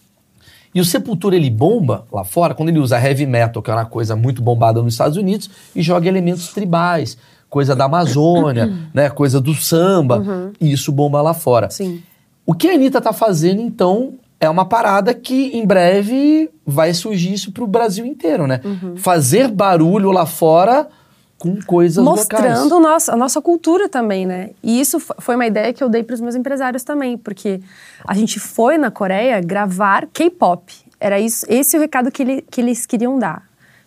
[SPEAKER 2] E o Sepultura ele bomba lá fora quando ele usa heavy metal, que é uma coisa muito bombada nos Estados Unidos, e joga elementos tribais, coisa da Amazônia, né, coisa do samba,
[SPEAKER 1] Uhum.
[SPEAKER 2] e isso bomba lá fora.
[SPEAKER 1] Sim.
[SPEAKER 2] O que a Anitta tá fazendo, então, é uma parada que em breve vai surgir isso pro Brasil inteiro, né?
[SPEAKER 1] Uhum.
[SPEAKER 2] Fazer barulho lá fora com coisas locais.
[SPEAKER 1] Mostrando o nosso- a nossa cultura também, né? E isso fo- foi uma ideia que eu dei para os meus empresários também, porque a gente foi na Coreia gravar K-pop. Era isso, esse é o recado que, ele- que eles queriam dar.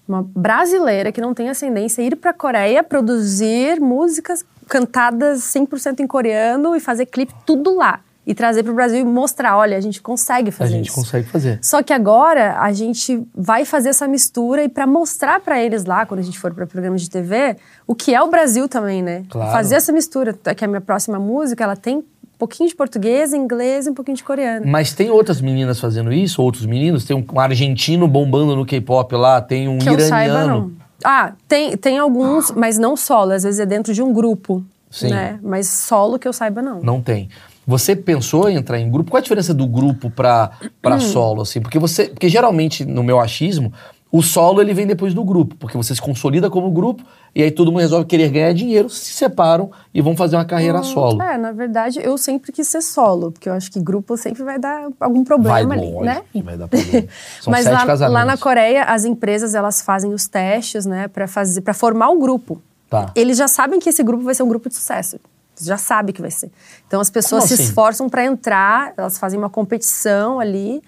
[SPEAKER 1] Uma brasileira que não tem ascendência ir para a Coreia produzir músicas cantadas 100% em coreano e fazer clipe tudo lá. E trazer para o Brasil e mostrar, olha, a gente consegue
[SPEAKER 2] A
[SPEAKER 1] fazer
[SPEAKER 2] gente
[SPEAKER 1] isso.
[SPEAKER 2] consegue fazer.
[SPEAKER 1] Só que agora a gente vai fazer essa mistura e para mostrar para eles lá, quando a gente for para programa de TV, o que é o Brasil também, né?
[SPEAKER 2] Claro.
[SPEAKER 1] Fazer essa mistura, t- que a minha próxima música, ela tem um pouquinho de português, inglês e um pouquinho de coreano.
[SPEAKER 2] Mas tem outras meninas fazendo isso, outros meninos. Tem um argentino bombando no K-pop lá, tem um
[SPEAKER 1] Que eu
[SPEAKER 2] iraniano.
[SPEAKER 1] saiba, não. Ah, tem, tem alguns, mas não solo. Às vezes é dentro de um grupo,
[SPEAKER 2] Sim.
[SPEAKER 1] né? Mas solo que eu saiba, não.
[SPEAKER 2] Não tem. Você pensou em entrar em grupo? Qual a diferença do grupo pra,
[SPEAKER 1] Hum.
[SPEAKER 2] pra solo, assim? Porque você. Porque geralmente, no meu achismo, o solo ele vem depois do grupo, porque você se consolida como grupo e aí todo mundo resolve querer ganhar dinheiro, se separam e vão fazer uma carreira solo.
[SPEAKER 1] É, na verdade, eu sempre quis ser solo, porque eu acho que grupo sempre vai dar algum problema ali,
[SPEAKER 2] lógico
[SPEAKER 1] né?
[SPEAKER 2] que vai dar problema. São
[SPEAKER 1] Mas
[SPEAKER 2] sete
[SPEAKER 1] lá,
[SPEAKER 2] casamentos.
[SPEAKER 1] lá na Coreia, as empresas elas fazem os testes, né, para fazer, para formar um grupo.
[SPEAKER 2] Tá.
[SPEAKER 1] Eles já sabem que esse grupo vai ser um grupo de sucesso. Eles Já sabe que vai ser. Então as pessoas
[SPEAKER 2] Como
[SPEAKER 1] se
[SPEAKER 2] assim?
[SPEAKER 1] esforçam para entrar, elas fazem uma competição ali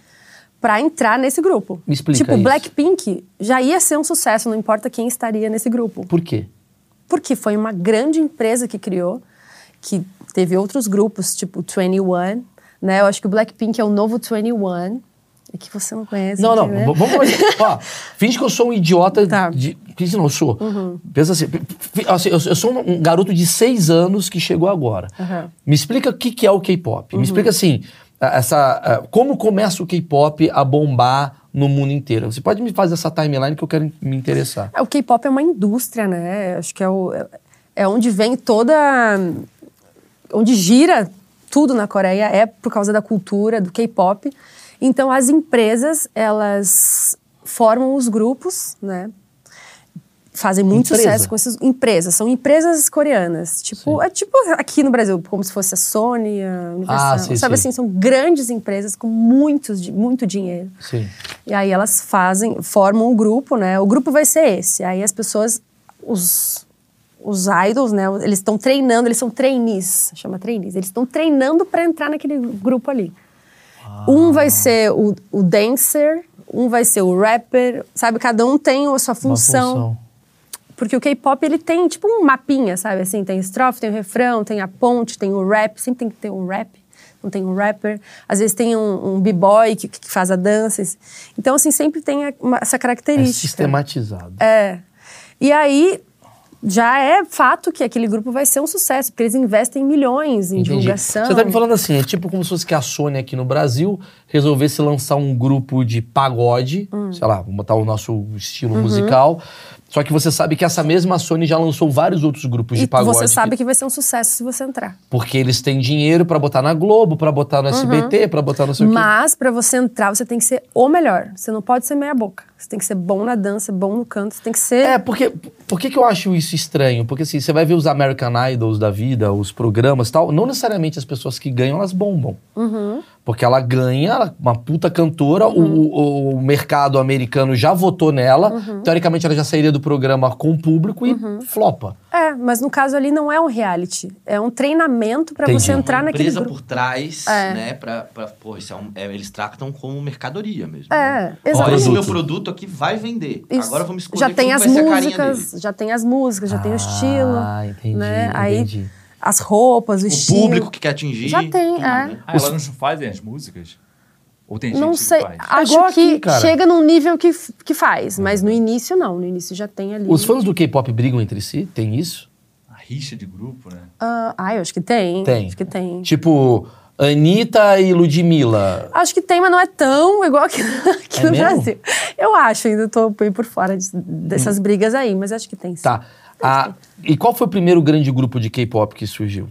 [SPEAKER 1] para entrar nesse grupo.
[SPEAKER 2] Me explica
[SPEAKER 1] tipo,
[SPEAKER 2] isso.
[SPEAKER 1] Blackpink já ia ser um sucesso, não importa quem estaria nesse grupo
[SPEAKER 2] Por quê?
[SPEAKER 1] porque foi uma grande empresa que criou, que teve outros grupos, tipo 21, né? Eu acho que o Blackpink é o novo 21, é que você não conhece.
[SPEAKER 2] Não, não,
[SPEAKER 1] né?
[SPEAKER 2] v- vamos começar. Ó, finge que eu sou um idiota.
[SPEAKER 1] Tá. Uhum.
[SPEAKER 2] De, finge que não eu sou. Pensa assim, fi- fi- assim, eu, eu sou um um garoto de seis anos que chegou agora.
[SPEAKER 1] Aham. Uhum.
[SPEAKER 2] Me explica o que, que é o K-pop. Me explica assim, a- essa, a- como começa o K-pop a bombar no mundo inteiro. Você pode me fazer essa timeline que eu quero me interessar.
[SPEAKER 1] É, O K-pop é uma indústria, né? Acho que é, o, é- é onde vem toda. onde gira tudo na Coreia é por causa da cultura, do K-pop. Então as empresas, elas formam os grupos, né? Fazem muito
[SPEAKER 2] Empresa?
[SPEAKER 1] sucesso com essas empresas. São empresas coreanas. Tipo,
[SPEAKER 2] Sim.
[SPEAKER 1] é tipo aqui no Brasil, como se fosse a Sony, a Universal.
[SPEAKER 2] Ah, sim,
[SPEAKER 1] sabe
[SPEAKER 2] sim.
[SPEAKER 1] assim? São grandes empresas com muitos, di- muito dinheiro.
[SPEAKER 2] Sim.
[SPEAKER 1] E aí elas fazem, formam um grupo, né? O grupo vai ser esse. Aí as pessoas, os, os idols, né? Eles estão treinando, eles são trainees, chama trainees. Eles estão treinando para entrar naquele grupo ali. Um vai ser o, o dancer, um vai ser o rapper, sabe? Cada um tem a sua
[SPEAKER 2] Uma
[SPEAKER 1] função.
[SPEAKER 2] função.
[SPEAKER 1] Porque o K-pop, ele tem tipo um mapinha, sabe? Assim, tem estrofe, tem o refrão, tem a ponte, tem o rap. Sempre tem que ter um rap. Não tem um rapper. Às vezes tem um, um b-boy que, que faz a dança. Então, assim, sempre tem a- uma- essa
[SPEAKER 2] É
[SPEAKER 1] característica.
[SPEAKER 2] sistematizado.
[SPEAKER 1] É. E aí, já é fato que aquele grupo vai ser um sucesso. Porque eles investem milhões em
[SPEAKER 2] Entendi.
[SPEAKER 1] divulgação.
[SPEAKER 2] Você tá me falando assim, é tipo como se fosse que a Sony aqui no Brasil resolvesse lançar um grupo de pagode,
[SPEAKER 1] Hum.
[SPEAKER 2] sei lá, vamos botar o nosso estilo
[SPEAKER 1] Uhum.
[SPEAKER 2] musical. Só que você sabe que essa mesma Sony já lançou vários outros grupos
[SPEAKER 1] e
[SPEAKER 2] de pagode.
[SPEAKER 1] você sabe
[SPEAKER 2] que-
[SPEAKER 1] que vai ser um sucesso se você entrar.
[SPEAKER 2] Porque eles têm dinheiro pra botar na Globo, pra botar no SBT, pra botar no sei o quê.
[SPEAKER 1] Uhum. Mas para você entrar, você tem que ser o melhor. Você não pode ser meia boca. Você tem que ser bom na dança, bom no canto. Você tem que ser...
[SPEAKER 2] É, porque por que, que eu acho isso estranho? Porque assim, você vai ver os American Idols da vida, os programas e tal, não necessariamente as pessoas que ganham, elas bombam.
[SPEAKER 1] Uhum.
[SPEAKER 2] Porque ela ganha, ela é uma puta cantora, o- o, o mercado americano já votou nela,
[SPEAKER 1] Uhum.
[SPEAKER 2] teoricamente ela já sairia do programa com o público e flopa.
[SPEAKER 1] É, mas no caso ali não é um reality. É um treinamento pra
[SPEAKER 2] Entendi.
[SPEAKER 1] você entrar
[SPEAKER 3] uma
[SPEAKER 1] naquele
[SPEAKER 3] empresa
[SPEAKER 1] grupo.
[SPEAKER 3] por trás,
[SPEAKER 1] É.
[SPEAKER 3] né? Pra, pra, pô, isso é um- é, eles tratam como mercadoria mesmo.
[SPEAKER 1] É,
[SPEAKER 3] né? Ó,
[SPEAKER 1] exatamente.
[SPEAKER 3] esse meu produto aqui vai vender.
[SPEAKER 1] Isso.
[SPEAKER 3] Agora vamos escolher
[SPEAKER 1] Já
[SPEAKER 3] quem
[SPEAKER 1] tem
[SPEAKER 3] que
[SPEAKER 1] as
[SPEAKER 3] vai ser a carinha
[SPEAKER 1] músicas,
[SPEAKER 3] dele.
[SPEAKER 1] já tem as músicas, já tem o estilo.
[SPEAKER 2] Ah, entendi,
[SPEAKER 1] né?
[SPEAKER 2] entendi.
[SPEAKER 1] Aí as roupas, o,
[SPEAKER 3] O
[SPEAKER 1] estilo.
[SPEAKER 3] público que quer atingir.
[SPEAKER 1] Já tem,
[SPEAKER 3] tudo,
[SPEAKER 1] é.
[SPEAKER 3] né?
[SPEAKER 4] Ah, elas não fazem as músicas? Ou tem gente
[SPEAKER 1] Não
[SPEAKER 4] que
[SPEAKER 1] sei,
[SPEAKER 4] faz?
[SPEAKER 1] acho que
[SPEAKER 2] igual aqui, cara. Uhum.
[SPEAKER 1] chega num nível que, f- que faz, mas no início não, no início já tem ali.
[SPEAKER 2] Os fãs do K-pop brigam entre si? Tem isso?
[SPEAKER 4] A rixa de grupo, né?
[SPEAKER 1] Ah, ah, eu acho que tem.
[SPEAKER 2] Tem.
[SPEAKER 1] Acho que tem.
[SPEAKER 2] Tipo, Anitta e Ludmilla.
[SPEAKER 1] Acho que tem, mas não é tão igual aqui, aqui
[SPEAKER 2] É
[SPEAKER 1] no
[SPEAKER 2] mesmo?
[SPEAKER 1] Brasil. Eu acho, ainda tô bem por fora de- dessas brigas aí, mas acho que tem sim.
[SPEAKER 2] Hum. Tá. Ah, e qual foi o primeiro grande grupo de K-pop que surgiu?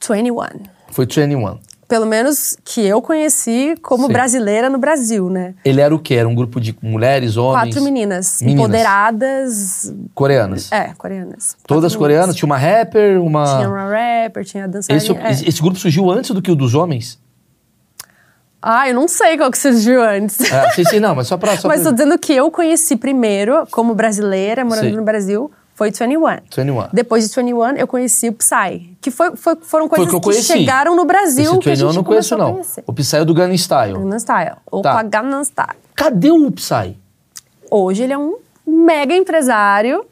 [SPEAKER 1] 21.
[SPEAKER 2] Foi 21.
[SPEAKER 1] pelo menos que eu conheci como
[SPEAKER 2] Sim.
[SPEAKER 1] brasileira no Brasil, né?
[SPEAKER 2] Ele era o quê? Era um grupo de mulheres, homens?
[SPEAKER 1] Quatro meninas,
[SPEAKER 2] Meninas.
[SPEAKER 1] empoderadas,
[SPEAKER 2] Coreanas.
[SPEAKER 1] é, coreanas. Quatro
[SPEAKER 2] Todas
[SPEAKER 1] meninas.
[SPEAKER 2] coreanas? Tinha uma rapper, uma.
[SPEAKER 1] Tinha uma rapper, tinha
[SPEAKER 2] Esse,
[SPEAKER 1] dançarina. é.
[SPEAKER 2] esse grupo surgiu antes do que o dos homens?
[SPEAKER 1] Ah, eu não sei qual que surgiu antes.
[SPEAKER 2] É, sim, sim, não, mas só pra. Só
[SPEAKER 1] Mas tô
[SPEAKER 2] pra...
[SPEAKER 1] dizendo que eu conheci primeiro, como brasileira, morando
[SPEAKER 2] Sim.
[SPEAKER 1] no Brasil, foi 21.
[SPEAKER 2] 21.
[SPEAKER 1] Depois de 21, eu conheci o Psy. Que foi, foi- foram
[SPEAKER 2] Foi o
[SPEAKER 1] coisas
[SPEAKER 2] que eu
[SPEAKER 1] que,
[SPEAKER 2] conheci.
[SPEAKER 1] chegaram no Brasil
[SPEAKER 2] Esse
[SPEAKER 1] que a
[SPEAKER 2] 21
[SPEAKER 1] gente
[SPEAKER 2] eu não conheço,
[SPEAKER 1] começou a
[SPEAKER 2] não.
[SPEAKER 1] conhecer.
[SPEAKER 2] O Psy é do Gangnam Style.
[SPEAKER 1] Gangnam Style.
[SPEAKER 2] Tá.
[SPEAKER 1] Opa, Gangnam Style.
[SPEAKER 2] Cadê o Psy?
[SPEAKER 1] Hoje ele é um mega empresário.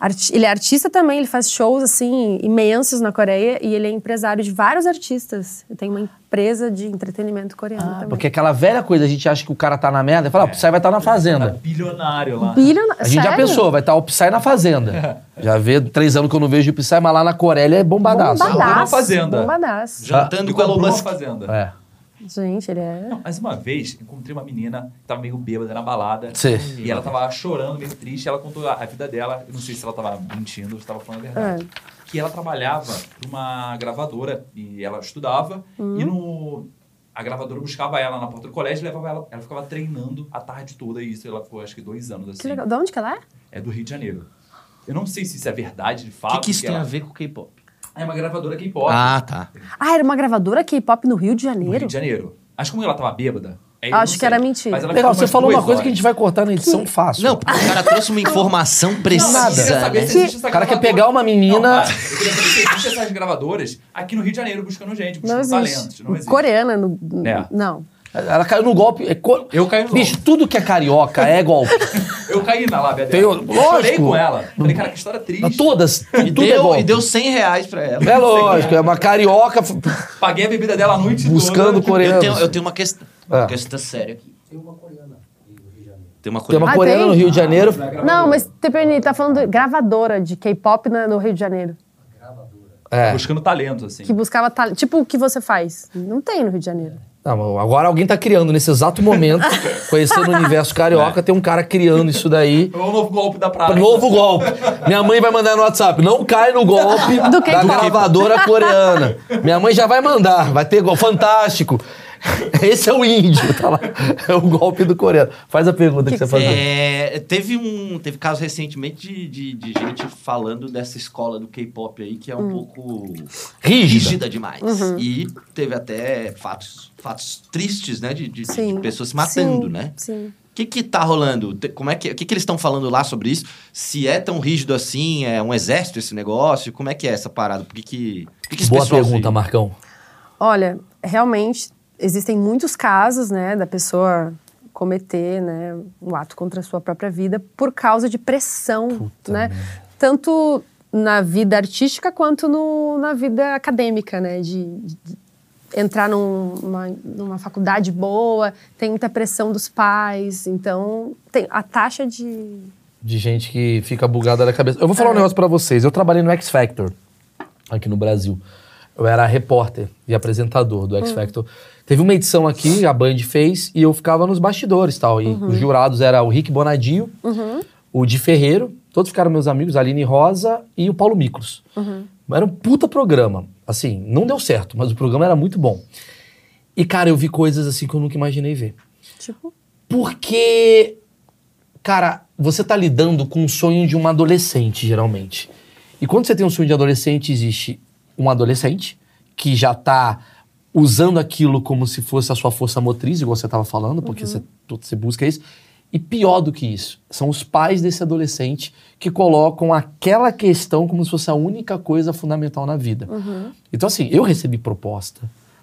[SPEAKER 1] Arti- Ele é artista também, ele faz shows assim imensos na Coreia e ele é empresário de vários artistas. Ele tem uma empresa de entretenimento coreano também.
[SPEAKER 2] Porque aquela velha coisa, a gente acha que o cara tá na merda e fala, ah, o Psy vai estar na
[SPEAKER 4] Tá
[SPEAKER 2] fazenda.
[SPEAKER 4] bilionário lá.
[SPEAKER 1] Bilionário-
[SPEAKER 2] A gente já
[SPEAKER 1] sério?
[SPEAKER 2] pensou, vai estar o Psy na fazenda. Já vê três anos que eu não vejo o Psy, mas lá na Coreia ele é bombadaço.
[SPEAKER 1] Bombadaço.
[SPEAKER 4] Fazenda.
[SPEAKER 1] Bombadaço.
[SPEAKER 3] Jantando
[SPEAKER 4] E
[SPEAKER 3] com o Ah, Elon
[SPEAKER 4] comprou uma
[SPEAKER 3] Musk.
[SPEAKER 4] fazenda.
[SPEAKER 2] É.
[SPEAKER 1] Gente, ele é.
[SPEAKER 4] Não, mas uma vez, encontrei uma menina que tava meio bêbada na balada.
[SPEAKER 2] Sim.
[SPEAKER 4] E ela tava chorando, meio triste. Ela contou a a vida dela. Eu não sei se ela tava mentindo ou se tava falando a
[SPEAKER 1] é.
[SPEAKER 2] É.
[SPEAKER 4] verdade. Que ela trabalhava pra uma gravadora. E ela estudava.
[SPEAKER 1] Hum.
[SPEAKER 4] E no... A gravadora buscava ela na porta do colégio e levava ela. Ela ficava treinando a tarde toda. E isso ela ficou, acho que, dois anos assim.
[SPEAKER 1] Que legal. De onde que ela é?
[SPEAKER 4] É do Rio de Janeiro. Eu não sei se isso é verdade, de
[SPEAKER 3] O
[SPEAKER 4] fato.
[SPEAKER 3] que, que isso
[SPEAKER 4] porque
[SPEAKER 3] tem a
[SPEAKER 4] ela-
[SPEAKER 3] ver com K-pop?
[SPEAKER 4] É uma gravadora K-pop.
[SPEAKER 3] Ah, tá.
[SPEAKER 1] Ah, era uma gravadora K-pop no Rio de
[SPEAKER 4] No
[SPEAKER 1] Janeiro?
[SPEAKER 4] Rio de Janeiro. Acho que como ela tava bêbada. aí eu
[SPEAKER 1] Acho
[SPEAKER 4] não
[SPEAKER 1] que era mentira.
[SPEAKER 4] Mas ela
[SPEAKER 2] Legal,
[SPEAKER 4] ficou
[SPEAKER 2] você
[SPEAKER 4] umas
[SPEAKER 2] falou uma
[SPEAKER 4] duas
[SPEAKER 2] coisa que a
[SPEAKER 4] horas.
[SPEAKER 2] gente vai cortar na edição fácil.
[SPEAKER 3] Não, porque o cara trouxe uma informação
[SPEAKER 4] Não, eu queria
[SPEAKER 3] precisa,
[SPEAKER 4] saber
[SPEAKER 3] né?
[SPEAKER 4] se existe essa
[SPEAKER 2] O cara quer
[SPEAKER 4] gravadora.
[SPEAKER 2] pegar uma menina-
[SPEAKER 4] Não, para. eu queria saber se existe essas gravadoras aqui no Rio de Janeiro buscando gente,
[SPEAKER 1] Não
[SPEAKER 4] buscando talentos.
[SPEAKER 1] existe.
[SPEAKER 4] Não existe.
[SPEAKER 1] Coreana, no...
[SPEAKER 4] É.
[SPEAKER 1] não.
[SPEAKER 2] Ela caiu no golpe. é co-
[SPEAKER 4] Eu caí no
[SPEAKER 2] Bicho, tudo que é carioca é golpe.
[SPEAKER 4] Eu caí na lábia
[SPEAKER 2] Tem
[SPEAKER 4] dela.
[SPEAKER 2] o-
[SPEAKER 4] Eu Chorei
[SPEAKER 2] lógico.
[SPEAKER 4] com ela. Falei, cara, que história
[SPEAKER 1] Tá
[SPEAKER 4] triste.
[SPEAKER 2] Todas.
[SPEAKER 3] E
[SPEAKER 2] Tudo é
[SPEAKER 3] deu,
[SPEAKER 2] golpe.
[SPEAKER 3] e deu 100 reais pra ela.
[SPEAKER 2] É lógico, é uma carioca. f-
[SPEAKER 4] Paguei a bebida dela a noite
[SPEAKER 2] Buscando
[SPEAKER 4] toda. Tipo,
[SPEAKER 2] coreanos.
[SPEAKER 3] Eu tenho, eu tenho uma questão.
[SPEAKER 2] Ah.
[SPEAKER 3] Uma questão séria aqui. Tem uma
[SPEAKER 2] Tem
[SPEAKER 3] coreana.
[SPEAKER 2] uma
[SPEAKER 1] Ah,
[SPEAKER 2] coreana
[SPEAKER 1] tem?
[SPEAKER 2] no Rio de Janeiro.
[SPEAKER 1] Não, mas TPN tá falando de gravadora de K-pop na- no Rio de Janeiro.
[SPEAKER 2] É.
[SPEAKER 4] Buscando talento, assim.
[SPEAKER 1] Que buscava talento. Tipo, o que você faz? Não tem no Rio de Janeiro.
[SPEAKER 2] Não, agora alguém tá criando nesse exato momento, conhecendo o universo carioca, tem um cara criando isso daí.
[SPEAKER 4] É o novo golpe da praia.
[SPEAKER 2] Novo golpe. Minha mãe vai mandar no WhatsApp. Não cai no golpe
[SPEAKER 1] Do
[SPEAKER 2] da
[SPEAKER 1] K-pop.
[SPEAKER 2] gravadora coreana. Minha mãe já vai mandar. Vai ter golpe. Fantástico. Esse é o índio. Tá lá. É o golpe do coreano. Faz a pergunta que, você faz.
[SPEAKER 3] É, teve um teve caso recentemente de, de, de gente falando dessa escola do K-pop aí que é
[SPEAKER 1] Hum.
[SPEAKER 3] um pouco
[SPEAKER 2] Rígida.
[SPEAKER 3] rígida demais
[SPEAKER 1] Uhum.
[SPEAKER 3] e teve até fatos fatos tristes né de, de- de
[SPEAKER 1] Sim.
[SPEAKER 3] pessoas se matando
[SPEAKER 1] Sim,
[SPEAKER 3] né
[SPEAKER 1] Sim.
[SPEAKER 3] o que que tá rolando Te- como é que o que que eles estão falando lá sobre isso se é tão rígido assim é um exército esse negócio como é que é essa parada por que que, por que que as
[SPEAKER 2] Boa
[SPEAKER 3] pessoas-
[SPEAKER 2] pergunta, Marcão.
[SPEAKER 1] Olha, realmente existem muitos casos, né, da pessoa cometer, né, um ato contra a sua própria vida por causa de pressão, né? Tanto na vida artística quanto no, na vida acadêmica, né, de, de entrar num- numa, numa faculdade boa, tem muita pressão dos pais, então tem a taxa de
[SPEAKER 2] de gente que fica bugada da cabeça. Eu vou falar um negócio pra vocês. Eu trabalhei no X Factor aqui no Brasil. Eu era repórter e apresentador do X Factor. Teve uma edição aqui, a Band fez, e eu ficava nos bastidores tal. E os jurados era o Rick Bonadio, o Di Ferreiro, todos ficaram meus amigos, a Aline Rosa e o Paulo Micros. Era um puta programa. Assim, não deu certo, mas o programa era muito bom. E, cara, eu vi coisas assim que eu nunca imaginei ver.
[SPEAKER 1] tipo
[SPEAKER 2] Porque, cara, você tá lidando com o sonho de um adolescente, geralmente. E quando você tem um sonho de adolescente, existe um adolescente que já tá usando aquilo como se fosse a sua força motriz, igual você tava falando, porque você, você busca isso. E pior do que isso, são os pais desse adolescente que colocam aquela questão como se fosse a única coisa fundamental na vida. Então, assim, eu recebi proposta,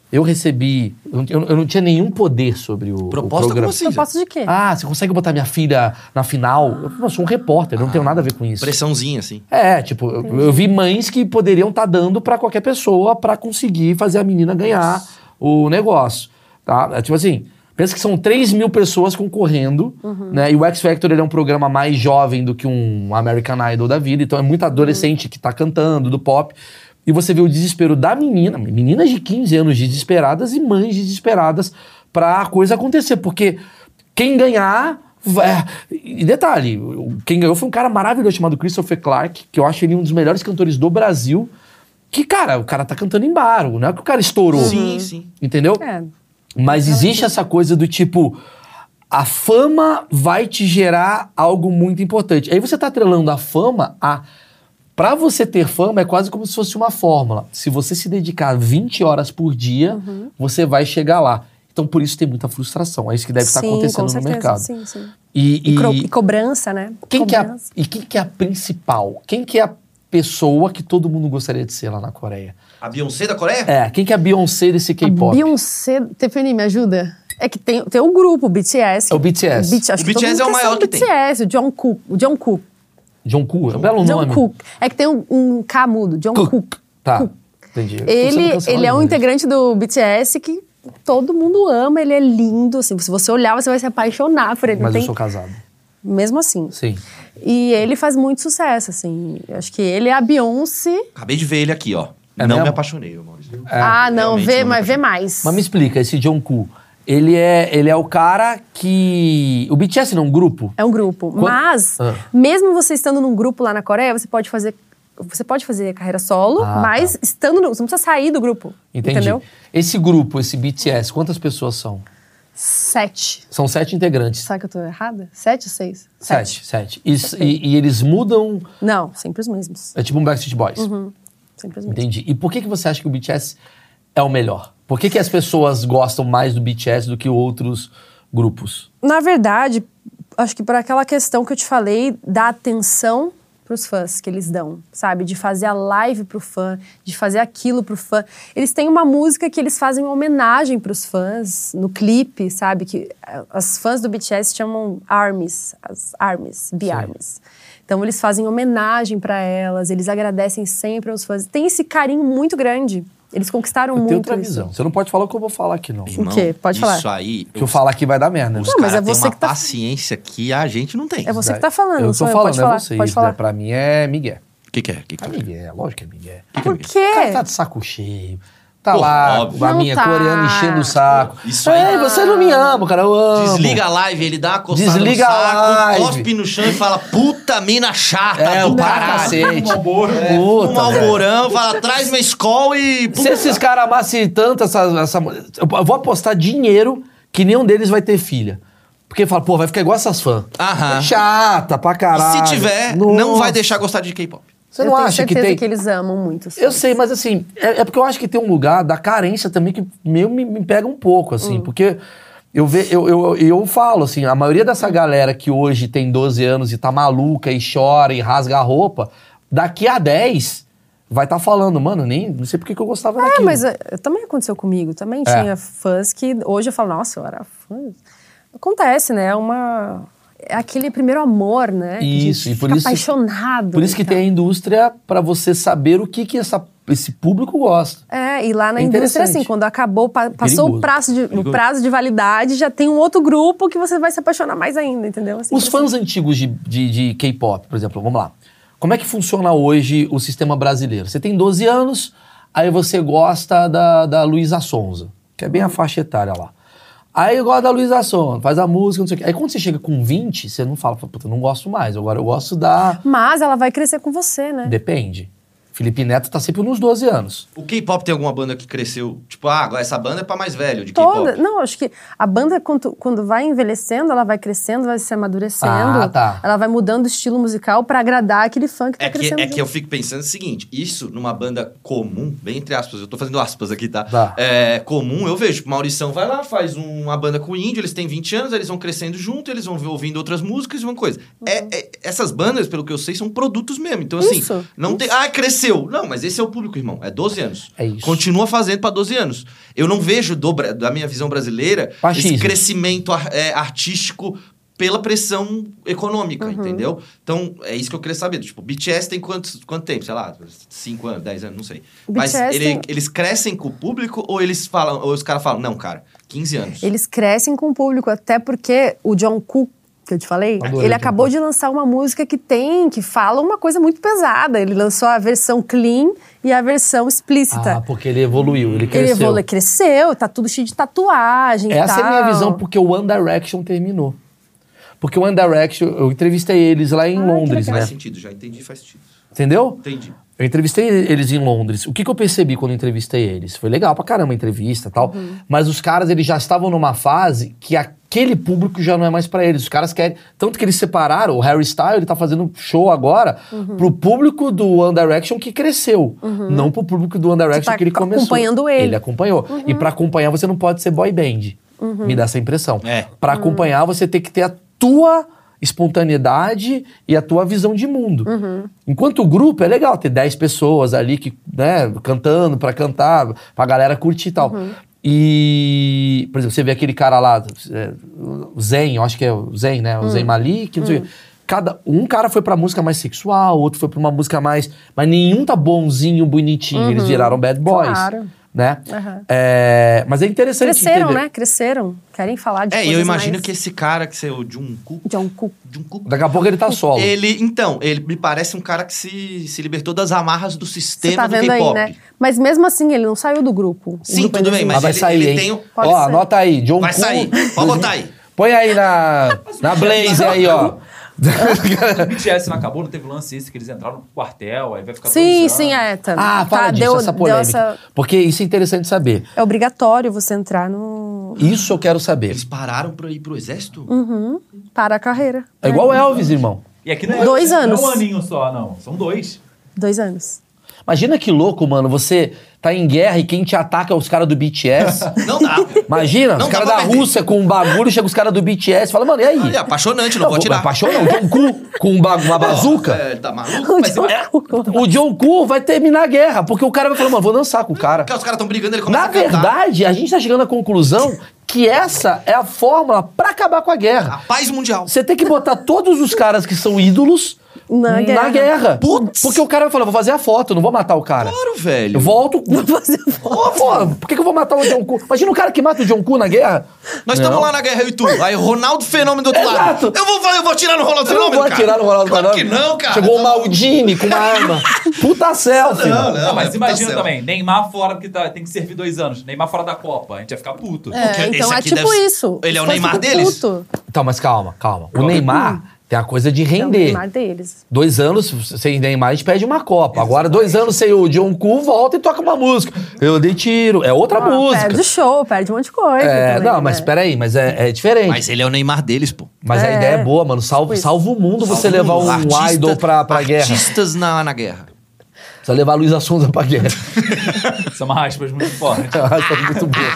[SPEAKER 2] eu recebi. Eu, eu- eu não tinha nenhum poder sobre o. o
[SPEAKER 3] proposta como
[SPEAKER 2] programa.
[SPEAKER 3] assim
[SPEAKER 1] eu posso de quê?
[SPEAKER 2] Ah, você consegue botar minha filha na final? Eu, eu sou um repórter, eu não tenho nada a ver com isso.
[SPEAKER 3] pressãozinha assim
[SPEAKER 2] É, tipo, eu, eu vi mães que poderiam estar dando pra qualquer pessoa pra conseguir fazer a menina ganhar o negócio. Tá? É tipo assim, pensa que são 3 mil pessoas concorrendo, né? E o X Factor ele é um programa mais jovem do que um American Idol da vida, então é muito adolescente que tá cantando, do pop. E você vê o desespero da menina, meninas de 15 anos desesperadas e mães desesperadas pra coisa acontecer, porque quem ganhar. vai- E detalhe, o- quem ganhou foi um cara maravilhoso chamado Christopher Clark, que eu acho ele um dos melhores cantores do Brasil. Que, cara, o cara tá cantando em bar, não é que o cara estourou.
[SPEAKER 3] sim sim
[SPEAKER 2] Entendeu?
[SPEAKER 1] É.
[SPEAKER 2] Mas existe
[SPEAKER 1] assim
[SPEAKER 2] essa coisa do tipo. A fama vai te gerar algo muito importante. Aí você tá atrelando a fama a. Pra você ter fama é quase como se fosse uma fórmula. Se você se dedicar 20 horas por dia,
[SPEAKER 1] Uhum.
[SPEAKER 2] você vai chegar lá. Então por isso tem muita frustração. É isso que deve estar
[SPEAKER 1] Sim,
[SPEAKER 2] acontecendo
[SPEAKER 1] com
[SPEAKER 2] no
[SPEAKER 1] certeza,
[SPEAKER 2] mercado.
[SPEAKER 1] Sim, sim.
[SPEAKER 2] E,
[SPEAKER 1] E, cro-
[SPEAKER 2] e
[SPEAKER 1] e cobrança, né?
[SPEAKER 2] quem que é a,
[SPEAKER 1] Cobrança.
[SPEAKER 2] e quem que é a principal? Quem que é a pessoa que todo mundo gostaria de ser lá na Coreia?
[SPEAKER 3] a Beyoncé da Coreia
[SPEAKER 2] É, quem que é a Beyoncé desse K-pop?
[SPEAKER 1] Beyoncé, Tiffany, me ajuda. É que tem, tem um grupo, o BTS.
[SPEAKER 2] É o BTS.
[SPEAKER 1] BT- acho
[SPEAKER 3] O
[SPEAKER 1] que todo
[SPEAKER 3] BTS é o
[SPEAKER 1] mundo quer ser
[SPEAKER 3] maior que tem.
[SPEAKER 1] BTS, o John Cook. O John Cook.
[SPEAKER 2] John Cook, é um belo
[SPEAKER 1] John
[SPEAKER 2] nome.
[SPEAKER 1] Cook. É que tem um, um K mudo, John Cook.
[SPEAKER 2] Tá,
[SPEAKER 1] Cook.
[SPEAKER 2] entendi. Eu né? tô sendo
[SPEAKER 1] Ele,
[SPEAKER 2] cancelado
[SPEAKER 1] ele é um
[SPEAKER 2] mesmo.
[SPEAKER 1] integrante do BTS que todo mundo ama, ele é lindo. Assim, se você olhar, você vai se apaixonar por ele.
[SPEAKER 2] Mas
[SPEAKER 1] não
[SPEAKER 2] eu
[SPEAKER 1] tem-
[SPEAKER 2] sou casado.
[SPEAKER 1] Mesmo assim.
[SPEAKER 2] Sim.
[SPEAKER 1] E ele faz muito sucesso, assim. Acho que ele é a Beyoncé.
[SPEAKER 3] acabei de ver ele aqui ó
[SPEAKER 2] É
[SPEAKER 3] não
[SPEAKER 2] mesmo? É.
[SPEAKER 3] me apaixonei, Maurício.
[SPEAKER 1] ah, não,
[SPEAKER 3] realmente
[SPEAKER 1] vê,
[SPEAKER 3] não me
[SPEAKER 1] mas vê mais.
[SPEAKER 2] Mas me explica, esse John Ku, ele é, ele é o cara que... O BTS não é um grupo?
[SPEAKER 1] É um grupo.
[SPEAKER 2] Quan-
[SPEAKER 1] Mas,
[SPEAKER 2] Ah.
[SPEAKER 1] mesmo você estando num grupo lá na Coreia, você pode fazer. Você pode fazer carreira solo,
[SPEAKER 2] Ah,
[SPEAKER 1] mas estando no. Você não precisa sair do grupo.
[SPEAKER 2] Entendi.
[SPEAKER 1] Entendeu?
[SPEAKER 2] Esse grupo, esse BTS, quantas pessoas são?
[SPEAKER 1] Sete.
[SPEAKER 2] São sete integrantes.
[SPEAKER 1] Será que eu tô errada? Sete ou seis?
[SPEAKER 2] Sete, sete. E, s- e- e eles mudam,
[SPEAKER 1] Não, sempre os mesmos.
[SPEAKER 2] é tipo um Backstreet Boys.
[SPEAKER 1] Uhum. Sempre os mesmos.
[SPEAKER 2] Entendi. E por que, que você acha que o BTS é o melhor? Por que, que as pessoas gostam mais do BTS do que outros grupos?
[SPEAKER 1] Na verdade, acho que por aquela questão que eu te falei da atenção pros fãs que eles dão, sabe? De fazer a live pro fã, de fazer aquilo pro fã. Eles têm uma música que eles fazem uma homenagem pros fãs no clipe, sabe? Que eh, as fãs do BTS chamam ARMYs, as ARMYs, The ARMYs. Então eles fazem homenagem pra elas, eles agradecem sempre aos fãs. Tem esse carinho muito grande. Eles conquistaram
[SPEAKER 2] Eu
[SPEAKER 1] muito
[SPEAKER 2] tenho outra
[SPEAKER 1] isso.
[SPEAKER 2] visão. Você não pode falar o que eu vou falar aqui, não.
[SPEAKER 1] O quê? Pode falar.
[SPEAKER 3] Isso aí.
[SPEAKER 2] Se eu falar aqui vai dar merda. né?
[SPEAKER 3] Os
[SPEAKER 1] Não, mas
[SPEAKER 3] caras
[SPEAKER 1] é
[SPEAKER 3] têm
[SPEAKER 1] você
[SPEAKER 3] uma
[SPEAKER 1] que tá-
[SPEAKER 3] paciência que a gente não tem.
[SPEAKER 1] É você que tá falando,
[SPEAKER 2] Eu
[SPEAKER 1] não
[SPEAKER 2] tô
[SPEAKER 1] sou eu.
[SPEAKER 2] falando,
[SPEAKER 1] Pode
[SPEAKER 2] é
[SPEAKER 1] falar,
[SPEAKER 2] vocês.
[SPEAKER 1] pode falar.
[SPEAKER 2] né? Pra mim é Miguel.
[SPEAKER 3] O que, que é? Que que
[SPEAKER 2] É
[SPEAKER 3] é?
[SPEAKER 2] Miguel, lógico que é Miguel.
[SPEAKER 1] Por
[SPEAKER 2] O cara tá
[SPEAKER 1] quê?
[SPEAKER 2] de saco cheio. Tá
[SPEAKER 3] Pô,
[SPEAKER 2] lá,
[SPEAKER 3] óbvio.
[SPEAKER 2] a
[SPEAKER 1] Não
[SPEAKER 2] minha
[SPEAKER 1] tá.
[SPEAKER 2] coreana enchendo o saco.
[SPEAKER 3] Isso
[SPEAKER 2] Ei,
[SPEAKER 3] aí-
[SPEAKER 2] você não me ama, cara, eu amo.
[SPEAKER 3] Desliga a live, ele dá uma coçada
[SPEAKER 2] Desliga a
[SPEAKER 3] no saco,
[SPEAKER 2] live.
[SPEAKER 3] cospe no chão e fala, puta mina chata
[SPEAKER 2] É,
[SPEAKER 3] do
[SPEAKER 2] o pra
[SPEAKER 3] caralho.
[SPEAKER 2] cacete.
[SPEAKER 4] Um Malboro.
[SPEAKER 2] É,
[SPEAKER 3] Um
[SPEAKER 2] Puta, velho.
[SPEAKER 3] alvorão, fala, traz minha escola e...
[SPEAKER 2] Se esses caras amassem tanto essa, essa. Eu vou apostar dinheiro que nenhum deles vai ter filha. Porque fala, pô, vai ficar igual essas fãs.
[SPEAKER 3] Aham.
[SPEAKER 2] Chata pra caralho.
[SPEAKER 3] E se tiver, não
[SPEAKER 2] Nossa.
[SPEAKER 3] vai deixar gostar de K-pop.
[SPEAKER 2] Você
[SPEAKER 1] eu
[SPEAKER 2] não
[SPEAKER 1] tenho
[SPEAKER 2] acha que
[SPEAKER 1] certeza
[SPEAKER 2] tem.
[SPEAKER 1] que eles amam muito. os
[SPEAKER 2] Eu
[SPEAKER 1] fãs.
[SPEAKER 2] sei, mas assim, é, é porque eu acho que tem um lugar da carência também que meio me, me pega um pouco, assim,
[SPEAKER 1] Hum.
[SPEAKER 2] porque eu, ve, eu, eu, eu falo, assim, a maioria dessa galera que hoje tem 12 anos e tá maluca e chora e rasga a roupa, daqui a 10 vai tá falando, mano, nem não sei porque que eu gostava
[SPEAKER 1] É,
[SPEAKER 2] daquilo.
[SPEAKER 1] mas é, também aconteceu comigo. Também
[SPEAKER 2] É.
[SPEAKER 1] tinha fãs que hoje eu falo, nossa, eu era fã. Acontece, né? É uma. É aquele primeiro amor, né? Que a gente
[SPEAKER 2] Isso, e por
[SPEAKER 1] fica
[SPEAKER 2] isso-
[SPEAKER 1] apaixonado. então.
[SPEAKER 2] Por isso
[SPEAKER 1] e
[SPEAKER 2] que
[SPEAKER 1] tal.
[SPEAKER 2] tem a indústria pra você saber o que, que essa, esse público gosta.
[SPEAKER 1] É, e lá na
[SPEAKER 2] É
[SPEAKER 1] indústria,
[SPEAKER 2] interessante.
[SPEAKER 1] assim, quando acabou, pa- passou
[SPEAKER 2] perigoso.
[SPEAKER 1] o prazo, de, o prazo de validade, já tem um outro grupo que você vai se apaixonar mais ainda, entendeu? Assim,
[SPEAKER 2] Os fãs antigos de, de, de K-pop, por exemplo, vamos lá. Como é que funciona hoje o sistema brasileiro? Você tem 12 anos, aí você gosta da, da Luísa Sonza, que é bem a faixa etária lá. Aí gosta da Luísa Sonza, faz a música, não sei o quê. Aí quando você chega com 20, você não fala, puta, eu não gosto mais, agora eu gosto da...
[SPEAKER 1] Mas ela vai crescer com você,
[SPEAKER 2] Ah.
[SPEAKER 1] né?
[SPEAKER 2] Depende. Felipe Neto tá sempre nos 12 anos.
[SPEAKER 3] O K-pop tem alguma banda que cresceu? Tipo, ah, agora essa banda é pra mais velho de
[SPEAKER 1] Toda.
[SPEAKER 3] K-pop.
[SPEAKER 1] Não, acho que a banda, quando, quando vai envelhecendo, ela vai crescendo, vai se amadurecendo.
[SPEAKER 2] Ah, tá.
[SPEAKER 1] Ela vai mudando o estilo musical pra agradar aquele fã que tá
[SPEAKER 3] É que,
[SPEAKER 1] crescendo.
[SPEAKER 3] é que eu
[SPEAKER 1] junto.
[SPEAKER 3] fico pensando o seguinte, isso numa banda comum, bem entre aspas, eu tô fazendo aspas aqui, tá?
[SPEAKER 2] Tá.
[SPEAKER 3] É, comum, eu vejo, Maurição vai lá, faz um, uma banda com índio, eles têm 20 anos, aí eles vão crescendo junto, eles vão ouvindo outras músicas e uma coisa.
[SPEAKER 1] Uhum.
[SPEAKER 3] É, é, essas bandas, pelo que eu sei, são produtos mesmo, então assim,
[SPEAKER 1] Isso,
[SPEAKER 3] não tem... Ah, cresceu! Não, mas esse é o público, irmão, é 12 anos.
[SPEAKER 2] É isso.
[SPEAKER 3] Continua fazendo pra 12 anos. Eu não vejo, do, Bra- da minha visão brasileira,
[SPEAKER 2] Machismo.
[SPEAKER 3] esse crescimento ar- é, artístico pela pressão econômica,
[SPEAKER 1] Uhum.
[SPEAKER 3] entendeu? Então, é isso que eu queria saber. Tipo, BTS tem quantos, quanto tempo? Sei lá, 5 anos, 10 anos, não sei.
[SPEAKER 1] O
[SPEAKER 3] Mas
[SPEAKER 1] BTS
[SPEAKER 3] ele-
[SPEAKER 1] tem-
[SPEAKER 3] eles crescem com o público ou eles falam, ou os caras falam, não, cara, 15 anos.
[SPEAKER 1] Eles crescem com o público, até porque o John Cook, que eu te falei,
[SPEAKER 2] Adorei o
[SPEAKER 1] ele
[SPEAKER 2] John
[SPEAKER 1] acabou
[SPEAKER 2] Cook.
[SPEAKER 1] de lançar uma música que tem, que fala uma coisa muito pesada. Ele lançou a versão clean e a versão explícita.
[SPEAKER 2] Ah, porque ele evoluiu, ele
[SPEAKER 1] ele
[SPEAKER 2] cresceu.
[SPEAKER 1] evoluiu, cresceu, tá tudo cheio de tatuagem e
[SPEAKER 2] Essa é a minha
[SPEAKER 1] tal.
[SPEAKER 2] visão, porque o One Direction terminou. Porque o One Direction, eu entrevistei eles lá em
[SPEAKER 1] Ah,
[SPEAKER 2] Londres,
[SPEAKER 1] é
[SPEAKER 3] Faz
[SPEAKER 2] né?
[SPEAKER 3] sentido, já entendi, faz sentido.
[SPEAKER 2] Entendeu?
[SPEAKER 3] Entendi.
[SPEAKER 2] Eu entrevistei eles em Londres. O que, que eu percebi quando eu entrevistei eles? Foi legal pra caramba a entrevista e tal.
[SPEAKER 1] Uhum.
[SPEAKER 2] Mas os caras, eles já estavam numa fase que aquele público já não é mais pra eles. Os caras querem. Tanto que eles separaram, o Harry Styles, ele tá fazendo show agora
[SPEAKER 1] Uhum.
[SPEAKER 2] pro público do One Direction que cresceu. Não pro público do One Direction
[SPEAKER 1] tá
[SPEAKER 2] que ele começou.
[SPEAKER 1] acompanhando ele.
[SPEAKER 2] Ele acompanhou. E pra acompanhar, você não pode ser boy band. Me dá essa impressão.
[SPEAKER 3] É.
[SPEAKER 2] Pra acompanhar, você tem que ter a tua espontaneidade e a tua visão de mundo. Enquanto o grupo é legal ter 10 pessoas ali que, né, cantando pra cantar, pra galera curtir e tal. E, por exemplo, você vê aquele cara lá, é, o Zen, eu acho que é o Zen, né? O Zen Malik, não sei o quê. Cada, um cara foi pra música mais sexual, outro foi pra uma música mais. Mas nenhum tá bonzinho, bonitinho. Eles viraram bad boys.
[SPEAKER 1] Claro.
[SPEAKER 2] Né?
[SPEAKER 1] Aham.
[SPEAKER 2] É, mas é interessante.
[SPEAKER 1] Cresceram,
[SPEAKER 2] entender.
[SPEAKER 1] né? Cresceram. Querem falar de
[SPEAKER 3] É,
[SPEAKER 1] coisas
[SPEAKER 3] e eu imagino
[SPEAKER 1] mais- um
[SPEAKER 3] que esse cara que é o Jungkook,
[SPEAKER 1] John Cook.
[SPEAKER 3] Jungkook
[SPEAKER 2] Daqui a pouco ele tá solo.
[SPEAKER 3] Ele, então, ele me parece um cara que se, se libertou das amarras do
[SPEAKER 1] Você
[SPEAKER 3] sistema
[SPEAKER 1] tá
[SPEAKER 3] do
[SPEAKER 1] vendo aí,
[SPEAKER 3] K-pop.
[SPEAKER 1] né? Mas mesmo assim, ele não saiu do grupo. O
[SPEAKER 3] Sim,
[SPEAKER 1] grupo
[SPEAKER 3] tudo
[SPEAKER 1] ainda
[SPEAKER 3] bem,
[SPEAKER 1] existe.
[SPEAKER 2] Mas
[SPEAKER 3] mas
[SPEAKER 2] vai
[SPEAKER 3] ele-
[SPEAKER 2] sair,
[SPEAKER 3] ele
[SPEAKER 2] hein?
[SPEAKER 3] tem o-
[SPEAKER 1] Pode
[SPEAKER 2] ó,
[SPEAKER 1] ser.
[SPEAKER 2] anota aí, John
[SPEAKER 3] Vai
[SPEAKER 2] Kuhn,
[SPEAKER 3] sair. Pode botar aí.
[SPEAKER 2] Põe aí na, na Blaze aí, ó.
[SPEAKER 4] O BTS não acabou, não teve lance esse que eles entraram no quartel, aí vai ficar
[SPEAKER 1] Sim,
[SPEAKER 4] dois
[SPEAKER 1] sim,
[SPEAKER 4] anos.
[SPEAKER 1] é. Tá,
[SPEAKER 2] Ah, fala
[SPEAKER 1] tá,
[SPEAKER 2] disso,
[SPEAKER 1] deu,
[SPEAKER 2] essa
[SPEAKER 1] deu
[SPEAKER 2] polêmica.
[SPEAKER 1] essa-
[SPEAKER 2] Porque isso é interessante saber.
[SPEAKER 1] É obrigatório você entrar no.
[SPEAKER 2] Isso eu quero saber.
[SPEAKER 3] Eles pararam pra ir pro exército?
[SPEAKER 1] Uhum, para a carreira.
[SPEAKER 2] É igual o Elvis, irmão.
[SPEAKER 4] E aqui não é,
[SPEAKER 1] Dois
[SPEAKER 4] não é
[SPEAKER 1] anos.
[SPEAKER 4] um aninho só, não. São dois.
[SPEAKER 1] É, Dois anos.
[SPEAKER 2] Imagina que louco, mano. Você tá em guerra e quem te ataca é os caras do BTS.
[SPEAKER 3] Não dá.
[SPEAKER 2] Imagina,
[SPEAKER 3] Não tá
[SPEAKER 2] os
[SPEAKER 3] dá
[SPEAKER 2] caras
[SPEAKER 3] pra
[SPEAKER 2] da
[SPEAKER 3] perder.
[SPEAKER 2] Rússia com um bagulho, chega os caras do BTS e fala, mano, e aí?
[SPEAKER 3] É apaixonante, não,
[SPEAKER 2] Não,
[SPEAKER 3] vou
[SPEAKER 2] pô,
[SPEAKER 3] tirar.
[SPEAKER 2] Paixão não, John Cu com um ba- uma bazuca.
[SPEAKER 3] É, tá maluco? Mas eu- é,
[SPEAKER 2] Então, O John Cu vai terminar a guerra, porque o cara vai falar, mano, vou dançar com o cara.
[SPEAKER 3] porque os caras estão brigando, ele começa
[SPEAKER 2] Na
[SPEAKER 3] a cantar.
[SPEAKER 2] verdade, a gente tá chegando à conclusão que essa é a fórmula pra acabar com a
[SPEAKER 3] A
[SPEAKER 2] guerra.
[SPEAKER 3] paz mundial.
[SPEAKER 2] Você tem que botar todos os caras que são ídolos
[SPEAKER 1] Na guerra.
[SPEAKER 3] Putz.
[SPEAKER 2] Porque o cara vai falar, vou fazer a foto, não vou matar o cara.
[SPEAKER 3] Claro, velho.
[SPEAKER 2] Eu volto.
[SPEAKER 1] Vou fazer foto.
[SPEAKER 2] Pô, pô, por que, que eu vou matar o John Cu? Imagina o cara que mata o John Cu na guerra.
[SPEAKER 3] Nós estamos
[SPEAKER 2] Não.
[SPEAKER 3] lá na guerra, eu e tu. Aí Ronaldo Fenômeno do outro
[SPEAKER 2] Exato.
[SPEAKER 3] lado. Eu vou, eu vou tirar no Ronaldo
[SPEAKER 2] Eu não
[SPEAKER 3] Fenômeno,
[SPEAKER 2] vou
[SPEAKER 3] cara.
[SPEAKER 2] atirar no Ronaldo
[SPEAKER 3] claro
[SPEAKER 2] Fenômeno.
[SPEAKER 3] que não, cara.
[SPEAKER 2] Chegou o Maldini com uma arma. Puta selfie.
[SPEAKER 3] Não,
[SPEAKER 4] Não,
[SPEAKER 3] não,
[SPEAKER 4] mas imagina
[SPEAKER 3] tá certo.
[SPEAKER 4] também, Neymar fora, porque tá- tem que servir dois anos. Neymar fora da Copa, a gente ia ficar puto.
[SPEAKER 1] É,
[SPEAKER 3] Porque
[SPEAKER 1] então
[SPEAKER 3] esse
[SPEAKER 1] é
[SPEAKER 3] aqui
[SPEAKER 1] tipo
[SPEAKER 3] deve-
[SPEAKER 1] isso.
[SPEAKER 3] Ele é o
[SPEAKER 1] Fã
[SPEAKER 3] Neymar
[SPEAKER 1] fica
[SPEAKER 3] deles?
[SPEAKER 1] puto.
[SPEAKER 2] Então, mas calma, calma. O Neymar tem a coisa de
[SPEAKER 1] É Hum. o
[SPEAKER 2] render.
[SPEAKER 1] Neymar deles.
[SPEAKER 2] Dois anos sem Neymar, a gente perde uma Copa. Agora, dois anos sem o John Cu, volta e toca uma música. Eu dei tiro. É outra
[SPEAKER 1] Ah,
[SPEAKER 2] música.
[SPEAKER 1] Perde o show, perde um monte de coisa.
[SPEAKER 2] É,
[SPEAKER 1] também,
[SPEAKER 2] não, mas
[SPEAKER 1] né?
[SPEAKER 2] peraí, mas é, é diferente.
[SPEAKER 3] Mas
[SPEAKER 2] Mas,
[SPEAKER 3] ele é o Neymar deles, pô.
[SPEAKER 2] a
[SPEAKER 1] É.
[SPEAKER 2] ideia é boa, mano. Salva,
[SPEAKER 1] Pois.
[SPEAKER 2] salva o mundo você
[SPEAKER 3] Todo
[SPEAKER 2] levar
[SPEAKER 3] mundo.
[SPEAKER 2] um
[SPEAKER 3] Artista-
[SPEAKER 2] idol pra, pra guerra.
[SPEAKER 3] Artistas na, na guerra.
[SPEAKER 2] Você levar a Luísa Sonza pra guerra.
[SPEAKER 4] São uma aspas muito forte.
[SPEAKER 1] Tá
[SPEAKER 2] Essa é muito boa.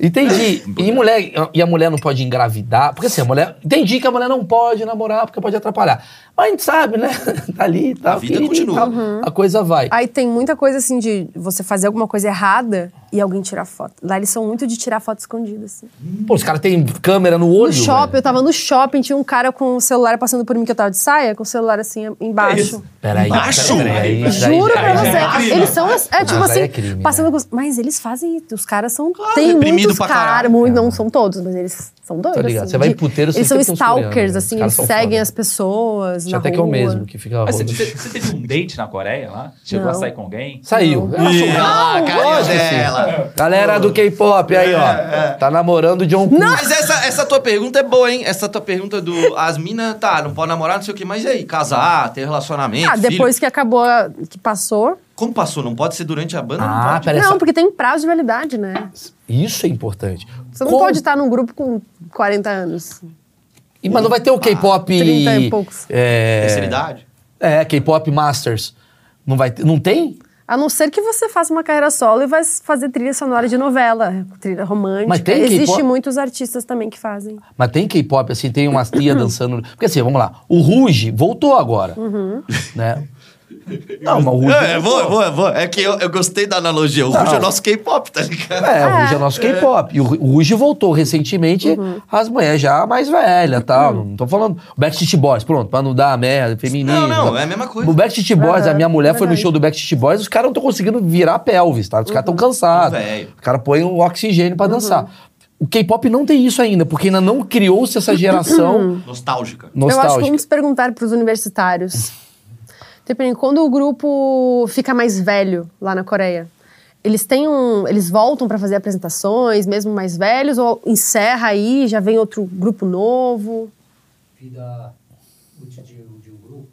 [SPEAKER 2] Entendi. E, mulher, e a mulher não pode engravidar. Porque assim, a mulher. Entendi que a mulher não pode namorar porque pode atrapalhar. Mas a gente sabe, né? Tá ali, tá.
[SPEAKER 3] A vida
[SPEAKER 2] piriri,
[SPEAKER 3] continua.
[SPEAKER 2] tal.
[SPEAKER 1] Uhum.
[SPEAKER 2] A coisa vai.
[SPEAKER 1] Aí tem muita coisa assim de você fazer alguma coisa errada e alguém tirar foto. Lá eles são muito de tirar foto escondida, assim.
[SPEAKER 2] Pô, os caras têm câmera no
[SPEAKER 1] No
[SPEAKER 2] olho.
[SPEAKER 1] shopping,
[SPEAKER 2] velho.
[SPEAKER 1] eu tava no shopping, tinha um cara com o celular passando por mim que eu tava de saia, com o celular assim
[SPEAKER 4] É
[SPEAKER 1] embaixo.
[SPEAKER 2] Peraí.
[SPEAKER 3] Baixo?
[SPEAKER 2] Peraí, peraí,
[SPEAKER 1] Juro
[SPEAKER 2] peraí,
[SPEAKER 1] pra
[SPEAKER 4] já
[SPEAKER 2] peraí.
[SPEAKER 1] você.
[SPEAKER 4] é crime.
[SPEAKER 1] eles são. É tipo
[SPEAKER 2] mas aí
[SPEAKER 1] assim.
[SPEAKER 2] é crime,
[SPEAKER 1] passando com- Mas eles fazem isso. Os caras são. tem
[SPEAKER 3] reprimido
[SPEAKER 1] muitos
[SPEAKER 3] pra caralho.
[SPEAKER 1] caras. muito- Não são todos, mas eles são doidos.
[SPEAKER 2] Tá ligado.
[SPEAKER 1] assim,
[SPEAKER 2] Você vai em
[SPEAKER 1] de-
[SPEAKER 2] puteiro,
[SPEAKER 1] Eles são
[SPEAKER 2] sempre tem uns coreanos,
[SPEAKER 1] stalkers,
[SPEAKER 2] né?
[SPEAKER 1] assim.
[SPEAKER 2] Os
[SPEAKER 1] Eles
[SPEAKER 2] caras são
[SPEAKER 1] seguem
[SPEAKER 2] foda.
[SPEAKER 1] as pessoas.
[SPEAKER 2] Acho
[SPEAKER 1] na
[SPEAKER 2] até
[SPEAKER 1] rua.
[SPEAKER 2] que é o mesmo que fica.
[SPEAKER 4] Mas você,
[SPEAKER 2] rodando.
[SPEAKER 4] você- você teve um date na Coreia lá? Chegou
[SPEAKER 1] Tá
[SPEAKER 4] a
[SPEAKER 1] Não.
[SPEAKER 4] sair com alguém?
[SPEAKER 2] Saiu. Ela achou-
[SPEAKER 3] Ah, a carinha
[SPEAKER 2] lógico que sim.
[SPEAKER 3] dela.
[SPEAKER 2] Galera do K-pop aí, ó.
[SPEAKER 3] É,
[SPEAKER 2] Tá namorando o John Coo.
[SPEAKER 3] Mas essa, essa tua pergunta é boa, hein? Essa tua pergunta do. As minas, tá, não pode namorar, não sei o quê, mas e aí? Casar, ter relacionamento?
[SPEAKER 1] Ah,
[SPEAKER 3] filho?
[SPEAKER 1] depois que acabou, a- que passou.
[SPEAKER 3] Como passou? Não pode ser durante a banda? não
[SPEAKER 2] Ah,
[SPEAKER 3] pode.
[SPEAKER 2] peraí.
[SPEAKER 1] Não,
[SPEAKER 2] essa-
[SPEAKER 1] porque tem prazo de validade, né?
[SPEAKER 2] Isso é importante.
[SPEAKER 1] Você não
[SPEAKER 2] Como-
[SPEAKER 1] pode estar num grupo com 40 anos.
[SPEAKER 2] E, mas não vai ter o K-pop.
[SPEAKER 1] 30 Ah, e poucos.
[SPEAKER 2] É.
[SPEAKER 3] Terceira idade?
[SPEAKER 2] É, K-pop Masters. Não vai ter. Não tem?
[SPEAKER 1] A não ser que você faça uma carreira solo e vai fazer trilha sonora de novela, trilha romântica.
[SPEAKER 2] Mas tem K-pop?
[SPEAKER 1] Existem muitos artistas também que fazem.
[SPEAKER 2] Mas tem K-pop, assim, tem umas tia dançando. Porque assim, vamos lá. O Ruge voltou agora.
[SPEAKER 1] Uhum.
[SPEAKER 2] Né? Não, mas o Ruge.
[SPEAKER 3] É, é, vou, vou, vou. É que eu, eu gostei da analogia. O Ruge é o nosso K-pop, tá ligado?
[SPEAKER 2] É, o Ruge é nosso K-pop. E o Ru- o Ruge voltou recentemente,
[SPEAKER 1] Uhum.
[SPEAKER 2] as mulheres já mais velhas tal. Não tô falando. Backstreet Boys, pronto, pra não dar merda, feminino.
[SPEAKER 3] Não, não,
[SPEAKER 2] tá?
[SPEAKER 3] é a mesma coisa.
[SPEAKER 2] O Backstreet Boys,
[SPEAKER 1] Aham,
[SPEAKER 2] a minha mulher foi no
[SPEAKER 1] verdade. Uhum.
[SPEAKER 2] show do Backstreet Boys, os caras não estão conseguindo virar pelvis, tá? Os caras estão cansados.
[SPEAKER 3] Tão velho.
[SPEAKER 2] Os caras põem o um oxigênio pra dançar. O K-pop não tem isso ainda, porque ainda não criou-se essa geração
[SPEAKER 3] Nostálgica.
[SPEAKER 1] Eu acho que um
[SPEAKER 2] nostálgica.
[SPEAKER 1] vamos perguntar para os universitários. Dependendo, quando o grupo fica mais velho lá na Coreia, eles têm um, eles voltam para fazer apresentações, mesmo mais velhos, ou encerra aí, já vem outro grupo novo?
[SPEAKER 5] vida útil de, um- de um grupo,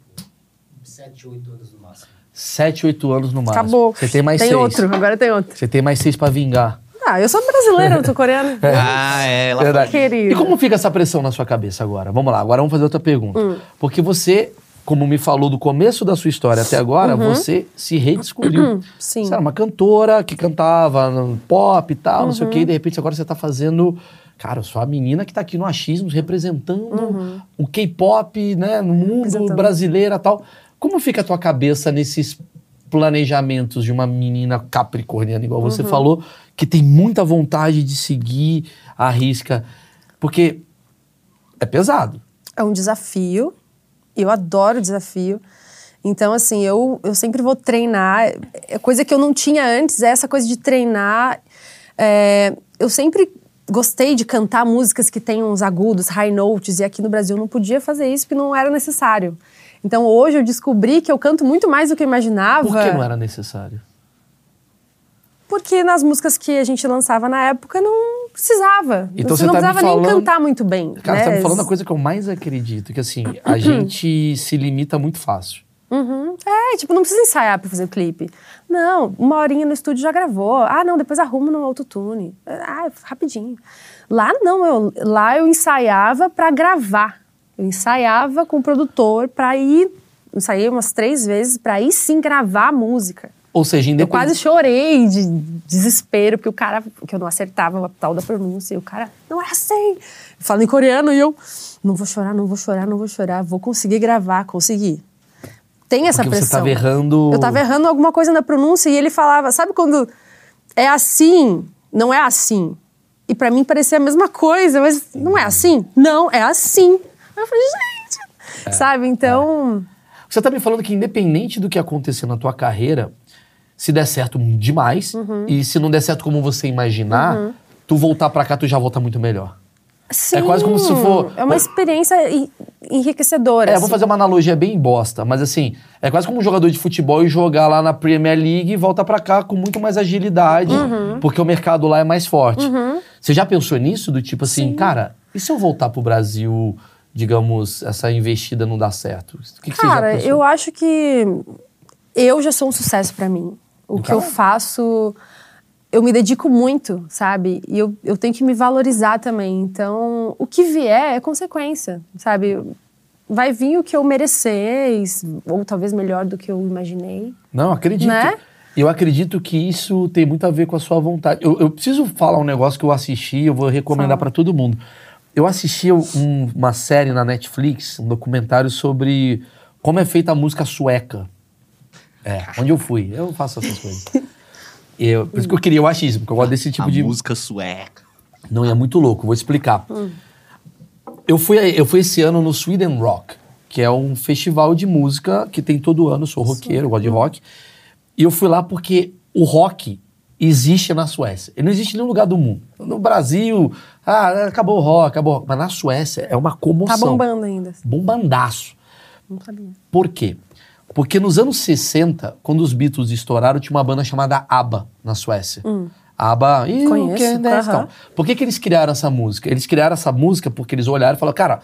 [SPEAKER 5] 7, 8 anos no máximo.
[SPEAKER 2] Sete, oito anos no máximo.
[SPEAKER 1] Acabou.
[SPEAKER 2] Você tem mais
[SPEAKER 1] tem
[SPEAKER 2] seis.
[SPEAKER 1] outro, agora tem outro.
[SPEAKER 2] Você tem mais seis pra vingar.
[SPEAKER 1] Ah, eu sou brasileira, eu tô coreana.
[SPEAKER 3] Ah, é. Ela
[SPEAKER 2] Verdade.
[SPEAKER 1] Querido.
[SPEAKER 2] E como fica essa pressão na sua cabeça agora? Vamos lá, agora vamos fazer outra pergunta.
[SPEAKER 1] Hum.
[SPEAKER 2] Porque você, como me falou do começo da sua história até agora, você se redescobriu.
[SPEAKER 1] Uhum. Sim.
[SPEAKER 2] Você era uma cantora que cantava no pop e tal, não sei o quê, e de repente agora você tá fazendo. Cara, eu sou a menina que tá aqui no achismo representando o K-pop, né, no mundo
[SPEAKER 1] Representando.
[SPEAKER 2] brasileira e tal. Como fica a tua cabeça nesses planejamentos de uma menina capricorniana, igual você falou, que tem muita vontade de seguir a risca? Porque é pesado.
[SPEAKER 1] é um desafio. Eu adoro desafio. Então, assim, eu, eu sempre vou treinar. É Coisa que eu não tinha antes é essa coisa de treinar. É, eu sempre gostei de cantar músicas que têm uns agudos, high notes, e aqui no Brasil eu não podia fazer isso porque não era necessário. Então, hoje eu descobri que eu canto muito mais do que eu imaginava.
[SPEAKER 2] Por que não era necessário?
[SPEAKER 1] porque nas músicas que a gente lançava na época não precisava.
[SPEAKER 2] Então
[SPEAKER 1] você
[SPEAKER 2] você
[SPEAKER 1] não
[SPEAKER 2] tá me
[SPEAKER 1] precisava nem
[SPEAKER 2] falando-
[SPEAKER 1] cantar muito bem.
[SPEAKER 2] Cara,
[SPEAKER 1] né?
[SPEAKER 2] você tá me falando a coisa que eu mais acredito, que assim, a gente se limita muito fácil.
[SPEAKER 1] Uhum. É, tipo, não precisa ensaiar pra fazer o clipe. Não, uma horinha no estúdio já gravou. Ah, não, depois arrumo no autotune. Ah, rapidinho. Lá não, eu, lá eu ensaiava pra gravar. Eu ensaiava com o produtor pra ir. Ensaiei umas três vezes pra ir sim gravar a música.
[SPEAKER 2] Ou seja,
[SPEAKER 1] Eu
[SPEAKER 2] independente.
[SPEAKER 1] quase chorei de desespero, porque o cara, que eu não acertava a tal da pronúncia, e o cara, não é assim. Falando em coreano, e eu, não vou chorar, não vou chorar, não vou chorar, vou conseguir gravar, consegui. Tem essa
[SPEAKER 2] Porque você
[SPEAKER 1] pressão.
[SPEAKER 2] tava errando.
[SPEAKER 1] Eu tava errando alguma coisa na pronúncia e ele falava, sabe quando é assim, não é assim? E pra mim parecia a mesma coisa, mas não é assim? Não, é assim. Aí Eu falei,
[SPEAKER 2] É.
[SPEAKER 1] gente, sabe? Então,
[SPEAKER 2] Você tá me falando que independente do que acontecer na tua carreira, se der certo demais,
[SPEAKER 1] Uhum.
[SPEAKER 2] e se não der certo como você imaginar, tu voltar pra cá, tu já volta muito melhor.
[SPEAKER 1] sim.
[SPEAKER 2] É quase como se for-
[SPEAKER 1] É uma experiência en- enriquecedora.
[SPEAKER 2] É,
[SPEAKER 1] assim.
[SPEAKER 2] vou fazer uma analogia bem bosta, mas assim, é quase como um jogador de futebol e jogar lá na Premier League e voltar pra cá com muito mais agilidade,
[SPEAKER 1] Uhum.
[SPEAKER 2] porque o mercado lá é mais forte. Você já pensou nisso? Do tipo assim, cara, e se eu voltar pro Brasil, digamos, essa investida não dá certo? O que, que você já
[SPEAKER 1] Cara,
[SPEAKER 2] pensou?
[SPEAKER 1] eu acho que eu já sou um sucesso pra mim. O que eu faço, eu me dedico muito, sabe? E eu, eu tenho que me valorizar também. Então, o que vier é consequência, sabe? Vai vir o que eu merecer, e s- ou talvez melhor do que eu imaginei.
[SPEAKER 2] Não, acredito.
[SPEAKER 1] Né?
[SPEAKER 2] Eu acredito que isso tem muito a ver com a sua vontade. Eu, eu preciso falar um negócio que eu assisti, eu vou recomendar pra todo mundo. Eu assisti um- uma série na Netflix, um documentário sobre como é feita a música sueca. É, onde eu fui. Eu faço essas coisas. Eu, por isso que eu queria o achismo, porque eu gosto desse tipo
[SPEAKER 3] a
[SPEAKER 2] de.
[SPEAKER 3] música sueca.
[SPEAKER 2] Não, e é muito louco, vou explicar. Eu, fui, eu fui esse ano no Sweden Rock, que é um festival de música que tem todo ano, eu sou roqueiro, eu gosto de rock. E eu fui lá porque o rock existe na Suécia. Ele não existe em nenhum lugar do mundo. No Brasil, ah, acabou o rock, acabou o rock. Mas na Suécia é uma
[SPEAKER 1] Tá
[SPEAKER 2] comoção.
[SPEAKER 1] bombando ainda. assim.
[SPEAKER 2] Bombandaço.
[SPEAKER 1] Não sabia.
[SPEAKER 2] Por quê? Porque nos anos 60, quando os Beatles estouraram, tinha uma banda chamada ABBA na Suécia. ABBA, you
[SPEAKER 1] Hum. Conheço,
[SPEAKER 2] can dance,
[SPEAKER 1] aham.
[SPEAKER 2] tal. Por que, que eles criaram essa música? Eles criaram essa música porque eles olharam e falaram, cara,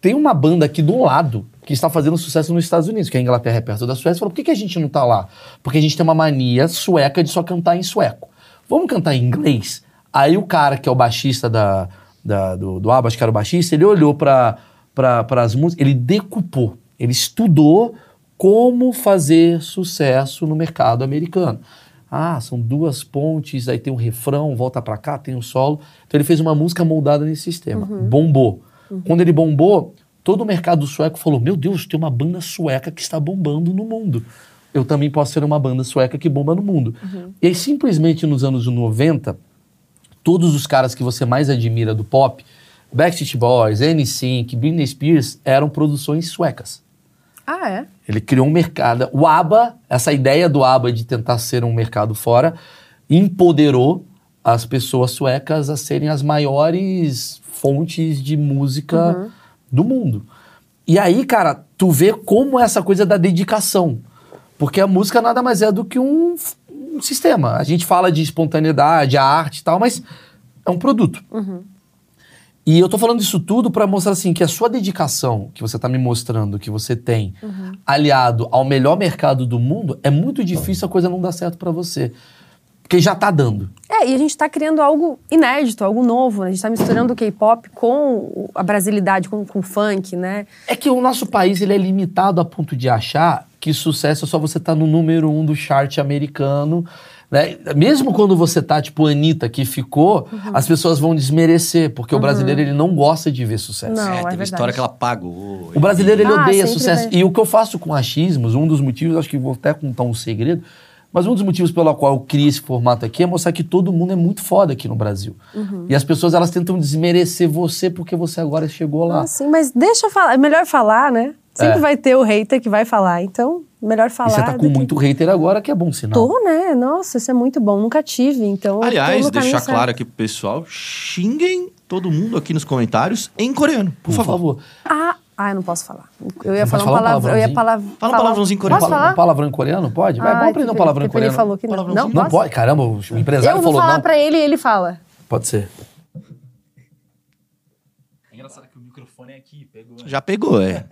[SPEAKER 2] tem uma banda aqui do lado que está fazendo sucesso nos Estados Unidos, que a Inglaterra é perto da Suécia. Falou, por que, que a gente não está lá? Porque a gente tem uma mania sueca de só cantar em sueco. Vamos cantar em inglês? Aí o cara, que é o baixista da, da- do, do ABBA, acho que era o baixista, ele olhou para pra, as músicas, ele decupou, ele estudou como fazer sucesso no mercado americano. Ah, são duas pontes, aí tem um refrão, volta pra cá, tem um solo. Então ele fez uma música moldada nesse sistema. Bombou. Quando ele bombou, todo o mercado sueco falou: Meu Deus, tem uma banda sueca que está bombando no mundo. Eu também posso ser uma banda sueca que bomba no mundo. E aí, simplesmente nos anos 90, todos os caras que você mais admira do pop, Backstreet Boys, NSYNC, Britney Spears, eram produções suecas.
[SPEAKER 1] Ah, é?
[SPEAKER 2] Ele criou um mercado. O ABBA, essa ideia do ABBA de tentar ser um mercado fora, empoderou as pessoas suecas a serem as maiores fontes de música do mundo. E aí, cara, tu vê como essa coisa da dedicação. Porque a música nada mais é do que um, f- um sistema. A gente fala de espontaneidade, a arte e tal, mas é um produto. E eu tô falando isso tudo pra mostrar assim que a sua dedicação que você tá me mostrando que você tem, aliado ao melhor mercado do mundo, é muito difícil a coisa não dar certo pra você. Porque já tá dando.
[SPEAKER 1] É, e a gente está criando algo inédito, algo novo. né? A gente está misturando o K-pop com o- a brasilidade, com, com o funk, né?
[SPEAKER 2] É que o nosso país ele é limitado a ponto de achar que sucesso é só você estar no número um do chart americano. Né? Mesmo quando você tá, tipo, Anitta, que ficou, as pessoas vão desmerecer, porque o brasileiro ele não gosta de ver sucesso.
[SPEAKER 1] Não,
[SPEAKER 3] é,
[SPEAKER 1] é
[SPEAKER 3] teve
[SPEAKER 1] verdade.
[SPEAKER 3] história que ela pagou.
[SPEAKER 2] O brasileiro ele
[SPEAKER 1] Ah,
[SPEAKER 2] odeia
[SPEAKER 1] sempre
[SPEAKER 2] sucesso.
[SPEAKER 1] vai.
[SPEAKER 2] E o que eu faço com achismos, um dos motivos, acho que vou até contar um segredo, mas um dos motivos pelo qual eu criei esse formato aqui é mostrar que todo mundo é muito foda aqui no Brasil.
[SPEAKER 1] Uhum.
[SPEAKER 2] E as pessoas elas tentam desmerecer você porque você agora chegou lá.
[SPEAKER 1] Ah, sim, mas deixa eu falar. É melhor falar, né? Sempre
[SPEAKER 2] É.
[SPEAKER 1] vai ter o hater que vai falar. Então, melhor falar.
[SPEAKER 2] e você tá
[SPEAKER 1] do
[SPEAKER 2] com
[SPEAKER 1] que-
[SPEAKER 2] muito hater agora, que é bom sinal.
[SPEAKER 1] Tô, né? Nossa, isso é muito bom. Nunca tive,
[SPEAKER 2] é
[SPEAKER 1] então. tô
[SPEAKER 3] Aliás,
[SPEAKER 1] no caminho
[SPEAKER 3] deixar
[SPEAKER 2] né?
[SPEAKER 1] certo.
[SPEAKER 3] claro aqui pro pessoal, xinguem todo mundo aqui nos comentários em coreano,
[SPEAKER 2] Por
[SPEAKER 3] por, favor.
[SPEAKER 2] favor.
[SPEAKER 1] Ah, Ah, eu não posso falar. Eu ia
[SPEAKER 2] Não
[SPEAKER 1] falar um
[SPEAKER 2] pode falar um
[SPEAKER 1] palavrão. Eu ia palavra,
[SPEAKER 3] Fala um palavrãozinho em coreano.
[SPEAKER 1] Posso
[SPEAKER 2] Fala-
[SPEAKER 1] falar?
[SPEAKER 2] Um palavrão em coreano? Pode? Vai, vamos
[SPEAKER 1] Ai,
[SPEAKER 2] aprender um
[SPEAKER 1] que
[SPEAKER 2] palavrão em
[SPEAKER 1] pena,
[SPEAKER 2] coreano.
[SPEAKER 1] Ele falou que não. Não,
[SPEAKER 2] Não
[SPEAKER 1] posso?
[SPEAKER 2] pode, caramba, o
[SPEAKER 1] Eu
[SPEAKER 2] empresário
[SPEAKER 1] vou
[SPEAKER 2] falou
[SPEAKER 1] falar
[SPEAKER 2] não.
[SPEAKER 1] pra ele e ele fala.
[SPEAKER 2] Pode ser.
[SPEAKER 4] É engraçado que o microfone é aqui, pegou. né?
[SPEAKER 3] Já pegou, é.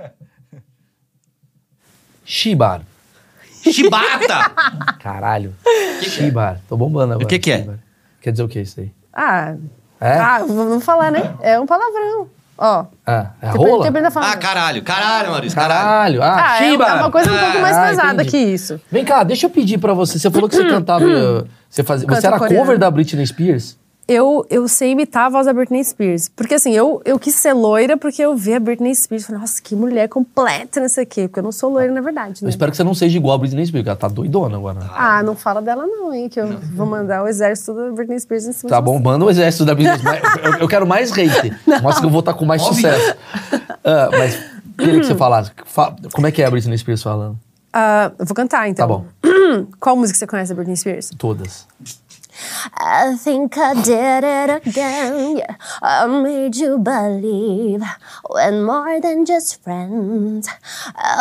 [SPEAKER 2] Shibar.
[SPEAKER 3] Chibata!
[SPEAKER 2] Caralho. Shibar. Tô bombando agora.
[SPEAKER 3] é? O que que é?
[SPEAKER 2] Shibar. Quer dizer o que isso aí?
[SPEAKER 1] Ah,
[SPEAKER 2] É?
[SPEAKER 1] ah, v- vamos falar, né? É um palavrão. Ó.
[SPEAKER 2] Ah, é
[SPEAKER 1] depois-
[SPEAKER 2] rola?
[SPEAKER 1] depois ainda Tipo, fala.
[SPEAKER 3] ah, caralho, caralho, Maurício, caralho.
[SPEAKER 2] Caralho. Ah,
[SPEAKER 1] Ah, é,
[SPEAKER 2] Shibar.
[SPEAKER 1] é uma coisa um pouco mais
[SPEAKER 2] Ah,
[SPEAKER 1] pesada
[SPEAKER 2] entendi.
[SPEAKER 1] que isso.
[SPEAKER 2] Vem cá, deixa eu pedir pra você. Você falou que você cantava... eh, Você, fazia, você
[SPEAKER 1] Canto
[SPEAKER 2] era
[SPEAKER 1] coreano.
[SPEAKER 2] cover da Britney Spears?
[SPEAKER 1] Eu, eu sei imitar a voz da Britney Spears. Porque assim, eu, eu quis ser loira porque eu vi a Britney Spears e falei, nossa, que mulher completa nessa aqui. Porque eu não sou loira, na verdade,
[SPEAKER 2] Eu
[SPEAKER 1] né?
[SPEAKER 2] espero que você não seja igual a Britney Spears, porque ela tá doidona agora. né?
[SPEAKER 1] Ah, não fala dela não, hein? Que eu vou mandar o exército da Britney Spears em cima
[SPEAKER 2] Tá
[SPEAKER 1] de você.
[SPEAKER 2] bombando o exército da Britney Spears. mas eu, eu quero mais hater. Mostra que eu vou estar com mais
[SPEAKER 3] Óbvio.
[SPEAKER 2] sucesso. Ah, mas queria que você falasse. Fa- como é que é a Britney Spears falando?
[SPEAKER 1] Ah, eu vou cantar, então.
[SPEAKER 2] Tá bom.
[SPEAKER 1] Qual música você conhece da Britney Spears?
[SPEAKER 2] Todas.
[SPEAKER 6] I think I did it again. Yeah, I made you believe when more than just friends.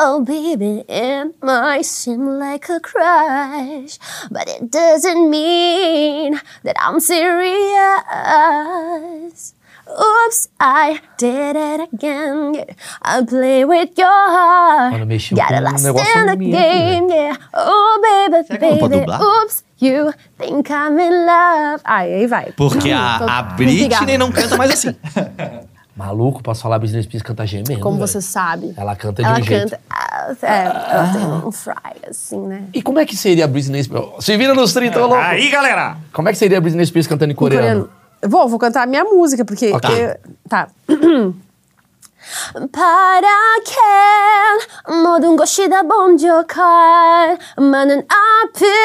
[SPEAKER 6] Oh, baby, it might seem like a crush, but it doesn't mean that I'm serious. Oops, I did it again. Yeah, I play with your heart.
[SPEAKER 2] Mano, mexeu
[SPEAKER 6] Gotta
[SPEAKER 2] com um
[SPEAKER 6] last
[SPEAKER 2] negócio
[SPEAKER 6] in the
[SPEAKER 2] minha aqui, velho.
[SPEAKER 6] game, yeah. Oh, baby,
[SPEAKER 3] Será que ela não pode
[SPEAKER 6] baby.
[SPEAKER 3] dublar?
[SPEAKER 6] Oops, you think I'm in love.
[SPEAKER 1] Aí, aí vai.
[SPEAKER 3] Porque a, a
[SPEAKER 1] Tô-
[SPEAKER 3] Britney não canta mais assim.
[SPEAKER 2] Maluco, posso falar Britney Spears canta gemendo.
[SPEAKER 1] Como
[SPEAKER 2] velho.
[SPEAKER 1] você sabe.
[SPEAKER 2] Ela canta de
[SPEAKER 1] Ela
[SPEAKER 2] um jeito.
[SPEAKER 1] canta. Ah, é, ela tem um fry, assim, né?
[SPEAKER 2] E como é que seria a Britney Spears? Se vira nos 30, ô louco.
[SPEAKER 3] Aí, galera!
[SPEAKER 2] Como é que seria a Britney Spears cantando em coreano?
[SPEAKER 1] Coreano. Vou, vou cantar a minha música, porque.
[SPEAKER 2] Ok.
[SPEAKER 1] eu- tá.
[SPEAKER 6] 바라캔 모든 것이 다 번쩍할 많은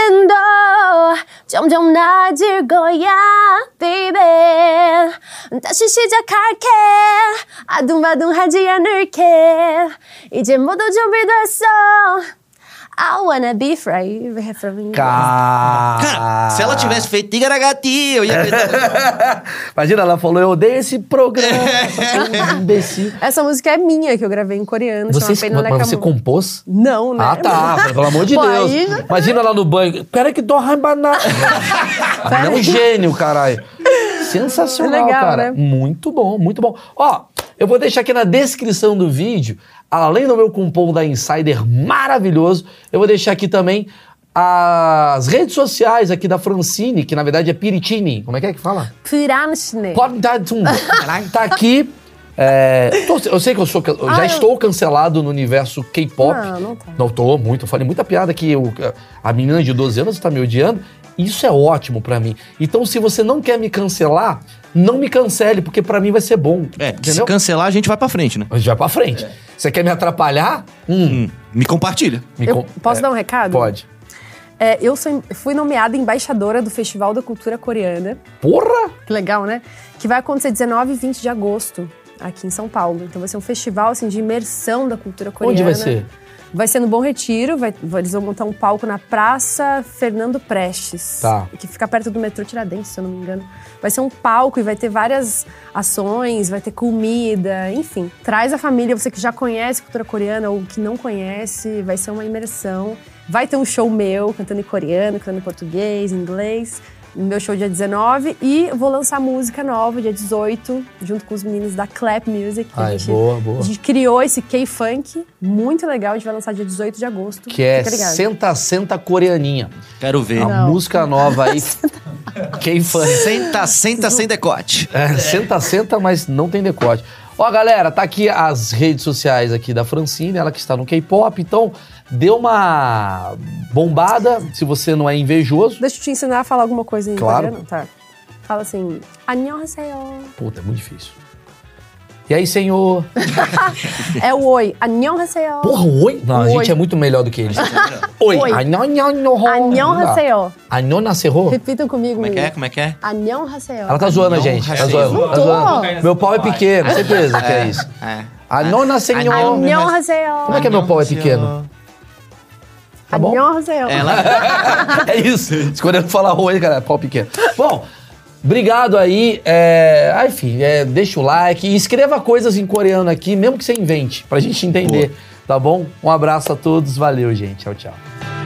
[SPEAKER 6] 아픔도 점점 나아질 거야 baby 다시 시작할게 아둥바둥하지 않을게 이제 모두 준비됐어 I wanna be free from you
[SPEAKER 2] Cara,
[SPEAKER 3] Cara, se ela tivesse feito Tigaragati, eu
[SPEAKER 2] É.
[SPEAKER 3] ia cantar.
[SPEAKER 2] Imagina, ela falou, eu odeio esse programa, essa coisa de imbecil.
[SPEAKER 1] Essa música é minha, que eu gravei em coreano.
[SPEAKER 2] Você,
[SPEAKER 1] chama Pena
[SPEAKER 2] mas mas você
[SPEAKER 1] Nakamura.
[SPEAKER 2] compôs?
[SPEAKER 1] Não, né?
[SPEAKER 2] Ah, tá. Pelo amor de
[SPEAKER 1] Pô,
[SPEAKER 2] Deus.
[SPEAKER 1] aí já- tá.
[SPEAKER 2] Imagina lá no banho. Peraí que dou raimbaná. Ele é um gênio, caralho. Sensacional,
[SPEAKER 1] É legal,
[SPEAKER 2] cara.
[SPEAKER 1] né?
[SPEAKER 2] Muito bom, muito bom. Ó, eu vou deixar aqui na descrição do vídeo, além do meu cupom da Insider maravilhoso, eu vou deixar aqui também as redes sociais aqui da Francine, que na verdade é Piritini. Como é que é que fala?
[SPEAKER 1] Piranchine.
[SPEAKER 2] Pode dar zoom. Tá aqui. é, tô- eu sei que eu sou. can- eu já
[SPEAKER 1] Ah, eu-
[SPEAKER 2] estou cancelado no universo K-pop.
[SPEAKER 1] Não, não tá.
[SPEAKER 2] Não tô muito. Eu falei muita piada que eu- a menina de 12 anos está me odiando. Isso é ótimo pra mim. Então, se você não quer me cancelar, não me cancele, porque pra mim vai ser bom.
[SPEAKER 3] É, porque se
[SPEAKER 2] entendeu?
[SPEAKER 3] cancelar, a gente vai pra frente, né?
[SPEAKER 2] A gente vai pra frente. Você quer me atrapalhar? Hum,
[SPEAKER 3] Hum, me compartilha.
[SPEAKER 2] me
[SPEAKER 1] Eu
[SPEAKER 2] con-
[SPEAKER 1] posso
[SPEAKER 2] é,
[SPEAKER 1] dar um recado?
[SPEAKER 2] Pode.
[SPEAKER 1] É, eu sou- fui nomeada embaixadora do Festival da Cultura Coreana.
[SPEAKER 2] Porra!
[SPEAKER 1] Que legal, né? Que vai acontecer 19 e 20 de agosto aqui em São Paulo. Então vai ser um festival assim, de imersão da cultura coreana.
[SPEAKER 2] Onde vai ser?
[SPEAKER 1] Vai ser no Bom Retiro, vai- vai- eles vão montar um palco na Praça Fernando Prestes,
[SPEAKER 2] Tá.
[SPEAKER 1] que fica perto do metrô Tiradentes, se eu não me engano. Vai ser um palco e vai ter várias ações, vai ter comida, enfim. Traz a família, você que já conhece cultura coreana ou que não conhece, vai ser uma imersão. Vai ter um show meu, cantando em coreano, cantando em português, em inglês. Meu show dia 19 e eu vou lançar música nova dia 18, junto com os meninos da Clap Music. que a
[SPEAKER 2] Ai,
[SPEAKER 1] gente-
[SPEAKER 2] boa, boa.
[SPEAKER 1] a gente criou esse K-Funk, muito legal. A gente vai lançar dia 18 de agosto.
[SPEAKER 2] Que é
[SPEAKER 1] Fica ligado.
[SPEAKER 2] Senta Senta Coreaninha.
[SPEAKER 3] Quero ver.
[SPEAKER 2] A
[SPEAKER 1] Não.
[SPEAKER 2] música nova aí. Quem fã?
[SPEAKER 3] Senta, senta sem decote.
[SPEAKER 2] É, senta, senta, mas não tem decote. Ó, galera, tá aqui as redes sociais aqui da Francine, ela que está no K-pop, então dê uma bombada, se você não é invejoso.
[SPEAKER 1] Deixa eu te ensinar a falar alguma coisa em
[SPEAKER 2] Claro.
[SPEAKER 1] coreano. Tá. Fala assim, 안녕하세요.
[SPEAKER 2] Puta, é muito difícil. E aí, senhor?
[SPEAKER 1] É o oi, 안녕하세요.
[SPEAKER 2] Porra, oi? Não, a
[SPEAKER 1] Oi.
[SPEAKER 2] gente é muito melhor do que eles. Oi.
[SPEAKER 1] Oi.
[SPEAKER 2] Anhonhaseyo.
[SPEAKER 1] 안녕하세요.
[SPEAKER 2] Anhonhaseyo.
[SPEAKER 1] Repitam comigo.
[SPEAKER 3] Como é que é? Como é que é?
[SPEAKER 1] 안녕하세요.
[SPEAKER 2] Ela tá zoando a gente. Tá zoando. Tá
[SPEAKER 1] Não tô.
[SPEAKER 2] zoando. Meu pau é pequeno, certeza que é isso.
[SPEAKER 3] É.
[SPEAKER 2] Anhonhaseyo.
[SPEAKER 1] 안녕하세요.
[SPEAKER 2] Como é que é meu pau é pequeno? Tá bom?
[SPEAKER 1] 안녕하세요.
[SPEAKER 3] Ela
[SPEAKER 2] É isso. Escolhendo falar oi, galera. Pau pequeno. Bom, Obrigado aí. É... Ah, enfim, é, deixa o like e escreva coisas em coreano aqui, mesmo que você invente, pra gente entender, tá bom? Um abraço a todos, valeu, gente. Tchau, tchau.